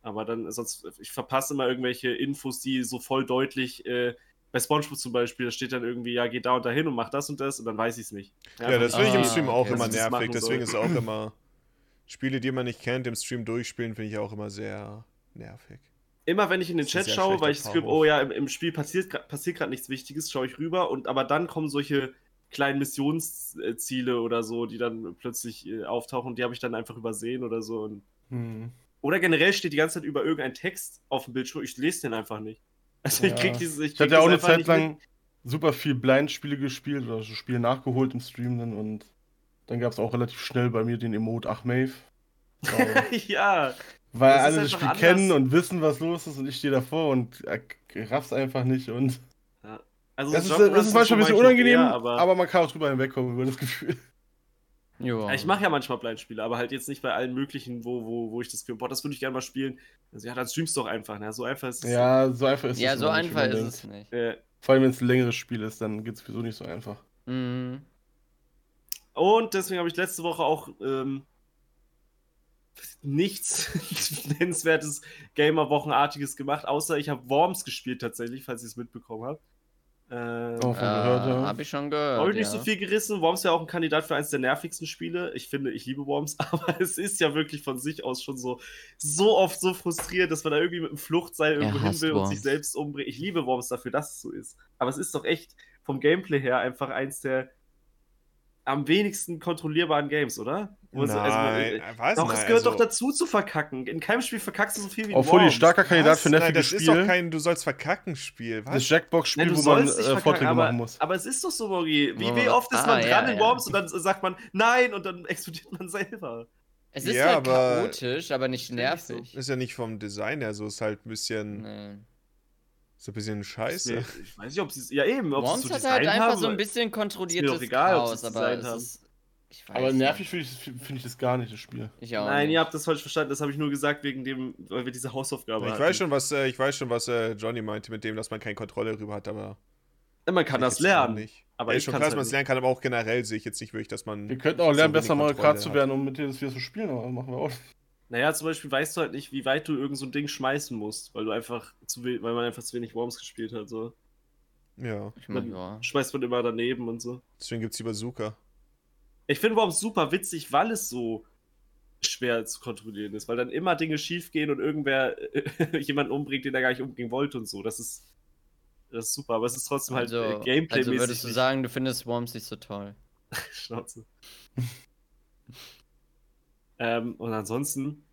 Aber dann, sonst, ich verpasse immer irgendwelche Infos, die so voll deutlich, äh, bei Spongebob zum Beispiel, da steht dann irgendwie, ja, geh da und dahin und mach das und das und dann weiß ich es nicht. Ja, das finde ich im Ah, Stream auch okay. immer Also, das nervig. machen Deswegen ist soll. auch immer Spiele, die man nicht kennt, im Stream durchspielen, finde ich auch immer sehr nervig. immer wenn ich in den Das ist ein Chat sehr schaue, weil ich schlechter das Gefühl, Vorwurf. oh ja, im, im Spiel passiert, gra- passiert gerade nichts Wichtiges, schaue ich rüber und aber dann kommen solche kleinen Missionsziele oder so, die dann plötzlich äh, auftauchen, die habe ich dann einfach übersehen oder so. Und, Hm. oder generell steht die ganze Zeit über irgendein Text auf dem Bildschirm, ich lese den einfach nicht. Also ich Ja. krieg dieses. Ich krieg hatte ja auch eine das einfach Zeit nicht mit. lang super viel Blind-Spiele gespielt oder so Spiele nachgeholt im Stream dann und dann gab es auch relativ schnell bei mir den Emote [LAUGHS] Achmave. Weil ja, weil Das ist alle das einfach Spiel anders. kennen und wissen, was los ist und ich stehe davor und äh, raff's einfach nicht und also das ist, Job- das ist manchmal ein bisschen mache ich noch unangenehm, eher, aber, man kann auch drüber hinwegkommen über das [LAUGHS] Gefühl. Joa. Ja, ich mache ja manchmal Blindspiele, aber halt jetzt nicht bei allen möglichen, wo, wo, wo ich das Gefühl, boah, das würde ich gerne mal spielen. Also ja, dann streamst du doch einfach, ne? So einfach ist es. Ja, so einfach ist es. Ja, so immer nicht, wie einfach man ist es denkt. nicht. Äh, Vor allem, wenn es ein längeres Spiel ist, dann geht es sowieso nicht so einfach. Mhm. Und deswegen habe ich letzte Woche auch ähm, nichts [LAUGHS] nennenswertes Gamer-Wochenartiges gemacht, außer ich habe Worms gespielt tatsächlich, falls ihr es mitbekommen habt. Ähm, Oh, Äh, von gehört, ja. Hab ich schon gehört. habe ich nicht Äh, ja. so viel gerissen. Worms wäre auch ein Kandidat für eines der nervigsten Spiele. Ich finde, ich liebe Worms, [LAUGHS] aber es ist ja wirklich von sich aus schon so, so oft so frustriert, dass man da irgendwie mit einem Fluchtseil irgendwo hin hasst will und sich Worms. selbst umbringt. Ich liebe Worms dafür, dass es so ist. Aber es ist doch echt vom Gameplay her einfach eins der am wenigsten kontrollierbaren Games, oder? Wo es- Nein, man- weiß doch, nicht, es gehört also- doch dazu zu verkacken. In keinem Spiel verkackst du so viel wie in Obwohl die Worms. starker Kandidat Was? für Nein, nerviges das ist doch Spiel. kein Du sollst verkacken Spiel. Das Was? Nein, Jackbox-Spiel, du wo man sollst nicht äh, verkacken, Vorträge aber, machen muss. aber es ist doch so, Mori. Wie, Wo wie man- oft ist Ah, man ja, dran in ja. Worms und dann sagt man nein und dann [LAUGHS] explodiert man selber. Es ist Ja, halt aber- chaotisch, aber nicht Find ich so. nervig. Ist ja nicht vom Design her, so ist halt ein bisschen, Nee. ist ein bisschen scheiße. Nee, ich weiß nicht, ob sie es. Ja, eben. Ob Worms sie hat es halt einfach so ein bisschen. bisschen kontrolliertes egal, ob Chaos, sie's aber designt es haben. ist, ich weiß Aber nicht. nervig finde ich, find ich das gar nicht, das Spiel. Ich auch Nein, nicht. ihr habt das falsch verstanden. Das habe ich nur gesagt, wegen dem, weil wir diese Hausaufgabe ich hatten. weiß schon, was, äh, ich weiß schon, was äh, Johnny meinte mit dem, dass man keine Kontrolle darüber hat, aber. Ja, Man kann ich das jetzt auch lernen. Nicht. aber Aber ja, ich ist schon kann's krass, halt man es nicht. lernen kann, aber auch generell sehe ich jetzt nicht wirklich, dass man. Wir könnten so auch lernen, wenig besser Mario Kontrolle Kart zu hat. werden, um mit dir das wieder zu spielen, aber machen wir auch. Naja, zum Beispiel weißt du halt nicht, wie weit du irgend so ein Ding schmeißen musst, weil du einfach zu we- weil man einfach zu wenig Worms gespielt hat. So. Ja, Ich halt mein, Hm, ja. Schmeißt man immer daneben und so. deswegen gibt es die Bazooka. Ich finde Worms super witzig, weil es so schwer zu kontrollieren ist, weil dann immer Dinge schief gehen und irgendwer [LAUGHS] äh, jemanden umbringt, den er gar nicht umbringen wollte und so. Das ist, das ist super, aber es ist trotzdem halt Also, äh, also gameplay-mäßig. würdest du nicht- sagen, du findest Worms nicht so toll. Schnauze. [LAUGHS] ähm, und ansonsten,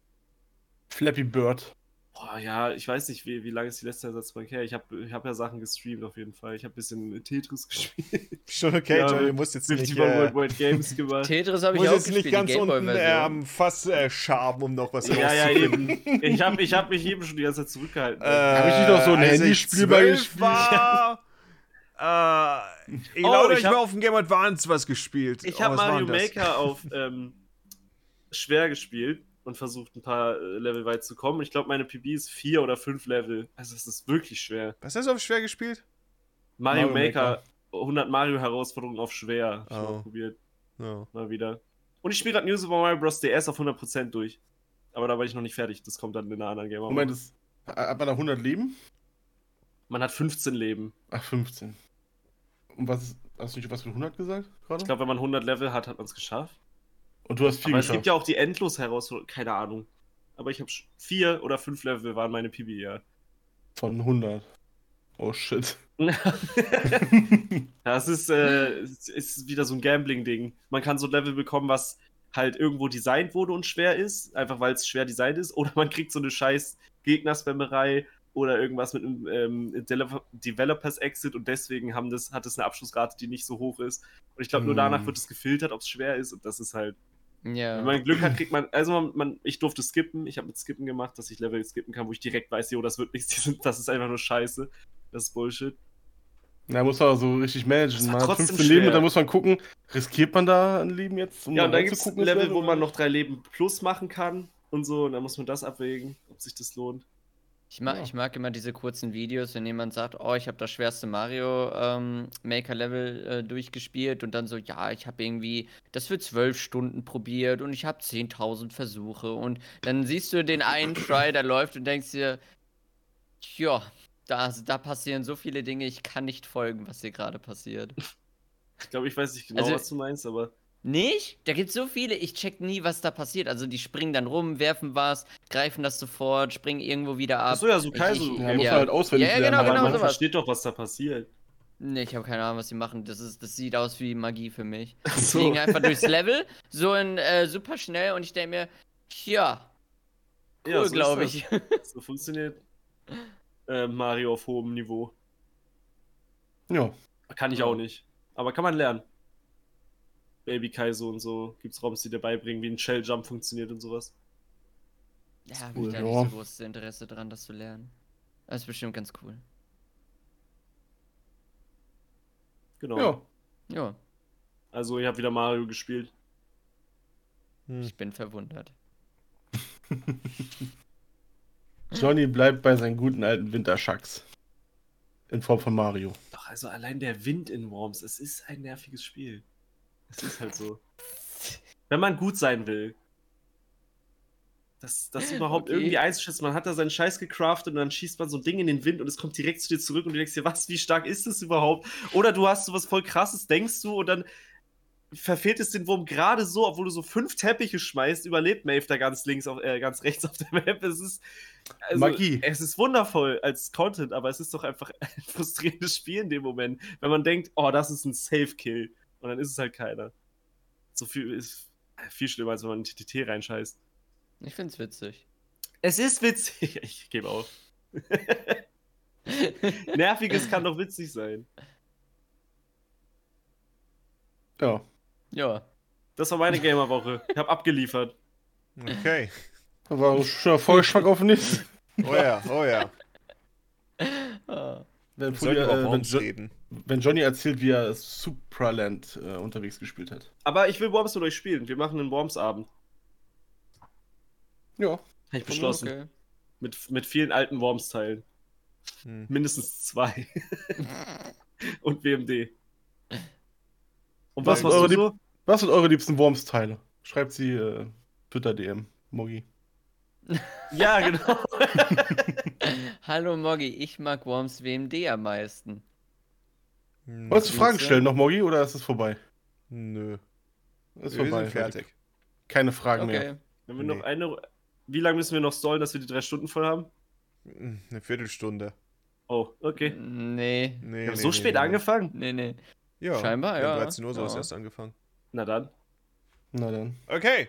Flappy Bird. boah, ja, ich weiß nicht, wie, wie lange ist die letzte Ersatzbank her? Ich habe ich hab ja Sachen gestreamt auf jeden Fall. Ich habe ein bisschen Tetris [LAUGHS] gespielt, Schon okay, Ja, Johnny, du musst jetzt nicht. 50 Äh, World Wide Games [LAUGHS] gemacht. Tetris habe ich muss auch jetzt gespielt, nicht ganz die unten äh, Gameboy-Version. am Fass äh, schaben, um noch was ja, ja, rauszufinden. Äh, eben. Ich habe ich hab mich eben schon die ganze Zeit zurückgehalten. Hab ich nicht noch so ein als ich Handyspiel bei also zwölf gespielt? War, äh, ich Oh, glaube, ich ich hab- habe auf dem Game Advance was gespielt. Ich Oh, habe was war Mario denn das? Maker auf ähm, schwer gespielt und versucht, ein paar äh, Level weit zu kommen. Ich glaube, meine PB ist vier oder fünf Level. Also es ist wirklich schwer. Was hast du auf schwer gespielt? Mario, Mario Maker, 100 Mario-Herausforderungen auf schwer. Ich Oh. mal probiert, Oh. mal wieder. Und ich spiele gerade News Super Mario Bros. DS auf 100% durch. Aber da bin ich noch nicht fertig. Das kommt dann in einer anderen Game. Moment, das, hat man da 100 Leben? Man hat 15 Leben. Ach, 15. Und was ist, hast du nicht was mit 100 gesagt gerade? Ich glaube, wenn man 100 Level hat, hat man es geschafft. Und du hast viel Aber es geschafft. gibt ja auch die Endlos-Herausforderungen. Keine Ahnung. Aber ich habe vier oder fünf Level waren meine PB, ja. Von 100. Oh [LAUGHS] shit. Das ist, äh, es ist wieder so ein Gambling-Ding. Man kann so ein Level bekommen, was halt irgendwo designt wurde und schwer ist, einfach weil es schwer designt ist, [LAUGHS] oder man kriegt so eine scheiß Gegnerspammerei oder irgendwas mit einem ähm, Developer- Developers Exit und deswegen haben das, hat es eine Abschlussrate, die nicht so hoch ist. Und ich glaube, nur Mm. danach wird es gefiltert, ob es schwer ist und das ist halt Wenn Ja. man Glück hat, kriegt man. Also man, man, ich durfte skippen. Ich habe mit Skippen gemacht, dass ich Level skippen kann, wo ich direkt weiß, jo, das wird nichts. [LAUGHS] Die sind- Das ist einfach nur Scheiße. Das ist Bullshit. Ja, muss man so richtig Das managen. war Man hat trotzdem 15 Leben schwer. und dann muss man gucken, riskiert man da ein Leben jetzt? Um Ja, und dann gibt es reinzugucken, ein das Level, wo oder man nicht? noch drei Leben plus machen kann und so. Und dann muss man das abwägen, ob sich das lohnt. Ich, mag, Ja. ich mag immer diese kurzen Videos, wenn jemand sagt, oh, ich habe das schwerste Mario ähm, Maker Level äh, durchgespielt und dann so, ja, ich habe irgendwie das für zwölf Stunden probiert und ich habe 10.000 Versuche und dann siehst du den einen Try, der läuft und denkst dir, ja, da, da passieren so viele Dinge, ich kann nicht folgen, was hier gerade passiert. Ich glaube, ich weiß nicht genau, Also- was du meinst, aber Nicht? Da gibt's so viele, ich check nie, was da passiert. Also die springen dann rum, werfen was, greifen das sofort, springen irgendwo wieder ab. Achso, ja, so Ich- Kaizo. ich- Ja, Ja, muss ja. man halt auswendig Ja, ja, lernen. genau, aber genau, man sowas. versteht doch, was da [LAUGHS] passiert. Nee, ich habe keine Ahnung, was sie machen. Das, ist, das sieht aus wie Magie für mich. So. Die fliegen einfach [LAUGHS] durchs Level, so in äh, super schnell und ich denke mir, ja, cool, Ja, so ist glaube [LAUGHS] das. ich. So funktioniert äh, Mario auf hohem Niveau. Ja, Kann ich auch nicht. Aber kann man lernen. Baby Kaizo und so. Gibt's Roms, die dir beibringen, wie ein Shell Jump funktioniert und sowas. Ja, habe cool, ich da ja. nicht so großes Interesse dran, das zu lernen. Das ist bestimmt ganz cool. Genau. ja. Ja, Also, ich habe wieder Mario gespielt. Hm. ich bin verwundert. Johnny bleibt bei seinen guten alten Winterschacks. In Form von Mario. Doch, also allein der Wind in Worms. Es ist ein nerviges Spiel. Es ist halt so. Wenn man gut sein will. Das, das überhaupt Okay. irgendwie einzuschätzen. Man hat da seinen Scheiß gecraftet und dann schießt man so ein Ding in den Wind und es kommt direkt zu dir zurück und du denkst dir, was, wie stark ist das überhaupt? Oder du hast sowas voll krasses, denkst du, und dann verfehlt es den Wurm gerade so, obwohl du so fünf Teppiche schmeißt, überlebt Maeve da ganz links, auf, äh, ganz rechts auf der Map. Es ist. also, Magie. Es ist wundervoll als Content, aber es ist doch einfach [LAUGHS] ein frustrierendes Spiel in dem Moment, wenn man denkt, oh, das ist ein Safe-Kill. Und dann ist es halt keiner. So viel ist viel schlimmer, als wenn man in TTT reinscheißt. Ich find's witzig. Es ist witzig. [LAUGHS] Ich gebe auf. Nerviges kann doch witzig sein. Ja. ja. Das war meine Gamer-Woche. Ich habe abgeliefert. Okay. Das war ein schöner Vorgeschmack auf nichts. Oh ja, oh [LAUGHS] ja. Ah. Wenn, Soll ich Fulvia, über äh, wenn, Worms jo reden? wenn Johnny erzählt, wie er Supraland äh, unterwegs gespielt hat. Aber ich will Worms mit euch spielen. Wir machen einen Worms-Abend. Ja. Habe ich beschlossen. Mit, mit vielen alten Worms-Teilen. Hm. Mindestens zwei. Und WMD. Und Was was machst eure du Lieb- so? Was sind eure liebsten Worms-Teile? Schreibt sie äh, Twitter-DM, Mogi. Ja, [LAUGHS] genau. Okay. Hallo Moggi, ich mag Worms WMD am meisten. Hm. Wolltest du Grüße. Fragen stellen noch, Mogi, oder ist es vorbei? Nö. Ist wir sind fertig. Keine Fragen mehr. Okay. Wenn wir Nee. noch eine. Wie lange müssen wir noch sollen, dass wir die drei Stunden voll haben? Hm, Eine Viertelstunde. Oh, okay. Nee. Nee, Wir haben nee, so nee, spät nee. angefangen? Nee, nee. Ja. Scheinbar, um ja. 13 Uhr sowas Ja. erst angefangen. Na dann. Na dann. Okay.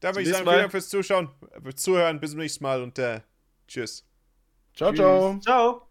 Dann würde ich nächsten sagen, Mal. vielen Dank fürs Zuschauen, äh, fürs Zuhören. Bis zum nächsten Mal und äh, tschüss. Ciao, ciao. Ciao.